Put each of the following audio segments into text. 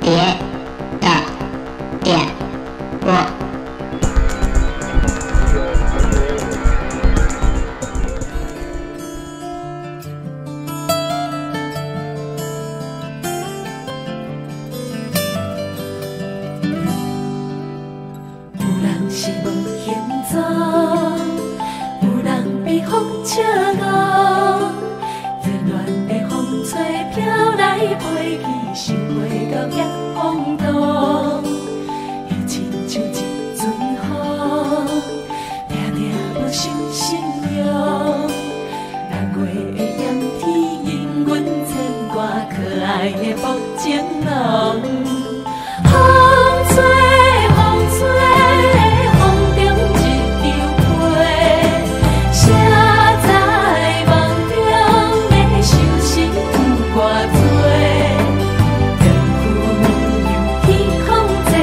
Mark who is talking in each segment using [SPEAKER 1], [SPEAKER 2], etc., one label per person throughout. [SPEAKER 1] 别的点播。
[SPEAKER 2] 有人是无闲做，有人被风吹误，热恋的风吹飘来飞去，心花到也风动。伊亲像一阵风，定定无心心用。六月的炎天，引阮牵挂可爱的薄情郎。风吹，风吹，风中一张被，写在梦中的相思有偌多。丈夫温柔去控制，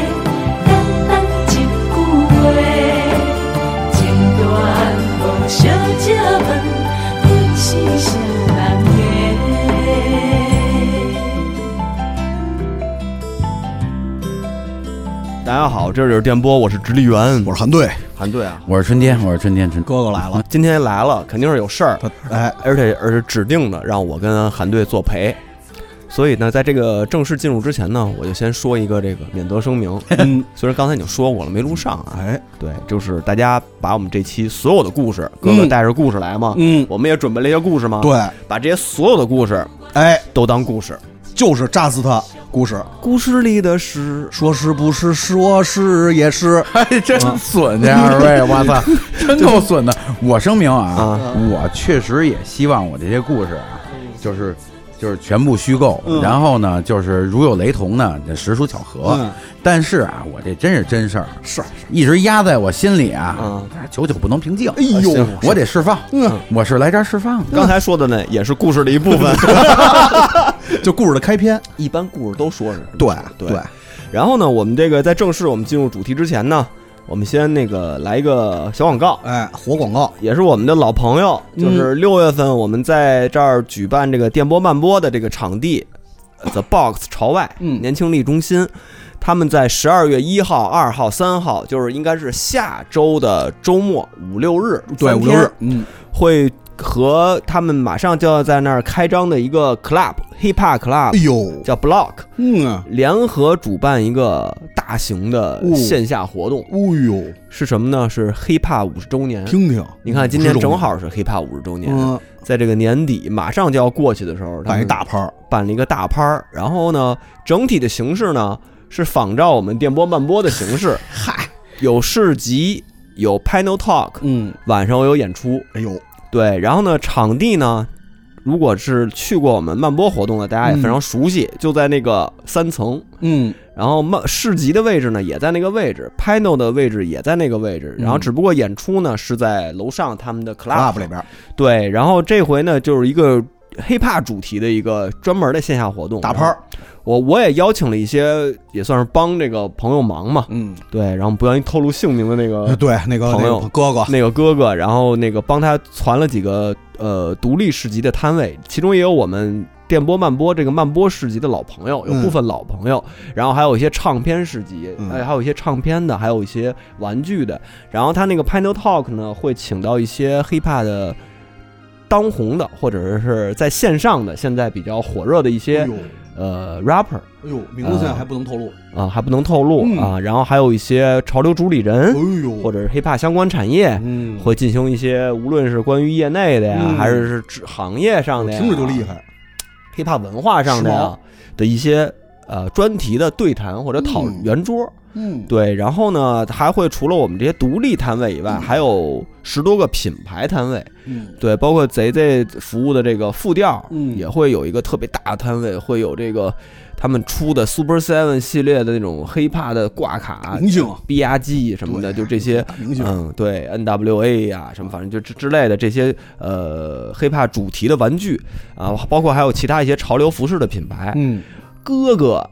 [SPEAKER 2] 简单一句话，情段无小借问，阮是谁人的？
[SPEAKER 3] 大家好，这里是电波，我是直立员，
[SPEAKER 4] 我是韩队，
[SPEAKER 3] 韩队啊。
[SPEAKER 5] 我是春天，我是春天，春
[SPEAKER 4] 哥哥来了，
[SPEAKER 3] 今天来了，肯定是有事 儿，
[SPEAKER 4] 哎，
[SPEAKER 3] 而且而是指定的让我跟韩队作陪。所以呢，在这个正式进入之前呢，我就先说一个这个免责声明。
[SPEAKER 4] 嗯，
[SPEAKER 3] 虽然刚才已经说过了，没录上啊。
[SPEAKER 4] 哎，
[SPEAKER 3] 对，就是大家把我们这期所有的故事，哥哥
[SPEAKER 4] 嗯
[SPEAKER 3] 带着故事来嘛，
[SPEAKER 4] 嗯，
[SPEAKER 3] 我们也准备了一些故事嘛，，
[SPEAKER 4] 对，
[SPEAKER 3] 把这些所有的故事
[SPEAKER 4] 哎，
[SPEAKER 3] 都当故 事。
[SPEAKER 4] 就是炸死他故事，
[SPEAKER 3] 故事里的诗，
[SPEAKER 4] 说是不是，说是也是，
[SPEAKER 5] 还真损这二位，我操，真够损的。我声明啊，我确实也希望我这些故事啊，就是就是全部虚构，然后呢，就是如有雷同呢，这实属巧合。
[SPEAKER 4] 嗯
[SPEAKER 5] 但是啊，我这真是真事儿，啊
[SPEAKER 4] 是，
[SPEAKER 5] 一直压在我心里啊，
[SPEAKER 3] 嗯
[SPEAKER 5] 但是久久不能平静。哎
[SPEAKER 4] 呦
[SPEAKER 5] 我得释放，
[SPEAKER 4] 嗯
[SPEAKER 5] 我是来这儿释放的。
[SPEAKER 3] 刚才说的呢，也是故事的一部 分。
[SPEAKER 4] 就故事的开篇，
[SPEAKER 3] 一般故事都说是
[SPEAKER 4] 对
[SPEAKER 3] 对然后呢，我们这个在正式我们进入主题之前呢，我们先那个来一个小广告，
[SPEAKER 4] 哎，活广告，
[SPEAKER 3] 也是我们的老朋友，
[SPEAKER 4] 嗯
[SPEAKER 3] 就是六月份我们在这儿举办这个电波漫播的这个场地呃，The Box 朝外，
[SPEAKER 4] 嗯
[SPEAKER 3] 年轻力中心。他们在十二月一号、二号、三号，就是应该是下周的周末五六日，
[SPEAKER 4] 对，
[SPEAKER 3] 三
[SPEAKER 4] 五
[SPEAKER 3] 天
[SPEAKER 4] 六日，嗯，
[SPEAKER 3] 会和他们马上就要在那儿开张的一个 club hip hop
[SPEAKER 4] 哎
[SPEAKER 3] club
[SPEAKER 4] 呦，
[SPEAKER 3] 叫 Block，
[SPEAKER 4] 嗯啊，
[SPEAKER 3] 联合主办一个大型的
[SPEAKER 4] 哦
[SPEAKER 3] 线下活动，
[SPEAKER 4] 哎呦，
[SPEAKER 3] 是什么呢？是 hiphop 五十周年。
[SPEAKER 4] 听听，
[SPEAKER 3] 嗯你看，今天正好是 hiphop 五十周年，
[SPEAKER 4] 嗯，
[SPEAKER 3] 在这个年底马上就要过去的时候，他
[SPEAKER 4] 摆一
[SPEAKER 3] 们
[SPEAKER 4] 大拍儿，
[SPEAKER 3] 办了一个大拍儿。然后呢，整体的形式呢是仿照我们电波慢播的形式，
[SPEAKER 4] 嗨，
[SPEAKER 3] 有市集，有 panel talk，
[SPEAKER 4] 嗯，
[SPEAKER 3] 晚上有演出。
[SPEAKER 4] 哎呦，
[SPEAKER 3] 对，然后呢，场地呢，如果是去过我们漫播活动的，大家也非常熟悉，就在那个三层。
[SPEAKER 4] 嗯，
[SPEAKER 3] 然后漫市集的位置呢也在那个位置，panel 的位置也在那个位置，
[SPEAKER 4] 嗯
[SPEAKER 3] 然后只不过演出呢是在楼上他们的 club
[SPEAKER 4] club 里。边
[SPEAKER 3] 对，然后这回呢就是一个 hiphop 主题的一个专门的线下活动，
[SPEAKER 4] 大拍儿，
[SPEAKER 3] 我我也邀请了一些，也算是帮这个朋友忙嘛。
[SPEAKER 4] 嗯，
[SPEAKER 3] 对，然后不愿意透露姓名的那 个
[SPEAKER 4] 哎对，那个
[SPEAKER 3] 朋
[SPEAKER 4] 那
[SPEAKER 3] 友
[SPEAKER 4] 个哥哥，
[SPEAKER 3] 那个哥哥，然后那个帮他传了几个呃独立市集的摊位，其中也有我们电波慢播这个慢播市集的老朋友，有
[SPEAKER 4] 嗯
[SPEAKER 3] 部分老朋友，然后还有一些唱片市集，
[SPEAKER 4] 嗯
[SPEAKER 3] 哎，还有一些唱片的，还有一些玩具的。然后他那个 Panel Talk 呢，会请到一些 hiphop 的当红的，或者是在线上的现在比较火热的一
[SPEAKER 4] 哎
[SPEAKER 3] 些
[SPEAKER 4] 呦，
[SPEAKER 3] 呃 rapper
[SPEAKER 4] 哎呦，名字现在还不能透露，
[SPEAKER 3] 啊、还不能透露
[SPEAKER 4] 嗯
[SPEAKER 3] 啊、然后还有一些潮流主理
[SPEAKER 4] 哎
[SPEAKER 3] 人。
[SPEAKER 4] 呦，
[SPEAKER 3] 嗯或者是 hiphop 相关产业，
[SPEAKER 4] 嗯，
[SPEAKER 3] 会进行一些，无论是关于业内的呀，
[SPEAKER 4] 嗯
[SPEAKER 3] 还是是指行业上的呀，
[SPEAKER 4] 听着就厉害，
[SPEAKER 3] ，hiphop 文化上的
[SPEAKER 4] 是
[SPEAKER 3] 呀
[SPEAKER 4] 吗
[SPEAKER 3] 的一些呃专题的对谈或者讨
[SPEAKER 4] 嗯
[SPEAKER 3] 圆桌。
[SPEAKER 4] 嗯，
[SPEAKER 3] 对，然后呢，还会除了我们这些独立摊位以外，还有十多个品牌摊位，
[SPEAKER 4] 嗯，
[SPEAKER 3] 对，包括贼贼服务的这个副调，
[SPEAKER 4] 嗯
[SPEAKER 3] 也会有一个特别大的摊位，会有这个他们出的 Super Seven 系列的那种 hiphop 的挂卡、
[SPEAKER 4] 明星
[SPEAKER 3] B R G 什么的，
[SPEAKER 4] 对
[SPEAKER 3] 就这些
[SPEAKER 4] 大明星
[SPEAKER 3] 嗯，对，NWA 呀、什么，反正就之之类的这些呃，hiphop 主题的玩具啊，包括还有其他一些潮流服饰的品牌。
[SPEAKER 4] 嗯，
[SPEAKER 3] 哥哥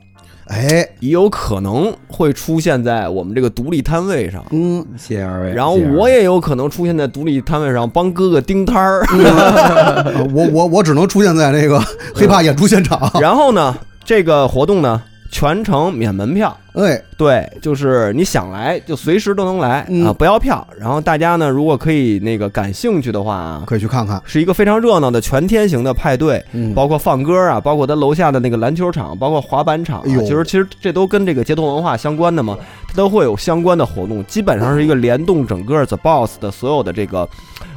[SPEAKER 4] 哎，
[SPEAKER 3] 也有可能会出现在我们这个独立摊位上，
[SPEAKER 4] 嗯，
[SPEAKER 5] 谢谢二位。
[SPEAKER 3] 然后
[SPEAKER 5] 谢谢二位
[SPEAKER 3] 我也有可能出现在独立摊位上帮哥哥盯摊 儿。
[SPEAKER 4] 呃我我我只能出现在那个黑怕演出现场。
[SPEAKER 3] 然后呢，这个活动呢，全程免门票。
[SPEAKER 4] 哎，
[SPEAKER 3] 对，就是你想来就随时都能来、
[SPEAKER 4] 嗯
[SPEAKER 3] 啊，不要票。然后大家呢，如果可以那个感兴趣的话啊，
[SPEAKER 4] 可以去看看。
[SPEAKER 3] 是一个非常热闹的全天型的派对，
[SPEAKER 4] 嗯，
[SPEAKER 3] 包括放歌啊，包括他楼下的那个篮球场，包括滑板场、啊，
[SPEAKER 4] 哎呦
[SPEAKER 3] 其实其实这都跟这个街头文化相关的嘛，它都会有相关的活动，基本上是一个联动整个 The Boss 的所有的这个。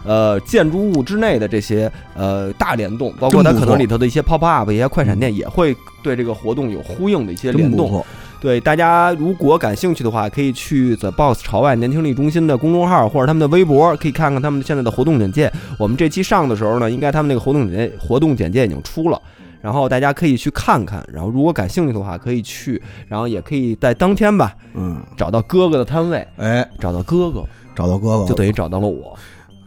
[SPEAKER 3] 呃，建筑物之内的这些呃大联动，包括它
[SPEAKER 4] 真不
[SPEAKER 3] 可
[SPEAKER 4] 错嗯
[SPEAKER 3] 能里头的一些 pop up、一些快闪店，也会对这个活动有呼应的一些联
[SPEAKER 4] 真不
[SPEAKER 3] 动。
[SPEAKER 4] 错。
[SPEAKER 3] 对大家如果感兴趣的话，可以去 The Boss 朝外年轻力中心的公众号或者他们的微博，可以看看他们现在的活动简介。我们这期上的时候呢，应该他们那个活动简介活动简介已经出了。然后大家可以去看看，然后如果感兴趣的话可以去，然后也可以在当天吧
[SPEAKER 4] 嗯，
[SPEAKER 3] 找到哥哥的摊位，
[SPEAKER 4] 哎，
[SPEAKER 3] 找到哥哥
[SPEAKER 4] 找到哥哥，
[SPEAKER 3] 就等于找到了我，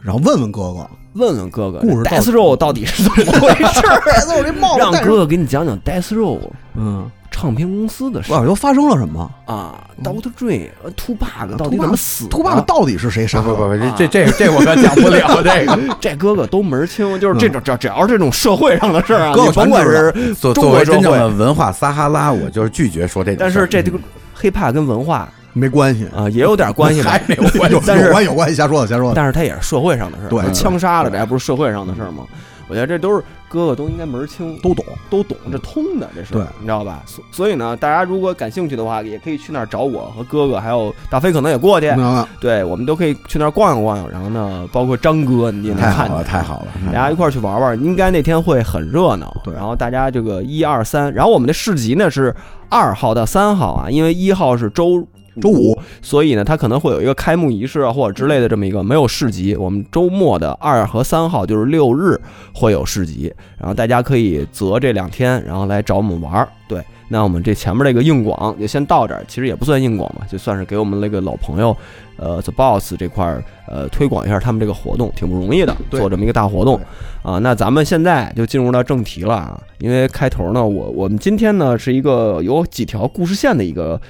[SPEAKER 4] 然后问问哥哥，
[SPEAKER 3] 问问哥哥
[SPEAKER 4] 哦故事到底
[SPEAKER 3] Death Row 到底是怎么回事 儿，
[SPEAKER 4] 哎，我这帽
[SPEAKER 3] 让哥，哥给你讲讲 Death Row
[SPEAKER 4] 嗯，
[SPEAKER 3] 唱片公司的事
[SPEAKER 4] 哇，
[SPEAKER 3] 儿
[SPEAKER 4] 又发生了什么？
[SPEAKER 3] 啊，Doctor Dre、Two Bug 到底
[SPEAKER 4] 啊 Tupac-
[SPEAKER 3] 怎么死的
[SPEAKER 4] Tupac 到底是谁杀
[SPEAKER 5] 不
[SPEAKER 4] 的？
[SPEAKER 5] 不不不，
[SPEAKER 3] 啊
[SPEAKER 5] 这这这这我可讲不了这个。
[SPEAKER 3] 这哥哥都门儿清，就是这种只只要是这种社会上的事儿啊，
[SPEAKER 4] 哥哥
[SPEAKER 3] 你甭管是
[SPEAKER 5] 作
[SPEAKER 3] 中
[SPEAKER 5] 作
[SPEAKER 3] 国
[SPEAKER 5] 为
[SPEAKER 3] 社会
[SPEAKER 5] 真正的文化撒哈拉，我就是拒绝说这种事儿。嗯
[SPEAKER 3] 但是这这个 hiphop 跟文化
[SPEAKER 4] 没关系，
[SPEAKER 3] 啊 也有点关系吧
[SPEAKER 5] 还，没有关系
[SPEAKER 4] 有
[SPEAKER 3] 但是
[SPEAKER 4] 有关系有关系，瞎说的瞎说的。
[SPEAKER 3] 但是它也是社会上的事儿，啊
[SPEAKER 4] 对
[SPEAKER 3] 枪杀了这还不是社会上的事儿吗？我觉得这都是哥哥都应该门儿清，
[SPEAKER 4] 都懂，
[SPEAKER 3] 都懂，这通的这事儿
[SPEAKER 4] 对
[SPEAKER 3] 你知道吧？所所以呢，大家如果感兴趣的话，也可以去那儿找我和哥哥，还有大飞可能也过去
[SPEAKER 4] 明，白吗？
[SPEAKER 3] 对我们都可以去那儿逛悠逛悠。然后呢，包括张哥你也能
[SPEAKER 5] 太
[SPEAKER 3] 看
[SPEAKER 5] 好
[SPEAKER 3] 见
[SPEAKER 5] 了，，太好了。
[SPEAKER 3] 大家一块儿去玩玩，应该那天会很热闹。
[SPEAKER 4] 嗯对
[SPEAKER 3] 然后大家这个一二三，然后我们的市集呢是二号到三号啊，因为一号是周
[SPEAKER 4] 周五，
[SPEAKER 3] 所以呢它可能会有一个开幕仪式啊或者之类的这么一个没有市集。我们周末的二和三号就是六日会有市集，然后大家可以择这两天，然后来找我们玩儿。对，那我们这前面这个硬广就先到这儿，其实也不算硬广吧，就算是给我们那个老朋友，呃，The Boss 这块儿呃推广一下他们这个活动，挺不容易的，
[SPEAKER 4] 对
[SPEAKER 3] 做这么一个大活动啊。那咱们现在就进入到正题了啊，因为开头呢，我我们今天呢是一个有几条故事线的一个。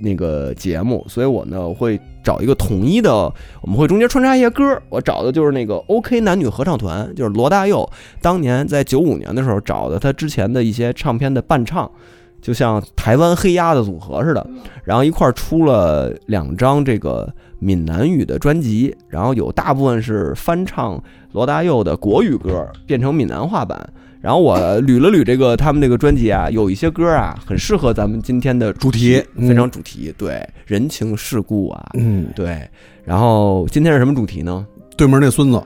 [SPEAKER 3] 那个节目，所以我呢会找一个统一的，我们会中间穿插一些歌儿。我找的就是那个 OK 男女合唱团，就是罗大佑当年在九五年的时候找的他之前的一些唱片的伴唱，就像台湾黑鸭的组合似的，然后一块儿出了两张这个闽南语的专辑，然后有大部分是翻唱罗大佑的国语歌，变成闽南话版。然后我捋了捋这个他们那个专辑啊，有一些歌啊很适合咱们今天的主题，
[SPEAKER 4] 嗯
[SPEAKER 3] 非常主题，对人情世故啊，
[SPEAKER 4] 嗯，
[SPEAKER 3] 对。然后今天是什么主题呢？
[SPEAKER 4] 对门那 孙子，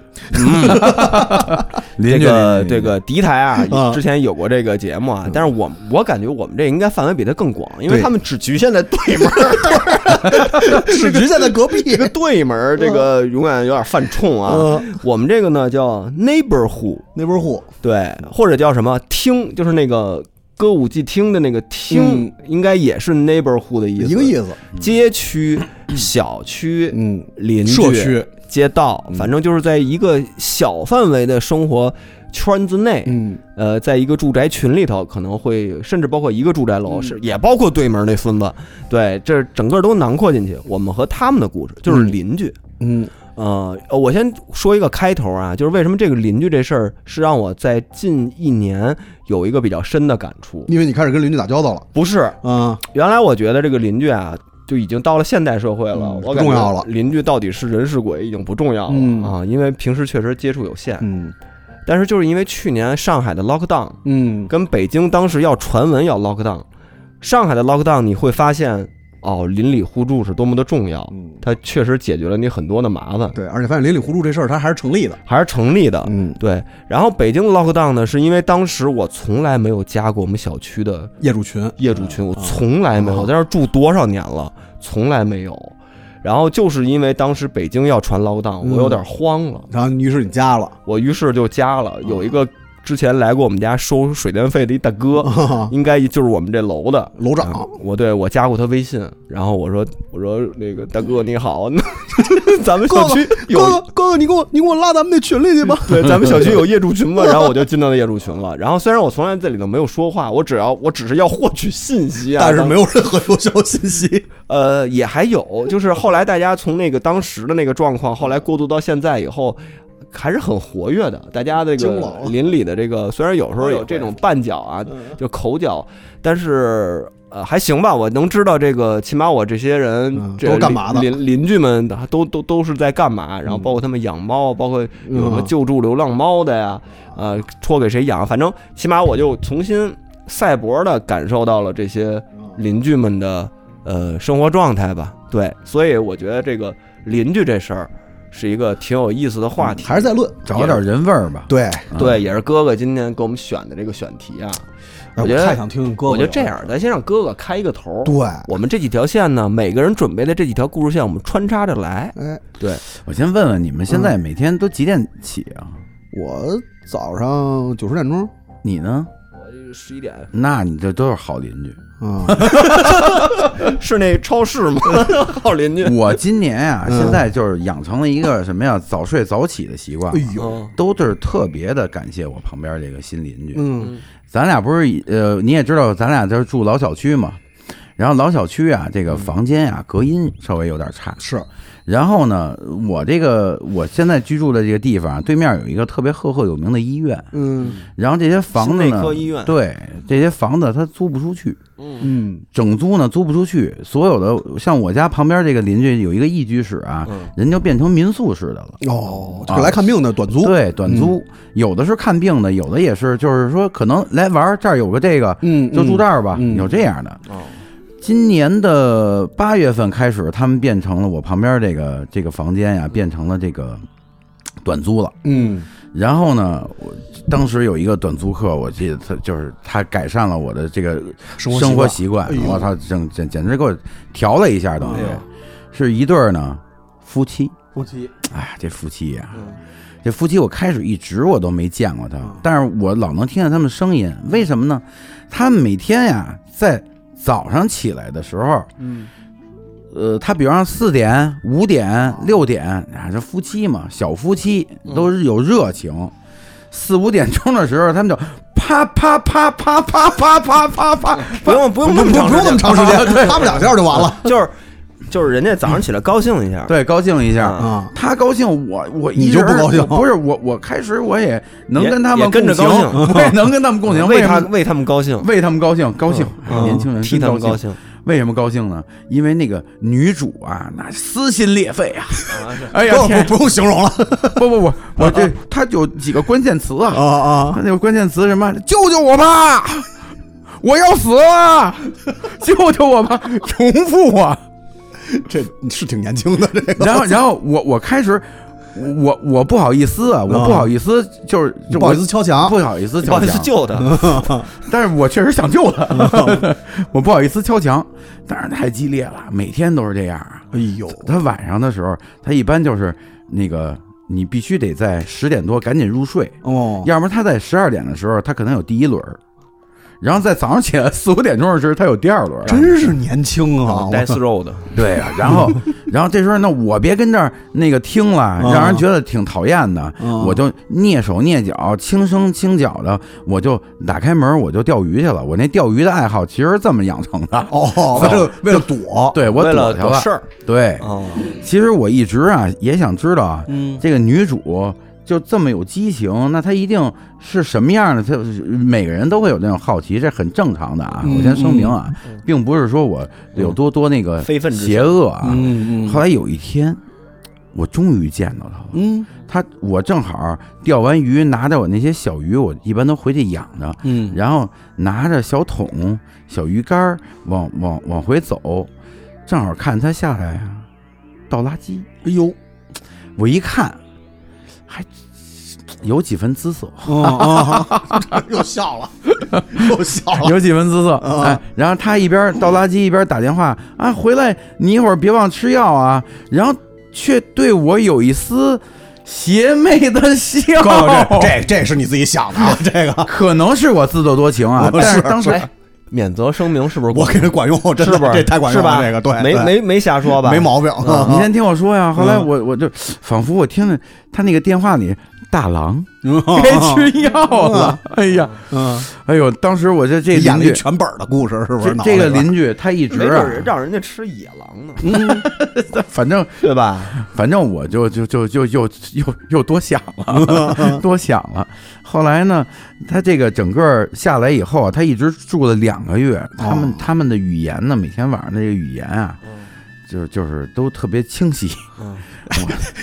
[SPEAKER 5] 邻
[SPEAKER 3] 这
[SPEAKER 5] 居
[SPEAKER 3] 个这个敌台啊，
[SPEAKER 4] 嗯
[SPEAKER 3] 之前有过这个节目啊，但是我我感觉我们这应该范围比它更广，因为
[SPEAKER 4] 对
[SPEAKER 3] 他们只局限在对门儿，
[SPEAKER 4] 市局在那隔壁。
[SPEAKER 3] 这个对门儿这个永远有点犯冲啊。
[SPEAKER 4] 呃，
[SPEAKER 3] 我们这个呢叫 neighborhood，
[SPEAKER 4] 那边户
[SPEAKER 3] 对，或者叫什么厅，就是那个歌舞伎厅的那个厅，应该也是 neighborhood 的意思，
[SPEAKER 4] 一个意思，
[SPEAKER 3] 街区、小区、
[SPEAKER 4] 嗯，
[SPEAKER 3] 邻居、
[SPEAKER 4] 社区，
[SPEAKER 3] 街道，
[SPEAKER 4] 嗯
[SPEAKER 3] 反正就是在一个小范围的生活圈子内，
[SPEAKER 4] 嗯，
[SPEAKER 3] 呃，在一个住宅群里头，可能会甚至包括一个住宅
[SPEAKER 4] 嗯
[SPEAKER 3] 楼，是也包括对门那孙子，对，这整个都囊括进去。我们和他们的故事就是
[SPEAKER 4] 嗯
[SPEAKER 3] 邻居。
[SPEAKER 4] 嗯，
[SPEAKER 3] 呃，呃我先说一个开头啊，就是为什么这个邻居这事儿是让我在近一年有一个比较深的感触。
[SPEAKER 4] 因为你开始跟邻居打交道了，
[SPEAKER 3] 不是，
[SPEAKER 4] 啊，
[SPEAKER 3] 原来我觉得这个邻居啊，就已经到了现代社会了，
[SPEAKER 4] 嗯
[SPEAKER 3] 我
[SPEAKER 4] 不
[SPEAKER 3] 感
[SPEAKER 4] 重
[SPEAKER 3] 觉
[SPEAKER 4] 要了
[SPEAKER 3] 邻居到底是人是鬼已经不重要了、
[SPEAKER 4] 嗯
[SPEAKER 3] 啊，因为平时确实接触有限。
[SPEAKER 4] 嗯
[SPEAKER 3] 但是就是因为去年上海的 lockdown
[SPEAKER 4] 嗯，
[SPEAKER 3] 跟北京当时要传闻要 lockdown，上海的 lockdown 你会发现哦，邻里互助是多么的重要，
[SPEAKER 4] 嗯，
[SPEAKER 3] 它确实解决了你很多的麻烦，
[SPEAKER 4] 对，而且发现邻里互助这事儿，它还是成立的，
[SPEAKER 3] 还是成立的。
[SPEAKER 4] 嗯，
[SPEAKER 3] 对，然后北京的 lockdown 呢，是因为当时我从来没有加过我们小区的
[SPEAKER 4] 业主群，
[SPEAKER 3] 业主群，我
[SPEAKER 4] 啊
[SPEAKER 3] 从来没有，
[SPEAKER 4] 啊
[SPEAKER 3] 在这儿住多少年了，从来没有。然后就是因为当时北京要传 lockdown，
[SPEAKER 4] 嗯
[SPEAKER 3] 我有点慌了，
[SPEAKER 4] 然后于是你加了，
[SPEAKER 3] 我于是就加了。
[SPEAKER 4] 嗯
[SPEAKER 3] 有一个之前来过我们家收水电费的一大 哥，
[SPEAKER 4] 啊
[SPEAKER 3] 应该就是我们这楼的。
[SPEAKER 4] 楼长
[SPEAKER 3] 啊我对我加过他微信，然后我说我说那个大哥你好， 咱们小区有
[SPEAKER 4] 哥哥，哥哥，你给我，你给我拉咱们那群里去吧。
[SPEAKER 3] 对，咱们小区有业主群嘛，然后我就进到了业主群了。然后虽然我从来在里头没有说话，我只要我只是要获取信息啊，
[SPEAKER 4] 但是没
[SPEAKER 3] 有
[SPEAKER 4] 有任何有效信息。
[SPEAKER 3] 呃也还有，就是后来大家从那个当时的那个状况，后来过渡到现在以后。还是很活跃的，大家这
[SPEAKER 4] 惊
[SPEAKER 3] 个
[SPEAKER 4] 了嗯
[SPEAKER 3] 邻里的这个，虽然有时候有这种绊脚啊，就口角，但是呃还行吧，我能知道这个，起码我这些人
[SPEAKER 4] 嗯
[SPEAKER 3] 这
[SPEAKER 4] 都
[SPEAKER 3] 邻
[SPEAKER 4] 干嘛的嗯
[SPEAKER 3] 邻邻居们都都都是在干嘛，然后包括他们养猫，包括有什么救助流浪猫的呀，
[SPEAKER 4] 嗯
[SPEAKER 3] 呃，托给谁养，反正起码我就重新赛博的感受到了这些
[SPEAKER 4] 嗯
[SPEAKER 3] 邻居们的呃生活状态吧。对，所以我觉得这个邻居这事儿是一个挺有意思的话题。
[SPEAKER 4] 嗯还是在论。
[SPEAKER 5] 找点人味儿吧。
[SPEAKER 4] 对，
[SPEAKER 5] 啊
[SPEAKER 3] 对，也是哥哥今天给我们选的这个选题啊，
[SPEAKER 4] 哎
[SPEAKER 3] 我觉得
[SPEAKER 4] 太想听听哥哥。
[SPEAKER 3] 我觉得这，样，咱先让哥哥开一个头。
[SPEAKER 4] 对，
[SPEAKER 3] 我们这几条线呢，每个人准备的这几条故事线，我们穿插着来。
[SPEAKER 4] 哎，
[SPEAKER 5] 我先问问你们
[SPEAKER 3] 嗯
[SPEAKER 5] 现在每天都几点起啊？
[SPEAKER 4] 我早上九十点钟
[SPEAKER 5] 你呢？
[SPEAKER 3] 我十一 点
[SPEAKER 5] 那你这都是好邻居。
[SPEAKER 4] 啊，
[SPEAKER 3] 是那超市吗？ 好邻居。
[SPEAKER 5] 我今年啊，
[SPEAKER 4] 嗯
[SPEAKER 5] 现在就是养成了一个什么呀，早睡早起的习惯
[SPEAKER 4] 哎，呦，
[SPEAKER 3] 嗯
[SPEAKER 5] 都是特别的感谢我旁边这个新邻居。
[SPEAKER 4] 嗯
[SPEAKER 5] 咱俩不是呃，你也知道，咱俩就是住老小区嘛。然后老小区啊，这个房间啊，隔音稍微有点差。
[SPEAKER 4] 嗯是，
[SPEAKER 5] 然后呢，我这个我现在居住的这个地方啊，对面有一个特别赫赫有名的医院。
[SPEAKER 4] 嗯
[SPEAKER 5] 然后这些房子
[SPEAKER 3] 心内
[SPEAKER 5] 呢，
[SPEAKER 3] 科医院
[SPEAKER 5] 对这些房子它租不出去，
[SPEAKER 4] 嗯
[SPEAKER 5] 整租呢租不出去。所有的像我家旁边这个邻居有一个一居室啊，
[SPEAKER 4] 嗯
[SPEAKER 5] 人就变成民宿式的了。
[SPEAKER 4] 哦，这个来看病的短租，嗯
[SPEAKER 5] 对，短租、有的是看病的，有的也是就是说可能来玩儿这儿有个这个，
[SPEAKER 4] 嗯，嗯
[SPEAKER 5] 就住这儿吧，
[SPEAKER 4] 嗯
[SPEAKER 5] 有这样的。
[SPEAKER 3] 哦
[SPEAKER 5] 今年的八月份开始，他们变成了我旁边这个这个房间呀、变成了这个短租了。
[SPEAKER 4] 嗯
[SPEAKER 5] 然后呢，我当时有一个短租客，我记得他就是他改善了我的这个
[SPEAKER 4] 生活
[SPEAKER 5] 生活
[SPEAKER 4] 习
[SPEAKER 5] 习惯
[SPEAKER 4] 哎，呦哎
[SPEAKER 5] 我操，简简简直给我调了一下，等于是一对儿呢夫妻。
[SPEAKER 4] 夫妻，
[SPEAKER 5] 哎，这夫妻呀、这夫妻我开始一直我都没见过他
[SPEAKER 4] 嗯，
[SPEAKER 5] 但是我老能听见他们声音，为什么呢？他们每天呀，在早上起来的时候，
[SPEAKER 4] 嗯
[SPEAKER 5] 呃，他比方四点、五点、六点，啊，这夫妻嘛，小夫妻都是有热情。四五点钟的时候，他们就啪啪啪啪啪啪啪啪啪，
[SPEAKER 3] 不用不
[SPEAKER 4] 不
[SPEAKER 3] 用
[SPEAKER 4] 不
[SPEAKER 3] 那
[SPEAKER 4] 不
[SPEAKER 3] 么长时间
[SPEAKER 4] 用那么长时
[SPEAKER 5] 对
[SPEAKER 4] 间，他们两下就完了
[SPEAKER 3] 就是就是人家早上起来高兴一下，
[SPEAKER 5] 对，高兴一下。
[SPEAKER 3] 啊，
[SPEAKER 4] 啊，
[SPEAKER 5] 他高兴，我我
[SPEAKER 4] 你
[SPEAKER 5] 一直
[SPEAKER 4] 就不高兴
[SPEAKER 5] 我不是我我开始我也能
[SPEAKER 3] 也
[SPEAKER 5] 跟他
[SPEAKER 3] 也
[SPEAKER 5] 们
[SPEAKER 3] 跟着
[SPEAKER 5] 共
[SPEAKER 3] 高
[SPEAKER 5] 情
[SPEAKER 3] 兴
[SPEAKER 5] 我也能跟他们共 情，
[SPEAKER 3] 为
[SPEAKER 5] 什
[SPEAKER 3] 他
[SPEAKER 5] 么
[SPEAKER 3] 为他们高兴，
[SPEAKER 5] 为他们高兴，高兴，哎
[SPEAKER 3] 嗯
[SPEAKER 5] 年轻人
[SPEAKER 3] 替他们
[SPEAKER 5] 真
[SPEAKER 3] 高
[SPEAKER 5] 高。
[SPEAKER 3] 兴，
[SPEAKER 5] 为什么高兴呢？因为那个女主啊，那撕心裂肺 啊， 哎呀，
[SPEAKER 4] 不
[SPEAKER 5] 天
[SPEAKER 4] 不不用形容了
[SPEAKER 5] 不不不， 我
[SPEAKER 3] 啊
[SPEAKER 5] 这它有几个关键词
[SPEAKER 4] 啊
[SPEAKER 5] 啊，
[SPEAKER 4] 啊，
[SPEAKER 5] 那有关键词什么？救救我吧！ 我要死了！ 救救我吧！重复啊！
[SPEAKER 4] 这是挺年轻的这 个，
[SPEAKER 5] 然后，然后我我开始，我我不好意思啊，我不好意思，就是就
[SPEAKER 4] 嗯不好意思
[SPEAKER 5] 我
[SPEAKER 4] 敲墙，
[SPEAKER 5] 不好意思
[SPEAKER 3] 不好
[SPEAKER 5] 敲
[SPEAKER 3] 意思
[SPEAKER 5] 墙，
[SPEAKER 3] 救他，
[SPEAKER 4] 嗯
[SPEAKER 5] 但是我确实想救他， 我不好意思敲墙，但是太激烈了，每天都是这样啊。
[SPEAKER 4] 哎呦，
[SPEAKER 5] 他晚上的时候，他一般就是那个，你必须得在十点多赶紧入睡，
[SPEAKER 4] 哦，
[SPEAKER 5] 要么他在十二点的时候，他可能有第一轮儿，然后在早上起来四五点钟的时候，他有第二轮儿。
[SPEAKER 4] 真是年轻啊，
[SPEAKER 3] Death Road，
[SPEAKER 5] 对啊，然 后然后这时候那我别跟这儿那个听了，
[SPEAKER 3] 啊
[SPEAKER 4] 嗯
[SPEAKER 5] 让人觉得挺讨厌的，
[SPEAKER 4] 嗯
[SPEAKER 5] 我就蹑手蹑脚、轻声轻脚的，我就打开门我就钓鱼去了。我那钓鱼的爱好其实是这么养成的。
[SPEAKER 4] 哦，为了为了躲，
[SPEAKER 5] 对，我
[SPEAKER 3] 为了
[SPEAKER 5] 躲去
[SPEAKER 3] 躲
[SPEAKER 5] 了
[SPEAKER 3] 事。儿
[SPEAKER 5] 对，
[SPEAKER 3] 啊，
[SPEAKER 5] 其实我一直啊也想知道啊，
[SPEAKER 4] 嗯
[SPEAKER 5] 这个女主就这么有激情，那她一定是什么样的？她每个人都会有那种好奇，这很正常的啊。
[SPEAKER 4] 嗯
[SPEAKER 5] 我先声明啊，并不是说我有多多那个
[SPEAKER 3] 嗯非分之
[SPEAKER 5] 邪恶啊。
[SPEAKER 4] 嗯
[SPEAKER 5] 后来有一天，我终于见到她了。
[SPEAKER 4] 嗯
[SPEAKER 5] 她我正好钓完鱼，拿着我那些小鱼，我一般都回去养着，
[SPEAKER 4] 嗯
[SPEAKER 5] 然后拿着小桶、小鱼竿儿往往往回走，正好看她下来啊，倒垃圾。
[SPEAKER 4] 哎呦，
[SPEAKER 5] 我一看，还有几分姿色，
[SPEAKER 4] 啊
[SPEAKER 5] 嗯
[SPEAKER 4] 啊， 又笑了，又笑了，
[SPEAKER 5] 有几分姿色。
[SPEAKER 4] 啊
[SPEAKER 5] 哎，然后他一边倒垃圾一边打电话啊，回来你一会儿别忘吃药啊。然后却对我有一丝邪魅的笑，
[SPEAKER 4] 哥，这这这是你自己想的啊，这个
[SPEAKER 5] 可能是我自作多情啊，
[SPEAKER 4] 我
[SPEAKER 5] 但
[SPEAKER 4] 哦是
[SPEAKER 5] 当时
[SPEAKER 4] 是
[SPEAKER 3] 免责声明是不是？
[SPEAKER 4] 我给人管用，真
[SPEAKER 3] 是
[SPEAKER 4] 的
[SPEAKER 3] 不是
[SPEAKER 4] 这太管
[SPEAKER 3] 是
[SPEAKER 4] 用
[SPEAKER 3] 吧？
[SPEAKER 4] 了，这个对，
[SPEAKER 3] 没
[SPEAKER 4] 对
[SPEAKER 3] 没没瞎说吧？
[SPEAKER 5] 嗯啊
[SPEAKER 4] 没毛病，嗯啊
[SPEAKER 5] 你先听我说呀。后来我我就仿佛我听着他那个电话里嗯大郎
[SPEAKER 4] 别
[SPEAKER 5] 该吃药
[SPEAKER 4] 啊
[SPEAKER 5] 了。哎呀，
[SPEAKER 4] 嗯，
[SPEAKER 5] 哎呦，当时我这这
[SPEAKER 4] 你演
[SPEAKER 5] 邻
[SPEAKER 4] 了一
[SPEAKER 5] 居，
[SPEAKER 4] 全本儿的故事是不
[SPEAKER 5] 这
[SPEAKER 4] 是？脑
[SPEAKER 5] 这个
[SPEAKER 4] 袋里
[SPEAKER 5] 邻居他一直
[SPEAKER 3] 没准儿
[SPEAKER 5] 啊，
[SPEAKER 3] 让人家吃野狼呢，
[SPEAKER 5] 反正
[SPEAKER 3] 嗯对 吧？
[SPEAKER 5] 反正我就就就就又又又多想 了，多想了。后来呢，他这个整个下来以后啊，他一直住了两个月。他们、
[SPEAKER 4] 哦
[SPEAKER 5] 他们的语言呢，每天晚上的这个语言啊，
[SPEAKER 3] 嗯
[SPEAKER 5] 就是就是都特别清晰。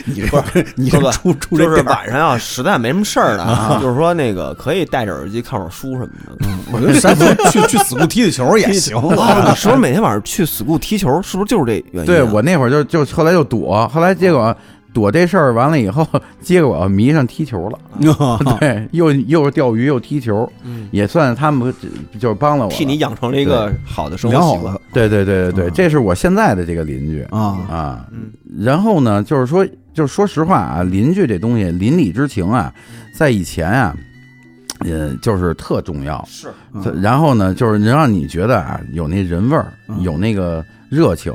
[SPEAKER 4] 你这 你
[SPEAKER 3] 不
[SPEAKER 4] 这
[SPEAKER 3] 是
[SPEAKER 4] 出出这
[SPEAKER 3] 就是
[SPEAKER 4] 地儿
[SPEAKER 3] 晚上要实在没什么事儿了 啊，就是说那个可以戴着耳机看会儿书什么的。
[SPEAKER 4] 我觉得山东去去死路踢踢球嗯 也行。
[SPEAKER 3] 哦，你是不是每天晚上去 school 踢球？是不是就是这原因啊？
[SPEAKER 5] 对我那会儿就就后来就躲，后来结
[SPEAKER 3] 哦
[SPEAKER 5] 果躲这事儿完了以后，结果迷上踢球了。
[SPEAKER 4] 嗯
[SPEAKER 5] 对，又又是钓鱼又踢球，
[SPEAKER 3] 哦嗯
[SPEAKER 5] 也算他们就是帮了我了。
[SPEAKER 3] 替你养成了一个好的生活
[SPEAKER 4] 良好
[SPEAKER 3] 习惯
[SPEAKER 4] 的。
[SPEAKER 5] 对对对对对，这是我现在的这个邻居
[SPEAKER 4] 啊
[SPEAKER 5] 啊
[SPEAKER 3] 嗯。
[SPEAKER 5] 然后呢，就是说，就是说实话啊，邻居这东西，邻里之情啊，在以前啊，呃，就是特重要。
[SPEAKER 3] 是，
[SPEAKER 5] 它然后呢，就是能让你觉得啊，有那人味儿，
[SPEAKER 4] 嗯
[SPEAKER 5] 有那个热情。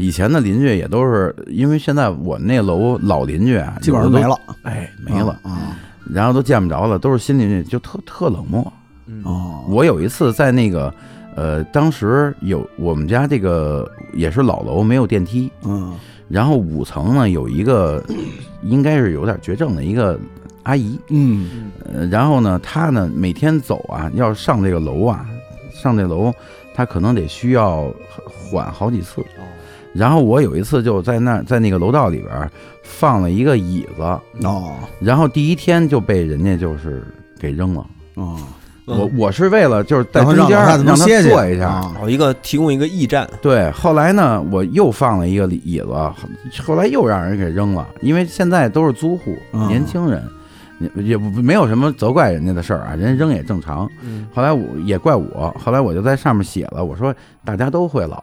[SPEAKER 5] 以前的邻居也都是，因为现在我那楼老邻居啊，
[SPEAKER 4] 基本上
[SPEAKER 5] 有
[SPEAKER 4] 没
[SPEAKER 5] 的都，
[SPEAKER 4] 了，
[SPEAKER 5] 哎，没了，
[SPEAKER 4] 啊
[SPEAKER 5] 然后都见不着了，都是新邻居，就特特冷漠。
[SPEAKER 4] 哦
[SPEAKER 5] 我有一次在那个，呃，当时有我们家这个也是老楼，没有电梯，
[SPEAKER 4] 嗯
[SPEAKER 5] 然后五层呢有一个应该是有点绝症的一个阿姨，
[SPEAKER 4] 嗯
[SPEAKER 5] 呃，然后呢她呢每天走啊，要上这个楼啊，上这楼她可能得需要缓好几次。然后我有一次就在那儿在那个楼道里边儿放了一个椅子，
[SPEAKER 4] 哦
[SPEAKER 5] 然后第一天就被人家就是给扔了。
[SPEAKER 4] 哦，
[SPEAKER 5] 我我是为了就是嗯在
[SPEAKER 4] 然后
[SPEAKER 5] 中
[SPEAKER 4] 让
[SPEAKER 5] 间儿
[SPEAKER 4] 老太太
[SPEAKER 5] 让她
[SPEAKER 4] 能歇歇
[SPEAKER 5] 坐一下，
[SPEAKER 4] 啊
[SPEAKER 3] 搞一个提供一个驿站，
[SPEAKER 5] 对，后来呢，我又放了一个椅子，后来又让人给扔了，因为现在都是租户，
[SPEAKER 3] 啊
[SPEAKER 4] 嗯
[SPEAKER 5] 年轻人，也也不没有什么责怪人家的事儿啊，人家扔也正常。
[SPEAKER 3] 嗯
[SPEAKER 5] 后来我也怪我，后来我就在上面写了，我说大家都会老，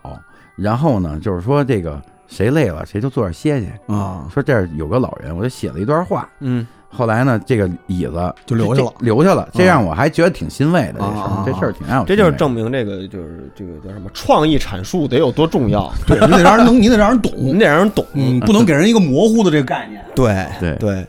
[SPEAKER 5] 然后呢，就是说这个谁累了谁就坐这儿歇歇，
[SPEAKER 4] 啊，
[SPEAKER 5] 说这儿有个老人，我就写了一段话。
[SPEAKER 3] 嗯，
[SPEAKER 5] 后来呢，这个椅子
[SPEAKER 4] 就留下了
[SPEAKER 5] 这留下了，这
[SPEAKER 4] 嗯
[SPEAKER 5] 让我还觉得挺欣慰的。这事
[SPEAKER 4] 啊啊
[SPEAKER 5] 儿
[SPEAKER 4] 啊，
[SPEAKER 5] 这事儿挺让我
[SPEAKER 3] 啊这就是
[SPEAKER 5] 欣慰的
[SPEAKER 3] 证明这个就是这个叫什么创意阐述得有多重要，
[SPEAKER 4] 对你得让人能，你得让人懂，
[SPEAKER 3] 你得让人懂。
[SPEAKER 4] 嗯，不能给人一个模糊的这个概念。对
[SPEAKER 5] 对
[SPEAKER 4] 对，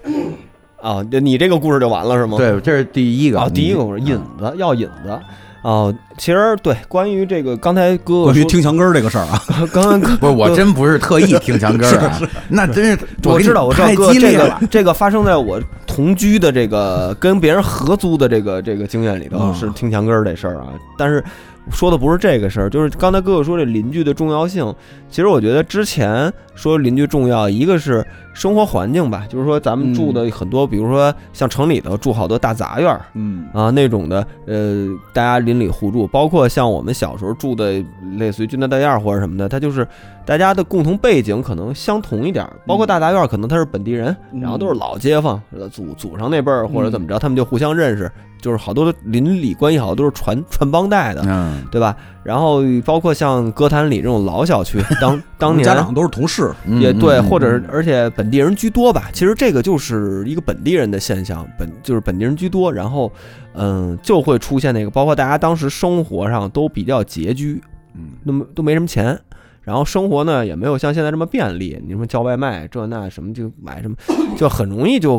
[SPEAKER 3] 啊，这你这个故事就完了是吗？
[SPEAKER 5] 对，这是第一个
[SPEAKER 3] 啊，第一个我说引子要引
[SPEAKER 4] 嗯
[SPEAKER 3] 子。哦，其实对，关于这个刚才哥哥
[SPEAKER 4] 关于
[SPEAKER 3] 说，
[SPEAKER 4] 听墙根儿这个事儿啊，
[SPEAKER 3] 刚刚哥
[SPEAKER 5] 不是，我真不是特意听墙根儿、 啊，那真是
[SPEAKER 3] 我
[SPEAKER 5] 给
[SPEAKER 3] 知
[SPEAKER 5] 你
[SPEAKER 3] 道，我知道
[SPEAKER 5] 太
[SPEAKER 3] 哥
[SPEAKER 5] 激
[SPEAKER 3] 这
[SPEAKER 5] 烈
[SPEAKER 3] 个
[SPEAKER 5] 了。
[SPEAKER 3] 这个发生在我同居的这个跟别人合租的这个这个经验里头
[SPEAKER 4] 嗯
[SPEAKER 3] 是听墙根儿这事儿啊，但是说的不是这个事儿，就是刚才哥哥说这邻居的重要性，其实我觉得之前说邻居重要，一个是生活环境吧，就是说咱们住
[SPEAKER 5] 嗯
[SPEAKER 3] 的很多，比如说像城里头住好多大杂院儿，
[SPEAKER 4] 嗯
[SPEAKER 3] 啊，那种的，呃，大家邻里互助，包括像我们小时候住的，类似于军大大院儿或者什么的，它就是大家的共同背景可能相同一点儿，包
[SPEAKER 4] 嗯
[SPEAKER 3] 括大杂院儿可能他是本地人，然后都是老街坊，呃祖祖上那辈儿或者怎
[SPEAKER 4] 嗯
[SPEAKER 3] 么着，他们就互相认识，就是好多的邻里关系好多都是传传帮带的，
[SPEAKER 5] 嗯
[SPEAKER 3] 对吧？然后包括像歌坛里这种老小区，当当
[SPEAKER 4] 我们
[SPEAKER 3] 年
[SPEAKER 4] 家长都是同事，
[SPEAKER 5] 嗯
[SPEAKER 3] 也对，
[SPEAKER 5] 嗯
[SPEAKER 3] 或者是而且本地人居多吧。其实这个就是一个本地人的现象，本就是本地人居多，然后嗯就会出现那个，包括大家当时生活上都比较拮据，
[SPEAKER 5] 嗯
[SPEAKER 3] 那么都没什么钱。然后生活呢也没有像现在这么便利，你什么叫外卖这那什么就买什么，就很容易就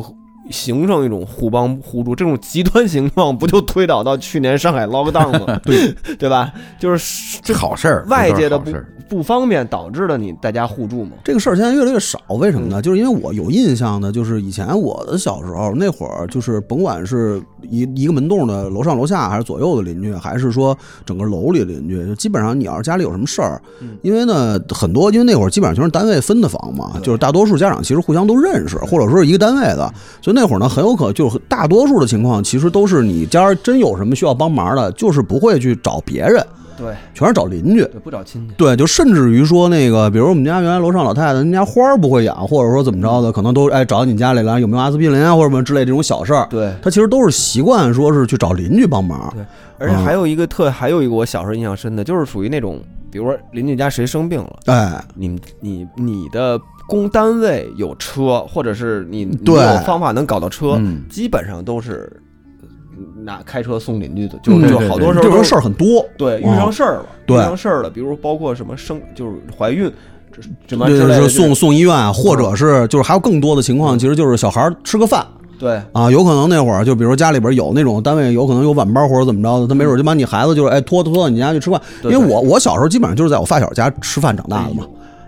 [SPEAKER 3] 形成一种互帮互助这种极端情况，不就推导到去年上海 lockdown 吗？对对吧？就是这
[SPEAKER 5] 这好事儿，
[SPEAKER 3] 外界的
[SPEAKER 5] 这
[SPEAKER 3] 不
[SPEAKER 5] 都是好事儿
[SPEAKER 3] 不方便导致的你大家互助嘛。
[SPEAKER 4] 这个事儿现在越来越少，为什么呢？就是因为我有印象的，就是以前我的小时候那会儿，就是甭管是一一个门洞的楼上楼下，还是左右的邻居，还是说整个楼里的邻居，就基本上你要是家里有什么事儿，因为呢很多，因为那会儿基本上全是单位分的房嘛，就是大多数家长其实互相都认识，或者说是一个单位的，所以那会儿呢很有可就是大多数的情况其实都是你家真有什么需要帮忙的，就是不会去找别人，
[SPEAKER 3] 对，
[SPEAKER 4] 全是找邻居。
[SPEAKER 3] 对，不找亲戚。
[SPEAKER 4] 对，就甚至于说那个，比如我们家原来楼上老太太，人家花儿不会养，或者说怎么
[SPEAKER 3] 嗯
[SPEAKER 4] 着的，可能都哎找你家里来有没有阿司匹林啊或者什么之类这种小事儿。
[SPEAKER 3] 对
[SPEAKER 4] 他其实都是习惯说是去找邻居帮忙。
[SPEAKER 3] 对，而且
[SPEAKER 4] 嗯
[SPEAKER 3] 还有一个特，还有一个我小时候印象深的，就是属于那种，比如说邻居家谁生病了，
[SPEAKER 4] 哎，
[SPEAKER 3] 你们你你的工单位有车，或者是你你
[SPEAKER 4] 对
[SPEAKER 3] 有方法能搞到车，
[SPEAKER 5] 嗯
[SPEAKER 3] 基本上都是嗯拿开车送邻居的，就
[SPEAKER 4] 嗯
[SPEAKER 3] 就
[SPEAKER 5] 对对
[SPEAKER 3] 好多时
[SPEAKER 4] 这
[SPEAKER 3] 候
[SPEAKER 4] 种
[SPEAKER 3] 都
[SPEAKER 4] 事儿很多。
[SPEAKER 3] 对遇
[SPEAKER 4] 嗯
[SPEAKER 3] 上事儿了，遇
[SPEAKER 4] 对
[SPEAKER 3] 上事儿了，比如包括什么生就是怀孕这什么
[SPEAKER 4] 就
[SPEAKER 3] 之类的
[SPEAKER 4] 是
[SPEAKER 3] 这种
[SPEAKER 4] 啊
[SPEAKER 3] 嗯
[SPEAKER 4] 送送医院，或者是就是还有更多的情况，其实就是小孩儿吃个饭，
[SPEAKER 3] 对，
[SPEAKER 4] 啊，有可能那会儿就比如家里边有那种单位有可能有晚班或者怎么着的，他没准就把你孩子就是哎拖拖到你家去吃饭，因
[SPEAKER 3] 对嗯
[SPEAKER 4] 为我我小时候基本上就是在我发小家吃饭长大的嘛。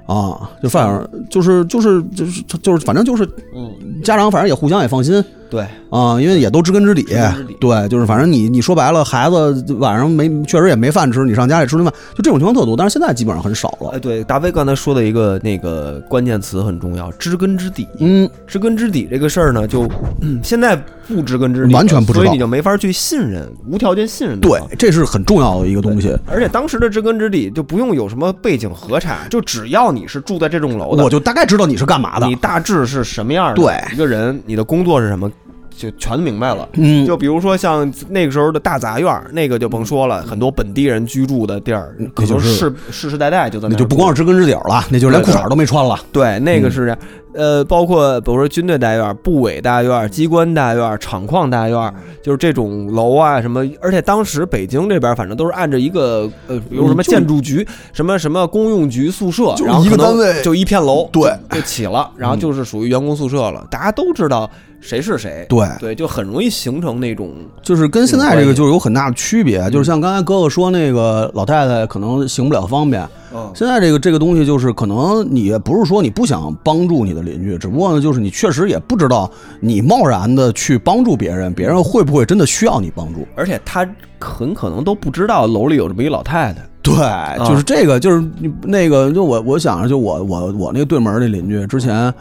[SPEAKER 4] 啊，就发小就是就是就是就是，反正就是
[SPEAKER 3] 嗯，
[SPEAKER 4] 家长，反正也互相也放心
[SPEAKER 3] 对，
[SPEAKER 4] 啊，因为也都知根知底。
[SPEAKER 3] 根知底
[SPEAKER 4] 对，就是反正你你说白了，孩子晚上没确实也没饭吃，你上家里吃顿饭，就这种情况特多，但是现在基本上很少了
[SPEAKER 3] 哎，。对，达飞刚才说的一个那个关键词很重要，知根知底。
[SPEAKER 4] 嗯，
[SPEAKER 3] 知根知底这个事儿呢，就、嗯现在不知根知底了，
[SPEAKER 4] 完全不知道
[SPEAKER 3] 所以你就没法去信任，无条件信任
[SPEAKER 4] 对
[SPEAKER 3] 方，
[SPEAKER 4] 这是很重要的一个东西。
[SPEAKER 3] 而且当时的知根知底就不用有什么背景核查，就只要你是住在这栋楼的，
[SPEAKER 4] 我就大概知道你是干嘛的
[SPEAKER 3] 你。大致是什么样的
[SPEAKER 4] 对
[SPEAKER 3] 一个人，你的工作是什么，就全明白了。
[SPEAKER 4] 嗯，
[SPEAKER 3] 就比如说像那个时候的大杂院儿，那个就甭说了，很多本地人居住的地儿，可能
[SPEAKER 4] 就是
[SPEAKER 3] 世世世代代就在那
[SPEAKER 4] 那
[SPEAKER 3] 儿
[SPEAKER 4] 就不光是知根知底儿了，那就连裤衩都没穿了。
[SPEAKER 3] 对，那
[SPEAKER 4] 嗯
[SPEAKER 3] 个是这样。呃，包括比如说军队大院、部委大院、机关大院、厂矿大院，就是这种楼啊什么。而且当时北京这边反正都是按照一个呃，比如什么建筑局、什么什么公用局宿舍，
[SPEAKER 4] 就是
[SPEAKER 3] 然后
[SPEAKER 4] 一个
[SPEAKER 3] 可能
[SPEAKER 4] 单位
[SPEAKER 3] 就一片楼，
[SPEAKER 4] 对
[SPEAKER 3] 就，就起了，然后就是属于员工宿舍了。大家都知道谁是谁，
[SPEAKER 4] 对
[SPEAKER 3] 对，就很容易形成那种
[SPEAKER 4] 就是跟现在这个就是有很大的区别。啊就是像刚才哥哥说那个老太太可能行不了方便，
[SPEAKER 3] 嗯
[SPEAKER 4] 现在这个这个东西就是可能你也不是说你不想帮助你的邻居，只不过呢就是你确实也不知道你贸然的去帮助别人，别人会不会真的需要你帮助。
[SPEAKER 3] 而且他很可能都不知道楼里有这么一老太太。
[SPEAKER 4] 对，
[SPEAKER 3] 啊
[SPEAKER 4] 就是这个，就是你那个，就我我想着，就我我我那对门儿那邻居之前。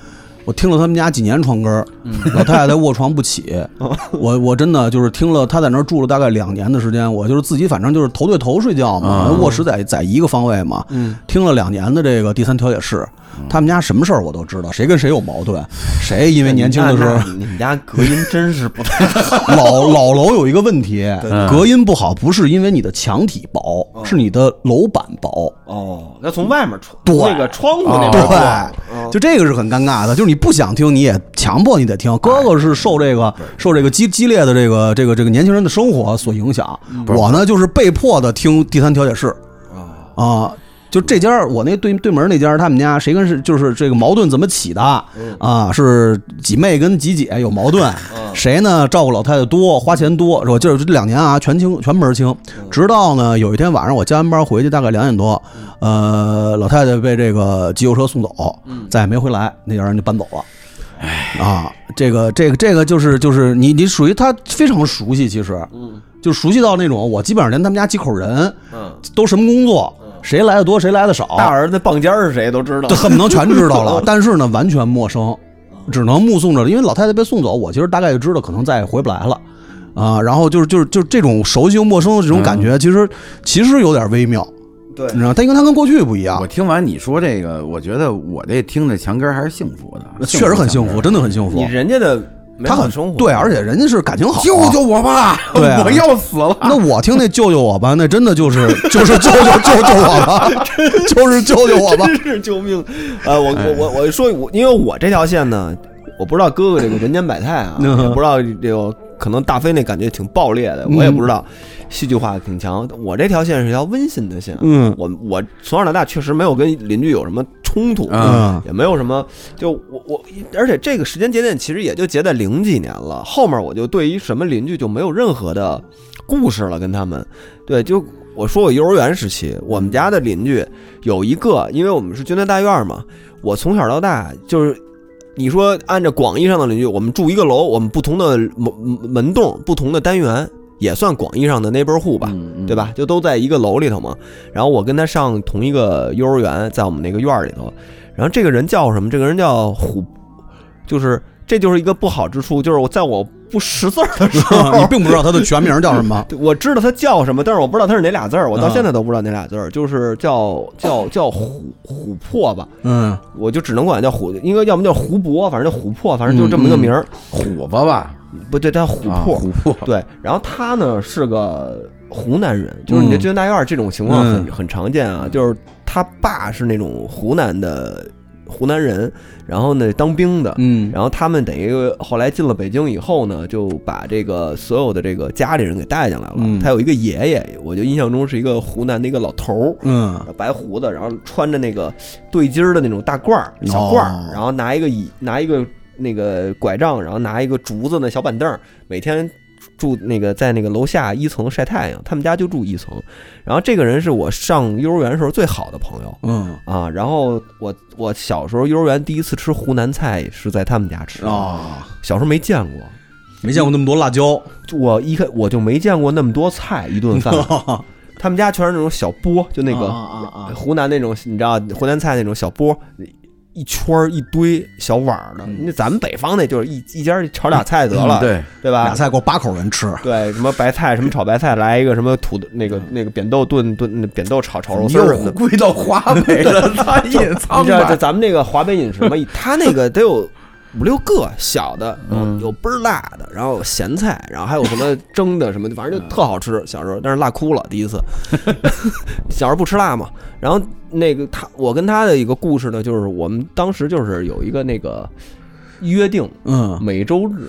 [SPEAKER 4] 我听了他们家几年床根儿，
[SPEAKER 3] 嗯
[SPEAKER 4] 老太太卧床不起，
[SPEAKER 3] 哦
[SPEAKER 4] 我我真的就是听了她在那儿住了大概两年的时间，我就是自己反正就是头对头睡觉
[SPEAKER 3] 啊
[SPEAKER 4] 嘛，卧室在在一个方位嘛，
[SPEAKER 3] 嗯
[SPEAKER 4] 听了两年的这个第三调解室，他们家什么事儿我都知道，谁跟谁有矛盾，谁因为年轻的时候
[SPEAKER 3] 那你们家隔音真是不太好。
[SPEAKER 4] 老老楼有一个问题，隔音不好，不是因为你的墙体薄，
[SPEAKER 3] 嗯
[SPEAKER 4] 是你的楼板薄。
[SPEAKER 3] 哦，要从外面窗
[SPEAKER 4] 对
[SPEAKER 3] 那个窗户那边
[SPEAKER 4] 哦对
[SPEAKER 3] 儿，
[SPEAKER 4] 就这个是很尴尬的，就是你不想听，你也强迫你得
[SPEAKER 3] 哎
[SPEAKER 4] 听。哥哥是受这个受这个激激烈的这个这个这个年轻人的生活所影响，
[SPEAKER 3] 嗯
[SPEAKER 4] 我呢就是被迫的听第三调解室啊。就这家儿，我那对对门那家儿，他们家谁跟是就是这个矛盾怎么起的啊？是几妹跟几姐有矛盾，谁呢照顾老太太多，花钱多，是吧？就是这两年啊，全清全门儿清。直到呢有一天晚上我加完班回去，大概两点多，呃，老太太被这个急救车送走，再也没回来，那家人就搬走了。啊，这个这个这个就是就是你你属于他非常熟悉，其实，就熟悉到那种我基本上连他们家几口人
[SPEAKER 3] 嗯，
[SPEAKER 4] 都什么工作，谁来的多谁来的少，
[SPEAKER 3] 大儿子棒尖儿是谁都知道
[SPEAKER 4] 这。恨不能全知道 了，但是呢，完全陌生，
[SPEAKER 3] 嗯
[SPEAKER 4] 只能目送着，因为老太太被送走，我其实大概就知道可能再也回不来了。啊，然后就是就是就是这种熟悉又陌生的这种感觉，其实其实有点微妙，
[SPEAKER 3] 嗯对
[SPEAKER 4] 你知道吗，但因为它跟过去不一样
[SPEAKER 3] 啊
[SPEAKER 5] 我，听完你说这个，我觉得我这听着墙根儿还是幸福的，
[SPEAKER 4] 确实很幸
[SPEAKER 5] 福
[SPEAKER 4] 福，真的很幸福
[SPEAKER 3] 你。人家的美
[SPEAKER 4] 他
[SPEAKER 3] 好
[SPEAKER 4] 很
[SPEAKER 3] 生活，
[SPEAKER 4] 对， 而且人家是感情好、
[SPEAKER 5] 墙根儿。救救我吧！
[SPEAKER 4] 对啊
[SPEAKER 5] 我要死了。
[SPEAKER 4] 那我听那救救我吧， 那真的就是就是救救救救我吧， 就是救救我吧。
[SPEAKER 3] 真是救命！呃，我我我我说我，因为我这条线呢，我不知道哥哥这个人间百态啊，
[SPEAKER 4] 嗯
[SPEAKER 3] 也不知道这个可能大飞那感觉挺爆裂的，我也不知道，戏剧化挺强。我这条线是条温馨的线，啊
[SPEAKER 4] 嗯
[SPEAKER 3] 我我从小到大确实没有跟邻居有什么冲突，
[SPEAKER 4] 嗯
[SPEAKER 3] 也没有什么，就我我，而且这个时间节点其实也就结在零几年了，后面我就对于什么邻居就没有任何的故事了，跟他们，对，就我说我幼儿园时期，我们家的邻居有一个，因为我们是军队大院嘛，我从小到大就是。你说按照广义上的邻居，我们住一个楼，我们不同的门门洞、不同的单元，也算广义上的 neighbor h o o d 吧，
[SPEAKER 5] 嗯嗯
[SPEAKER 3] 对吧？就都在一个楼里头嘛。然后我跟他上同一个幼儿园，在我们那个院儿里头。然后这个人叫什么？这个人叫虎，就是这就是一个不好之处，就是我在我不识字儿的 时候，
[SPEAKER 4] 你并不知道他的全名叫什么，
[SPEAKER 3] 对我知道他叫什么，但是我不知道他是哪俩字儿，我到
[SPEAKER 4] 嗯
[SPEAKER 3] 现在都不知道哪俩字儿，就是叫叫叫琥琥珀吧，
[SPEAKER 4] 嗯，
[SPEAKER 3] 我就只能管他叫琥，应该要么叫琥珀，反正叫琥珀，反正就这么一个名儿。
[SPEAKER 5] 虎子吧，
[SPEAKER 3] 不对，他琥
[SPEAKER 5] 啊
[SPEAKER 3] 珀，
[SPEAKER 5] 琥珀，
[SPEAKER 3] 对，然后他呢是个湖南人，就是你
[SPEAKER 4] 嗯
[SPEAKER 3] 这军大院儿这种情况很、
[SPEAKER 4] 嗯
[SPEAKER 3] 很常见啊，就是他爸是那种湖南的湖南人，然后呢当兵的，
[SPEAKER 4] 嗯
[SPEAKER 3] 然后他们等于后来进了北京以后呢，就把这个所有的这个家里人给带进来了。
[SPEAKER 4] 嗯
[SPEAKER 3] 他有一个爷爷，我就印象中是一个湖南的一个老头儿。
[SPEAKER 4] 嗯
[SPEAKER 3] 白胡子，然后穿着那个对襟儿的那种大褂儿、小褂儿，
[SPEAKER 4] 哦
[SPEAKER 3] 然后拿一个椅，拿一个那个拐杖，然后拿一个竹子的小板凳儿，每天住那个在那个楼下一层晒太阳。他们家就住一层。然后这个人是我上幼儿园时候最好的朋友
[SPEAKER 4] 嗯
[SPEAKER 3] 啊。然后我我小时候幼儿园第一次吃湖南菜是在他们家吃的，
[SPEAKER 4] 啊，
[SPEAKER 3] 小时候没见过。
[SPEAKER 4] 没见过那么多辣 椒，
[SPEAKER 3] 就我一开我就没见过那么多菜一 顿饭，他们家全是那种小锅，就那个
[SPEAKER 4] 啊啊啊
[SPEAKER 3] 湖南那种，你知道湖南菜那种小钵，一圈儿一堆小碗儿的。
[SPEAKER 4] 嗯
[SPEAKER 3] 那咱们北方那就是一一家儿炒俩菜得了，
[SPEAKER 5] 嗯对
[SPEAKER 3] 对吧
[SPEAKER 4] 俩？菜够八口人吃，
[SPEAKER 3] 对，什么白菜，什么炒白菜，来一个什么土豆，
[SPEAKER 4] 嗯
[SPEAKER 3] 那个那个扁豆炖炖，那扁豆炒炒肉丝儿什么
[SPEAKER 5] 又
[SPEAKER 3] 的。
[SPEAKER 5] 归到华 北 了，苍蝇
[SPEAKER 3] 你
[SPEAKER 5] 苍
[SPEAKER 3] 知道，这
[SPEAKER 5] 白。
[SPEAKER 3] 咱们那个华北饮食 嘛，他那个得有五六个小的，
[SPEAKER 5] 嗯
[SPEAKER 3] 有倍儿辣的，然后有咸菜，然后还有什么蒸的什么，反正就特好吃。
[SPEAKER 5] 嗯
[SPEAKER 3] 小时候，但是辣哭了第一次， 小时候不吃辣嘛。然后那个他，我跟他的一个故事呢，就是我们当时就是有一个那个约定，
[SPEAKER 4] 嗯，
[SPEAKER 3] 每周日，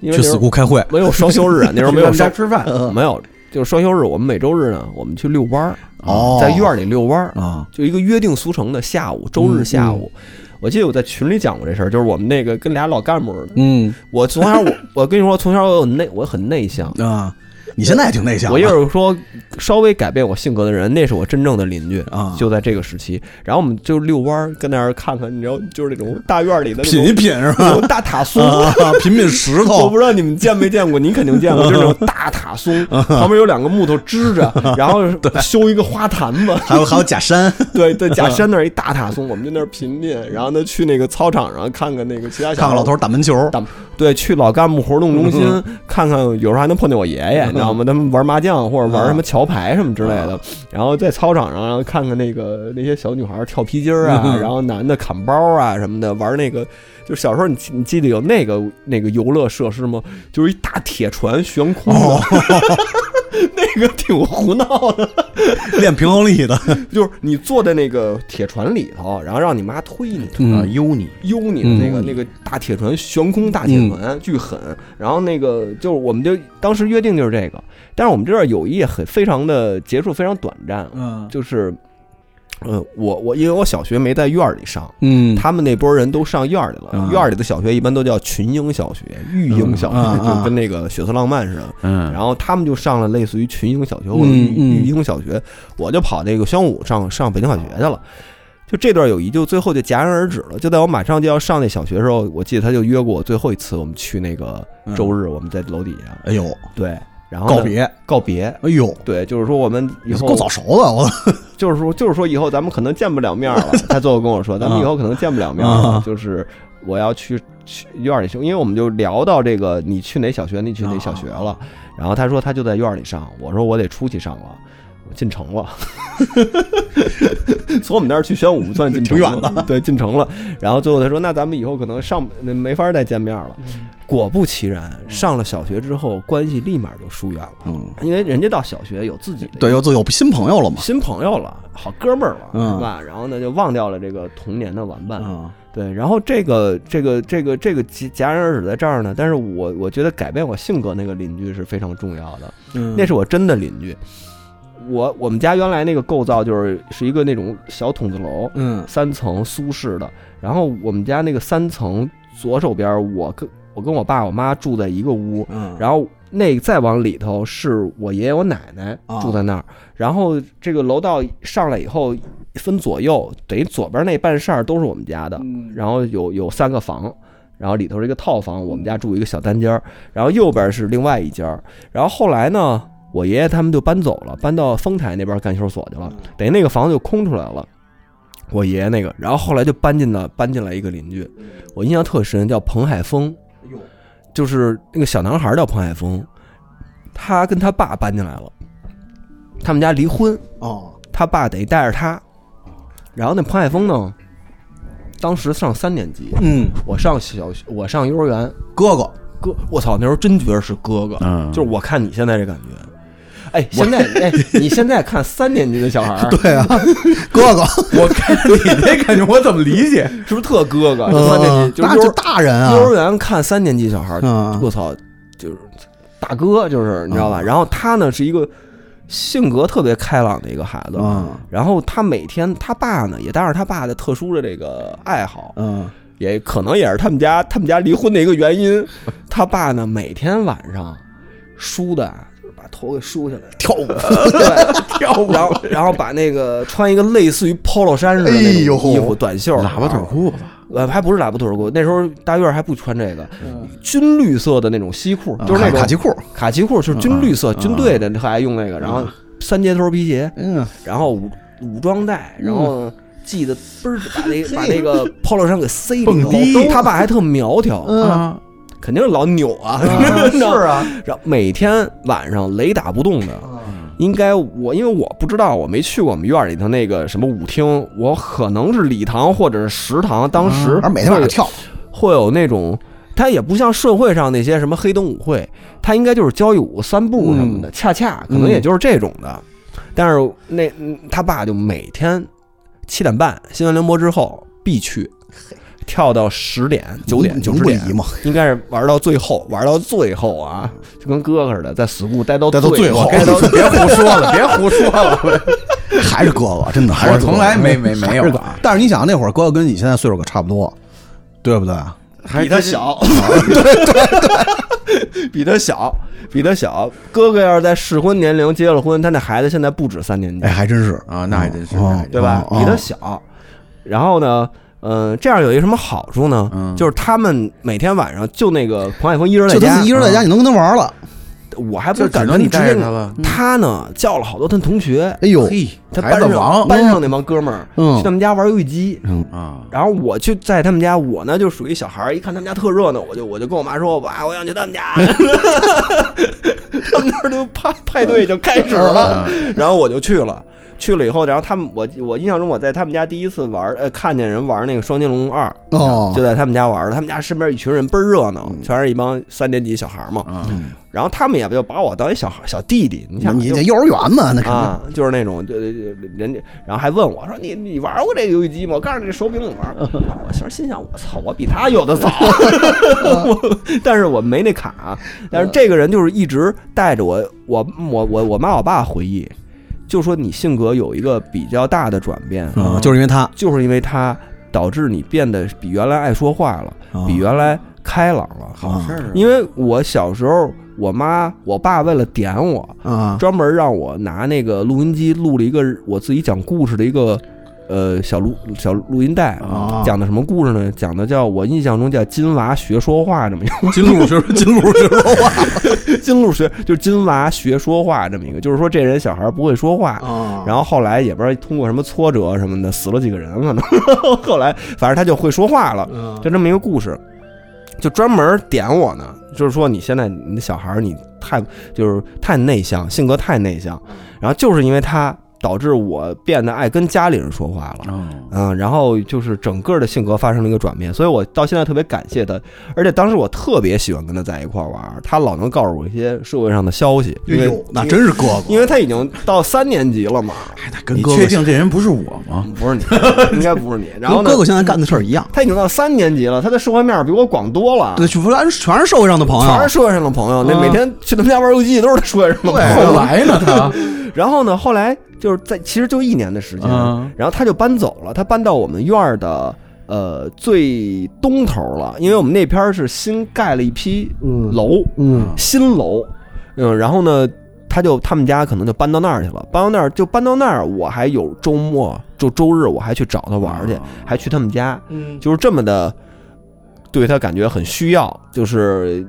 [SPEAKER 3] 因为那
[SPEAKER 4] 去死
[SPEAKER 3] 时候
[SPEAKER 4] 库开会，
[SPEAKER 3] 没有双休 日啊，那时候没
[SPEAKER 5] 去他
[SPEAKER 3] 有
[SPEAKER 5] 们家
[SPEAKER 3] 双
[SPEAKER 5] 吃饭，
[SPEAKER 3] 没有，就是双休日，我们每周日呢，我们去遛弯儿，
[SPEAKER 4] 哦
[SPEAKER 3] 在院儿里遛弯儿。
[SPEAKER 4] 啊，
[SPEAKER 3] 就一个约定俗成的下午，周
[SPEAKER 4] 嗯
[SPEAKER 3] 日下午。我记得我在群里讲过这事儿，就是我们那个跟俩老干部似的。
[SPEAKER 4] 嗯
[SPEAKER 3] 我从小我我跟你说，从小我有内，我很内向。
[SPEAKER 4] 啊，你现在也挺内向啊，
[SPEAKER 3] 我要是说稍微改变我性格的人，那是我真正的邻居
[SPEAKER 4] 啊
[SPEAKER 3] 就在这个时期，然后我们就遛弯儿，跟那儿看看，你知道，就是那种大院里的那
[SPEAKER 4] 品一
[SPEAKER 3] 种
[SPEAKER 4] 品是吧？
[SPEAKER 3] 那种大塔松。
[SPEAKER 4] 啊，哦品品石
[SPEAKER 3] 我
[SPEAKER 4] 头
[SPEAKER 3] 不知道你们见没见过，您肯定见
[SPEAKER 4] 啊
[SPEAKER 3] 过，就是那种大塔松，旁边有两个木头支着，
[SPEAKER 4] 啊
[SPEAKER 3] 然后修一个花坛子，
[SPEAKER 4] 还有还有假山，
[SPEAKER 3] 对对，
[SPEAKER 4] 嗯
[SPEAKER 3] 假山那儿一大塔松，我们就那儿贫贫，然后呢去那个操场上看看那个其他小
[SPEAKER 4] 看看老头
[SPEAKER 3] 儿
[SPEAKER 4] 儿嗯打门球，
[SPEAKER 3] 打，对，去老干部活动中心 看看，有时候还能碰见我爷爷，你知道吗？
[SPEAKER 4] 嗯
[SPEAKER 3] 他们玩麻将或者玩什么桥牌什么之类的，然后在操场上然后看看那个那些小女孩儿跳皮筋儿
[SPEAKER 4] 嗯
[SPEAKER 3] 啊，然后男的砍包啊什么的，玩那个。就小时候你记你记得有那个那个游乐设施吗？就是一大铁船悬空的，
[SPEAKER 4] 哦
[SPEAKER 3] 那个挺胡闹的。
[SPEAKER 4] 练平衡力的，
[SPEAKER 3] 就是你坐在那个铁船里头，然后让你妈推你、
[SPEAKER 5] 啊，优你
[SPEAKER 3] 悠你的那个、
[SPEAKER 4] 嗯
[SPEAKER 3] 那个大铁船，悬空大铁船，巨狠。然后那个就是，我们就当时约定就是这个，但是我们这段友谊也很非常的结束非常短暂，
[SPEAKER 4] 嗯
[SPEAKER 3] 就是，呃，我我因为我小学没在院儿里上。
[SPEAKER 4] 嗯
[SPEAKER 3] 他们那波人都上院儿里了，
[SPEAKER 4] 啊
[SPEAKER 3] 院儿里的小学一般都叫群英小学、育英小学，
[SPEAKER 4] 嗯啊啊
[SPEAKER 3] 就跟那个《血色浪漫》似的。
[SPEAKER 5] 嗯，
[SPEAKER 3] 然后他们就上了类似于群英小学或者育
[SPEAKER 4] 嗯嗯
[SPEAKER 3] 育英小学，我就跑那个宣武上上北京小学去了。就这段友谊就最后就戛然而止了。就在我马上就要上那小学的时候，我记得他就约过我最后一次，我们去那个周日，我们在楼底下
[SPEAKER 4] 哎呦，
[SPEAKER 3] 对，然后呢
[SPEAKER 4] 嗯告别，
[SPEAKER 3] 告别。
[SPEAKER 4] 哎呦，
[SPEAKER 3] 对，就是说我们以后
[SPEAKER 4] 够早熟的，我
[SPEAKER 3] 就是说，就是说以后咱们可能见不了面 了。他最后跟我说，咱们以后可能见不了面了
[SPEAKER 4] 啊，
[SPEAKER 3] 就是我要去去院儿里去，因为我们就聊到这个你去哪小学，你去哪小学
[SPEAKER 4] 啊
[SPEAKER 3] 了。然后他说他就在院儿里上，我说我得出去上了，我进城了。 从我们那儿去宣武算进城
[SPEAKER 4] 挺远
[SPEAKER 3] 了，对，进城了。然后最后他说，那咱们以后可能上那没法再见面了。
[SPEAKER 4] 嗯
[SPEAKER 3] 果不其然，上了小学之后，关系立马就疏远了，
[SPEAKER 4] 嗯，
[SPEAKER 3] 因为人家到小学有自己的一个
[SPEAKER 4] 对，有有新朋友了嘛，
[SPEAKER 3] 新朋友了，好哥们儿了，
[SPEAKER 4] 嗯
[SPEAKER 3] 是吧？然后呢，就忘掉了这个童年的玩伴。
[SPEAKER 4] 嗯
[SPEAKER 3] 对，然后这个这个这个这个戛戛然而止在这儿呢。但是我我觉得改变我性格那个邻居是非常重要的，
[SPEAKER 4] 嗯
[SPEAKER 3] 那是我真的邻居。我我们家原来那个构造就是是一个那种小筒子楼，
[SPEAKER 4] 嗯
[SPEAKER 3] 三层苏式的。然后我们家那个三层左手边，我跟我跟我爸我妈住在一个屋，
[SPEAKER 4] 嗯，
[SPEAKER 3] 然后那再往里头是我爷爷我奶奶
[SPEAKER 4] 啊
[SPEAKER 3] 住在那儿，然后这个楼道上来以后分左右，等于左边那半扇儿都是我们家的，然后有有三个房。然后里头是一个套房，我们家住一个小单间儿，然后右边是另外一间儿。然后后来呢，我爷爷他们就搬走了，搬到丰台那边干休所去了，等于那个房子就空出来了。我爷爷那个，然后后来就搬进了搬进来一个邻居，我印象特深，叫彭海峰，就是那个小男孩叫彭海峰，他跟他爸搬进来了，他们家离婚，
[SPEAKER 4] 哦，
[SPEAKER 3] 他爸得带着他。然后那彭海峰呢，当时上三年级，
[SPEAKER 4] 嗯，
[SPEAKER 3] 我上小学，我上幼儿园，
[SPEAKER 4] 哥哥，
[SPEAKER 3] 哥，我操，那时候真觉得是哥哥，
[SPEAKER 5] 嗯
[SPEAKER 3] 就是我看你现在这感觉。哎，现 在哎，你现在看三年级的小孩儿，
[SPEAKER 4] 对啊，哥哥，
[SPEAKER 5] 我看你这感觉，我怎么理解？
[SPEAKER 3] 是不是特哥哥？啊就三年
[SPEAKER 4] 嗯
[SPEAKER 3] 级，就是
[SPEAKER 4] 那
[SPEAKER 3] 幼
[SPEAKER 4] 就
[SPEAKER 3] 儿
[SPEAKER 4] 大人啊，
[SPEAKER 3] 幼儿园看三年级小孩儿，
[SPEAKER 4] 嗯
[SPEAKER 3] 我操，就是大哥，就是你知道
[SPEAKER 5] 嗯
[SPEAKER 3] 吧？然后他呢是一个性格特别开朗的一个孩子，
[SPEAKER 4] 嗯
[SPEAKER 3] 然后他每天他爸呢也带着他爸的特殊的这个爱好，
[SPEAKER 4] 嗯
[SPEAKER 3] 也可能也是他们家他们家离婚的一个原因。 他爸呢，每天晚上梳的啊就是把头给梳下来，跳舞，对，跳舞，然后然后把那个穿一个类似于 polo 衫似的那种
[SPEAKER 5] 哎呦
[SPEAKER 3] 衣服，短袖，
[SPEAKER 5] 喇叭腿裤子，
[SPEAKER 3] 呃，还不是喇叭腿裤，那时候大院还不穿这个，
[SPEAKER 5] 嗯
[SPEAKER 3] 军绿色的那种西裤，就是那
[SPEAKER 4] 嗯
[SPEAKER 3] 种
[SPEAKER 5] 啊
[SPEAKER 4] 卡卡其裤，
[SPEAKER 3] 卡其裤，就是军绿色，
[SPEAKER 4] 嗯
[SPEAKER 3] 军队的还爱用那个，然后三接头皮鞋，
[SPEAKER 4] 嗯，
[SPEAKER 3] 然后武武装带，然后呢系的倍儿把那把那个 polo 衫给塞里
[SPEAKER 5] 蹦迪
[SPEAKER 3] 头，他爸还特苗条，
[SPEAKER 5] 啊，
[SPEAKER 3] 肯定是老扭啊，是啊，然后每天晚上雷打不动的。应该我因为我不知道，我没去过我们院里头那个什么舞厅，我可能是礼堂或者是食堂，当时
[SPEAKER 4] 反嗯正每天晚上跳，
[SPEAKER 3] 会有那种，它也不像社会上那些什么黑灯舞会，它应该就是交谊舞、三步什
[SPEAKER 4] 嗯
[SPEAKER 3] 么的，恰恰可能也就是这种的。但是那嗯他爸就每天七点半新闻联播之后必去，跳到十点、九点、九
[SPEAKER 4] 能
[SPEAKER 3] 十
[SPEAKER 4] 不
[SPEAKER 3] 点
[SPEAKER 4] 移吗？
[SPEAKER 3] 应该是玩到最后，玩到最后啊，就跟哥哥似的，在死库待到
[SPEAKER 4] 待到最后
[SPEAKER 3] 待 到
[SPEAKER 5] 别胡说了，别胡说了，
[SPEAKER 4] 还是哥哥，真的还是
[SPEAKER 5] 我
[SPEAKER 4] 哥哥
[SPEAKER 5] 从来没没没
[SPEAKER 4] 还是
[SPEAKER 3] 啊
[SPEAKER 5] 有
[SPEAKER 4] 哥
[SPEAKER 5] 过
[SPEAKER 4] 但是你想，那会儿哥哥跟你现在岁数可差不多，对不对？
[SPEAKER 5] 还
[SPEAKER 3] 比他 小，对对 对，比他小，比他小。哥哥要是在适婚年龄结了婚，他那孩子现在不止三年级
[SPEAKER 4] 哎，，还真是，
[SPEAKER 5] 啊，那还真是，
[SPEAKER 4] 哦
[SPEAKER 5] 那还真是
[SPEAKER 3] 对吧？
[SPEAKER 4] 哦
[SPEAKER 3] 比他小。然后呢，嗯，这样有一个什么好处呢？
[SPEAKER 5] 嗯
[SPEAKER 3] 就是他们每天晚上就那个彭海峰一人在
[SPEAKER 4] 就他
[SPEAKER 3] 家
[SPEAKER 4] 自己一，人在家，你能跟他玩了。
[SPEAKER 3] 我还不
[SPEAKER 5] 就只
[SPEAKER 3] 敢
[SPEAKER 5] 能
[SPEAKER 3] 跟
[SPEAKER 5] 你
[SPEAKER 3] 直
[SPEAKER 5] 带
[SPEAKER 3] 接
[SPEAKER 5] 着他了。
[SPEAKER 3] 他呢叫了好多他同学，
[SPEAKER 4] 哎呦，
[SPEAKER 5] 嘿，
[SPEAKER 3] 他
[SPEAKER 5] 孩
[SPEAKER 3] 班
[SPEAKER 5] 子
[SPEAKER 3] 上
[SPEAKER 5] 王
[SPEAKER 3] 班上那帮哥们儿
[SPEAKER 4] 嗯
[SPEAKER 3] 去他们家玩游戏机，
[SPEAKER 5] 啊，
[SPEAKER 3] 然后我去在他们家，我呢就属于小孩儿，一看他们家特热闹，我就我就跟我妈说，我爸，我想去他们 家。他们那儿就派派对就开始
[SPEAKER 4] 啊
[SPEAKER 3] 了，然后我就去了。去了以后，然后他们我我印象中我在他们家第一次玩，呃，看见人玩那个双截龙二，嗯
[SPEAKER 4] 哦嗯
[SPEAKER 3] 就在他们家玩儿。他们家身边一群人倍儿热闹，全是一帮三年级小孩儿嘛。
[SPEAKER 5] 嗯
[SPEAKER 3] 然后他们也就把我当一小孩小弟弟，你想
[SPEAKER 4] 你
[SPEAKER 3] 就
[SPEAKER 4] 这幼儿园 嘛，那肯定。
[SPEAKER 3] 啊，就是那种，对对对，人家然后还问我说：“你你玩过这个游戏机吗？”我告诉你，这手柄我玩 过。我其实心想：“我操，我比他有的早。 我”但是我没那卡啊。但是这个人就是一直带着我，我我我我妈我爸回忆，就说你性格有一个比较大的转变，
[SPEAKER 4] 嗯，就是因为他，
[SPEAKER 3] 就是因为他导致你变得比原来爱说话了，
[SPEAKER 4] 啊
[SPEAKER 3] 比原来开朗了。
[SPEAKER 4] 嗯
[SPEAKER 5] 好事儿啊，
[SPEAKER 3] 因为我小时候，我妈我爸为了点我，
[SPEAKER 4] 啊，
[SPEAKER 3] 专门让我拿那个录音机录了一个我自己讲故事的一个呃小录小录音带
[SPEAKER 4] 啊
[SPEAKER 3] 讲的什么故事呢？讲的叫我印象中叫金娃学说话这么一个
[SPEAKER 4] 金鹿学金鹿学说话
[SPEAKER 3] 金鹿学就是金娃学说话这么一个，就是说这人小孩不会说话。
[SPEAKER 4] 啊
[SPEAKER 3] 然后后来也不知道通过什么挫折什么的，死了几个人可能。 后来反正他就会说话了，
[SPEAKER 4] 后
[SPEAKER 3] 就这么一个故事，就专门点我呢，就是说你现在你的小孩儿你太就是太内向，性格太内向，然后就是因为他导致我变得爱跟家里人说话了。
[SPEAKER 5] 嗯
[SPEAKER 3] 嗯，然后就是整个的性格发生了一个转变，所以我到现在特别感谢他，而且当时我特别喜欢跟他在一块儿玩儿，他老能告诉我一些社会上的消息， 因为
[SPEAKER 4] 哎呦，那真是哥哥，
[SPEAKER 3] 因为他已经到三年级了嘛，
[SPEAKER 4] 跟
[SPEAKER 5] 你
[SPEAKER 4] 哥哥
[SPEAKER 5] 确定这人不是我吗？
[SPEAKER 3] 不是你，应该不是你。然后
[SPEAKER 4] 跟
[SPEAKER 3] 呢嗯
[SPEAKER 4] 哥哥，现在干的事儿一样，
[SPEAKER 3] 他已经到三年级了，他的社会面儿比我广多了，
[SPEAKER 4] 对，全是全是社会上的朋
[SPEAKER 3] 啊全是，
[SPEAKER 4] 友
[SPEAKER 3] 社会上的朋友，那
[SPEAKER 4] 啊
[SPEAKER 3] 每天去他们家玩游戏机都是他社会上的朋
[SPEAKER 5] 后
[SPEAKER 3] 友。啊
[SPEAKER 5] 来呢？他
[SPEAKER 3] 然后呢，后来就是在其实就一年的时间
[SPEAKER 5] 嗯，
[SPEAKER 3] 然后他就搬走了，他搬到我们院儿的呃最东头了，因为我们那边儿是新盖了一批
[SPEAKER 4] 嗯
[SPEAKER 3] 楼，
[SPEAKER 4] 嗯
[SPEAKER 3] 新楼，嗯，然后呢。他就他们家可能就搬到那儿去了，搬到那儿就搬到那儿，我还有周末就周日我还去找他玩儿去，还去他们家，
[SPEAKER 4] 嗯，
[SPEAKER 3] 就是这么的，对他感觉很需要，就是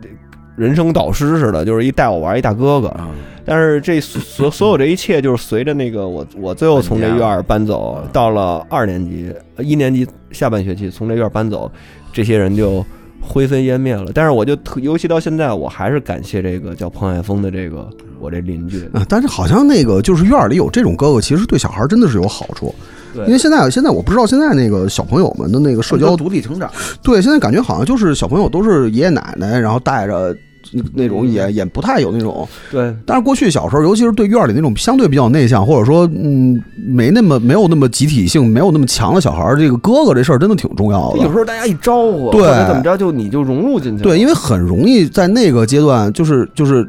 [SPEAKER 3] 人生导师似的，就是一带我玩一大哥哥。
[SPEAKER 5] 啊，
[SPEAKER 3] 但是这所所有这一切，就是随着那个我我最后从这院儿搬走，到了二年级、呃一年级下半学期从这院儿搬走，这些人就灰飞烟灭了。但是我就特，尤其到现在，我还是感谢这个叫彭海峰的这个我这邻居。
[SPEAKER 4] 啊，但是好像那个就是院儿里有这种哥哥，其实对小孩儿真的是有好处。
[SPEAKER 3] 对嗯
[SPEAKER 4] 因为现在现在我不知道现在那个小朋友们的那个社交，
[SPEAKER 5] 独立成长，
[SPEAKER 4] 对，现在感觉好像就是小朋友都是爷爷奶奶，然后带着那那
[SPEAKER 3] 嗯
[SPEAKER 4] 种也也不太有那种。
[SPEAKER 3] 对，
[SPEAKER 4] 但是过去小时候，尤其是对院儿里那种相对比较内向，或者说嗯没那么没有那么集体性、没有那么强的小孩儿，这个哥哥这事儿真的挺重要
[SPEAKER 3] 有时
[SPEAKER 4] 的。
[SPEAKER 3] 候大家一招呼，
[SPEAKER 4] 对
[SPEAKER 3] 或者怎么着，就你就融入进去了。
[SPEAKER 4] 对，因为很容易在那个阶段，就是就是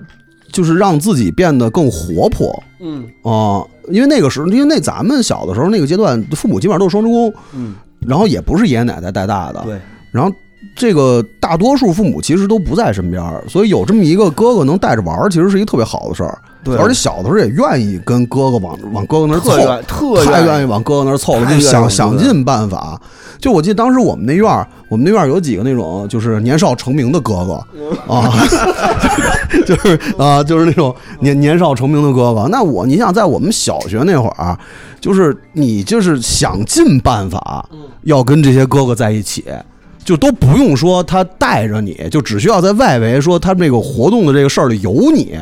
[SPEAKER 4] 就是让自己变得更活泼。
[SPEAKER 3] 嗯
[SPEAKER 4] 啊、因为那个时候，因为那咱们小的时候那个阶段，父母基本上都是双职工，
[SPEAKER 3] 嗯，
[SPEAKER 4] 然后也不是爷爷奶奶带大的，
[SPEAKER 3] 对，
[SPEAKER 4] 然后这个大多数父母其实都不在身边儿，所以有这么一个哥哥能带着玩儿，其实是一特别好的事儿。
[SPEAKER 3] 对
[SPEAKER 4] 而且小的时候也愿意跟哥哥往往哥哥那儿凑，
[SPEAKER 3] 特愿特
[SPEAKER 4] 太
[SPEAKER 3] 意
[SPEAKER 4] 愿意往哥哥那儿凑了，
[SPEAKER 3] 太
[SPEAKER 4] 就
[SPEAKER 3] 愿意
[SPEAKER 4] 想
[SPEAKER 3] 往
[SPEAKER 4] 想
[SPEAKER 3] 哥哥
[SPEAKER 4] 尽办法。就我记得当时我们那院儿，我们那院儿有几个那种就是年少成名的哥 哥啊，就是啊，就是那种年年少成名的哥哥。那我，你想在我们小学那会儿，就是你就是想尽办法要跟这些哥哥在一起。就都不用说他带着你，就只需要在外围说他这个活动的这个事儿里有你，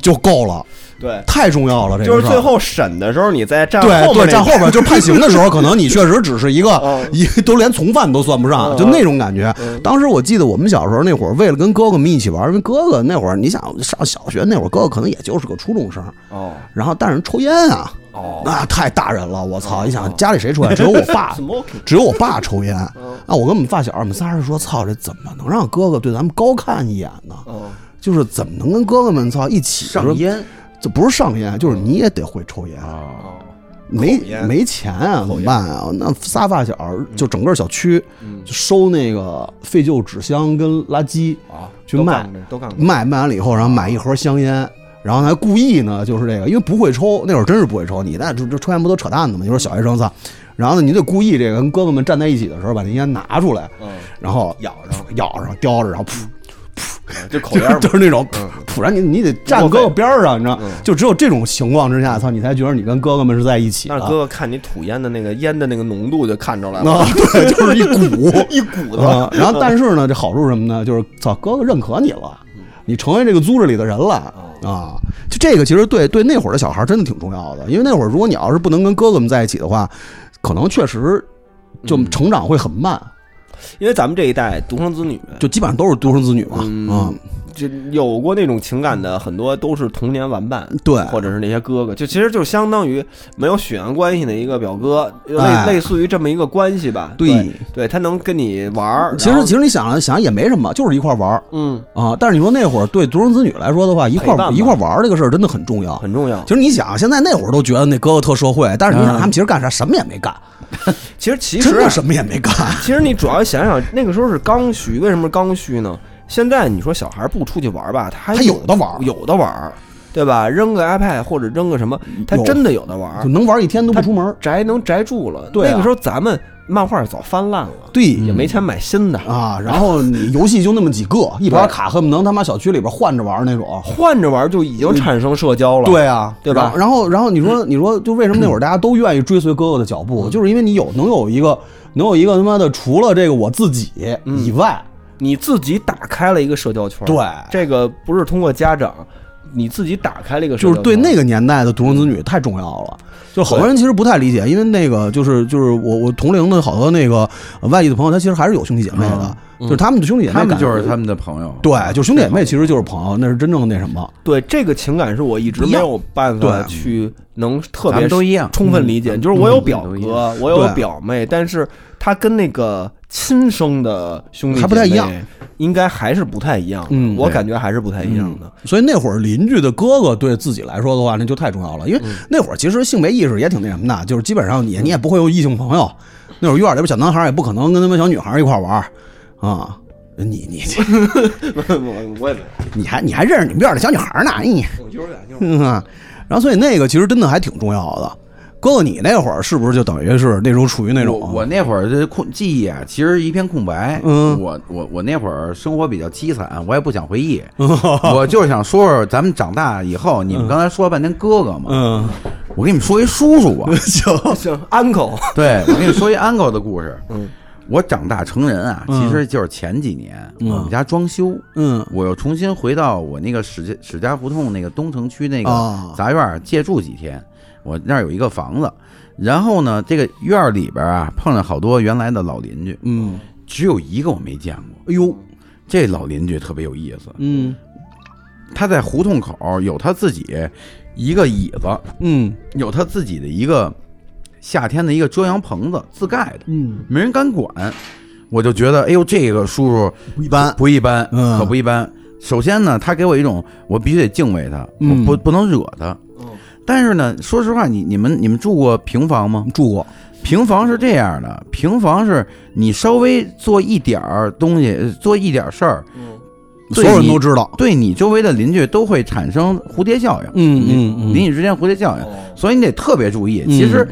[SPEAKER 4] 就够了，
[SPEAKER 3] 对，
[SPEAKER 4] 太重要了。这个
[SPEAKER 3] 就是
[SPEAKER 4] 事儿
[SPEAKER 3] 最后审的时候，你在站
[SPEAKER 4] 对
[SPEAKER 3] 后面
[SPEAKER 4] 对，
[SPEAKER 3] 那
[SPEAKER 4] 站后边儿就是判刑的 时候，可能你确实只是一个
[SPEAKER 3] 嗯
[SPEAKER 4] 一都连从犯都算不上，
[SPEAKER 3] 嗯
[SPEAKER 4] 就那种感觉。当时我记得我们小时候那会儿，为了跟哥哥们一起玩儿，因为哥哥那会儿，你想上小学那会儿，哥哥可能也就是个初中生，
[SPEAKER 3] 哦
[SPEAKER 4] 然后但是抽烟啊，
[SPEAKER 3] 哦
[SPEAKER 4] 那太大人了，我操！
[SPEAKER 3] 嗯
[SPEAKER 4] 你想家里谁抽烟？只有我 爸
[SPEAKER 3] s，m o k i
[SPEAKER 4] 只有我爸抽烟。
[SPEAKER 3] 嗯
[SPEAKER 4] 啊，我跟我们发小，我们仨人说，操，这怎么能让哥哥对咱们高看一眼呢？
[SPEAKER 3] 哦，
[SPEAKER 4] 就是怎么能跟哥哥们操一起
[SPEAKER 5] 上？烟
[SPEAKER 4] 这不是上烟，就是你也得会抽烟。
[SPEAKER 5] 啊，
[SPEAKER 3] 哦
[SPEAKER 4] 没
[SPEAKER 3] 口嗯烟
[SPEAKER 4] 没钱啊，怎么办啊？那仨发小就整个小区
[SPEAKER 3] 嗯
[SPEAKER 4] 就收那个废旧纸箱跟垃圾
[SPEAKER 3] 啊，
[SPEAKER 4] 去
[SPEAKER 3] 都
[SPEAKER 4] 卖
[SPEAKER 3] 干过这，都干过这，
[SPEAKER 4] 卖卖完了以后，然后买一盒香烟，然后还故意呢，就是这个，因为不会抽，那会儿真是不会抽，你那这这抽烟不都扯淡的吗？你说小学生操，然后呢，你得故意这个跟哥哥们站在一起的时候，把那烟拿出来，
[SPEAKER 3] 嗯，
[SPEAKER 4] 然后
[SPEAKER 3] 咬上
[SPEAKER 4] 咬上叼着，然后噗。
[SPEAKER 3] 嗯就口
[SPEAKER 4] 就
[SPEAKER 3] 烟
[SPEAKER 4] 是
[SPEAKER 3] 嘛，
[SPEAKER 4] 就是那种
[SPEAKER 3] 嗯
[SPEAKER 4] 突然你你得站哥哥边儿上，你知道
[SPEAKER 3] 嗯，
[SPEAKER 4] 就只有这种情况之下，操，你才觉得你跟哥哥们是在一起的。
[SPEAKER 3] 但是哥哥看你吐烟的那个烟的那个浓度就看出来了，
[SPEAKER 4] 啊， 对，就是一股
[SPEAKER 3] 一股子，嗯
[SPEAKER 4] 啊。然后，但是呢，这好处是什么呢？就是操，哥哥认可你了，
[SPEAKER 3] 嗯
[SPEAKER 4] 你成为这个组织里的人了啊。就这个，其实对对那会儿的小孩真的挺重要的，因为那会儿如果你要是不能跟哥哥们在一起的话，可能确实就
[SPEAKER 3] 嗯
[SPEAKER 4] 成长会很慢，
[SPEAKER 3] 因为咱们这一代独生子女，
[SPEAKER 4] 就基本上都是独生子女嘛。
[SPEAKER 3] 嗯
[SPEAKER 4] 啊，
[SPEAKER 3] 就有过那种情感的，很多都是童年玩伴，
[SPEAKER 4] 对
[SPEAKER 3] 或者是那些哥哥，就其实就相当于没有血缘关系的一个表哥，类、
[SPEAKER 4] 哎
[SPEAKER 3] 类似于这么一个关系吧。
[SPEAKER 4] 对
[SPEAKER 3] 对，对他能跟你玩儿。
[SPEAKER 4] 其
[SPEAKER 3] 然
[SPEAKER 4] 实
[SPEAKER 3] 后
[SPEAKER 4] 其实你想啊想也没什么，就是一块儿玩儿
[SPEAKER 3] 嗯，
[SPEAKER 4] 啊。但是你说那会儿对独生子女来说的话，一块
[SPEAKER 3] 陪伴
[SPEAKER 4] 儿
[SPEAKER 3] 嘛
[SPEAKER 4] 一块儿玩儿这个事儿真的很重要，
[SPEAKER 3] 很重要。
[SPEAKER 4] 其实你想，现在那会儿都觉得那哥哥特社会，但是你想，他们其实干啥什么也没干，
[SPEAKER 3] 其实嗯其
[SPEAKER 4] 真
[SPEAKER 3] 实啊
[SPEAKER 4] 的什么也没干。
[SPEAKER 3] 其实你主要想想，那个时候是刚需，为什么是刚需呢？现在你说小孩不出去玩儿吧，他还
[SPEAKER 4] 他有的玩儿
[SPEAKER 3] 有的玩儿，对吧？扔个 iPad 或者扔个什么，他
[SPEAKER 4] 有
[SPEAKER 3] 真的有的玩儿
[SPEAKER 4] 就，能玩一天都不出门。
[SPEAKER 3] 宅能宅住了。
[SPEAKER 4] 对啊
[SPEAKER 3] 那个时候咱们漫画早翻烂了，
[SPEAKER 4] 对，
[SPEAKER 3] 也没钱买新的。
[SPEAKER 4] 嗯啊。然后你游戏就那么几个，一盘卡恨不能他妈小区里边换着玩那种。
[SPEAKER 3] 换着玩就已经产生社交了。
[SPEAKER 4] 对啊，
[SPEAKER 3] 对吧嗯
[SPEAKER 4] 然后，然后你说，你说，就为什么那会儿大家都愿意追随哥哥的脚步，就是因为你有能有一个能有一个他妈的除了这个我自己
[SPEAKER 3] 嗯
[SPEAKER 4] 以外，
[SPEAKER 3] 你自己打开了一个社交圈。
[SPEAKER 4] 对
[SPEAKER 3] 这个不是通过家长，你自己打开了一个社
[SPEAKER 4] 就
[SPEAKER 3] 交
[SPEAKER 4] 是
[SPEAKER 3] 圈。
[SPEAKER 4] 对那个年代的独生子
[SPEAKER 5] 嗯
[SPEAKER 4] 女太重要了。就好多人其实不太理解，因为那个就是就是我我同龄的好多那个呃外地的朋友，他其实还是有兄弟姐妹的，就是他们的兄弟姐
[SPEAKER 5] 嗯
[SPEAKER 4] 妹
[SPEAKER 5] 他
[SPEAKER 4] 感觉，
[SPEAKER 5] 们就是他们的朋友，
[SPEAKER 4] 对，就是兄弟姐妹其实就是朋友，那是真正的那什么。
[SPEAKER 3] 对这个情感是我一直没有办
[SPEAKER 4] 对
[SPEAKER 3] 法去能特
[SPEAKER 5] 咱
[SPEAKER 3] 别
[SPEAKER 5] 们都一样
[SPEAKER 3] 充分理解。就是我有表
[SPEAKER 5] 嗯
[SPEAKER 3] 哥，我有
[SPEAKER 4] 对
[SPEAKER 3] 表妹，但是他跟那个亲生的兄弟姐妹
[SPEAKER 4] 还不太一样，
[SPEAKER 3] 应该还是不太一样的。
[SPEAKER 4] 嗯
[SPEAKER 3] 我感觉还是不太一样的。
[SPEAKER 4] 所以那会儿邻居的哥哥对自己来说的话，那就太重要了，因为
[SPEAKER 5] 嗯
[SPEAKER 4] 那会儿其实性别意识也挺那什么的，就是基本上你你也不会有异性朋友，那会儿院里边小男孩也不可能跟他们小女孩一块儿玩儿啊。你 你
[SPEAKER 3] 我我也没有
[SPEAKER 4] 你还你还认识你们院儿的小女孩呢？你嗯 啊，然后所以那个其实真的还挺重要的。哥哥，你那会儿是不是就等于是那时候处于那种
[SPEAKER 5] 我我那会儿的空记忆啊，其实一片空白。
[SPEAKER 4] 嗯
[SPEAKER 5] 我我我那会儿生活比较凄惨，我也不想回 忆，
[SPEAKER 4] 嗯
[SPEAKER 5] 我就想说说咱们长大以后，你们刚才说了半天哥哥嘛，
[SPEAKER 4] 嗯
[SPEAKER 5] 我给你们说一叔叔吧。
[SPEAKER 4] 行
[SPEAKER 3] 像 uncle
[SPEAKER 5] 对，我跟你说一 uncle 的故事。
[SPEAKER 3] 嗯，
[SPEAKER 5] 我长大成人啊，其实就是前几年
[SPEAKER 4] 嗯
[SPEAKER 5] 我们家装修，
[SPEAKER 4] 嗯
[SPEAKER 5] 我又重新回到我那个史家史家胡同那个东城区那
[SPEAKER 4] 哦
[SPEAKER 5] 个杂院儿借住几天。我那儿有一个房子，然后呢，这个院儿里边儿啊碰上好多原来的老邻居，
[SPEAKER 4] 嗯，
[SPEAKER 5] 只有一个我没见过。
[SPEAKER 4] 哎呦
[SPEAKER 5] 这老邻居特别有意思，
[SPEAKER 4] 嗯
[SPEAKER 5] 他在胡同口有他自己一个椅子，
[SPEAKER 4] 嗯
[SPEAKER 5] 有他自己的一个夏天的一个遮阳棚子，自盖的，
[SPEAKER 4] 嗯，
[SPEAKER 5] 没人敢管。我就觉得，哎呦，这个叔叔
[SPEAKER 4] 不一般，
[SPEAKER 5] 不一般，
[SPEAKER 4] 嗯
[SPEAKER 5] 可不一般。首先呢，他给我一种我必须得敬畏他，
[SPEAKER 4] 嗯
[SPEAKER 5] 我不不能惹他。但是呢，说实话，你你们你们住过平房吗？
[SPEAKER 4] 住过，
[SPEAKER 5] 平房是这样的，平房是你稍微做一点儿东西，呃做一点儿事儿，
[SPEAKER 3] 嗯
[SPEAKER 4] 所
[SPEAKER 5] 对
[SPEAKER 4] 有人
[SPEAKER 5] 你
[SPEAKER 4] 都知道。
[SPEAKER 5] 对你周围的邻居都会产生蝴蝶效应，
[SPEAKER 4] 嗯
[SPEAKER 5] 邻
[SPEAKER 4] 嗯嗯
[SPEAKER 5] 邻里之间蝴蝶效应，所以你得特别注
[SPEAKER 3] 嗯
[SPEAKER 5] 意。其实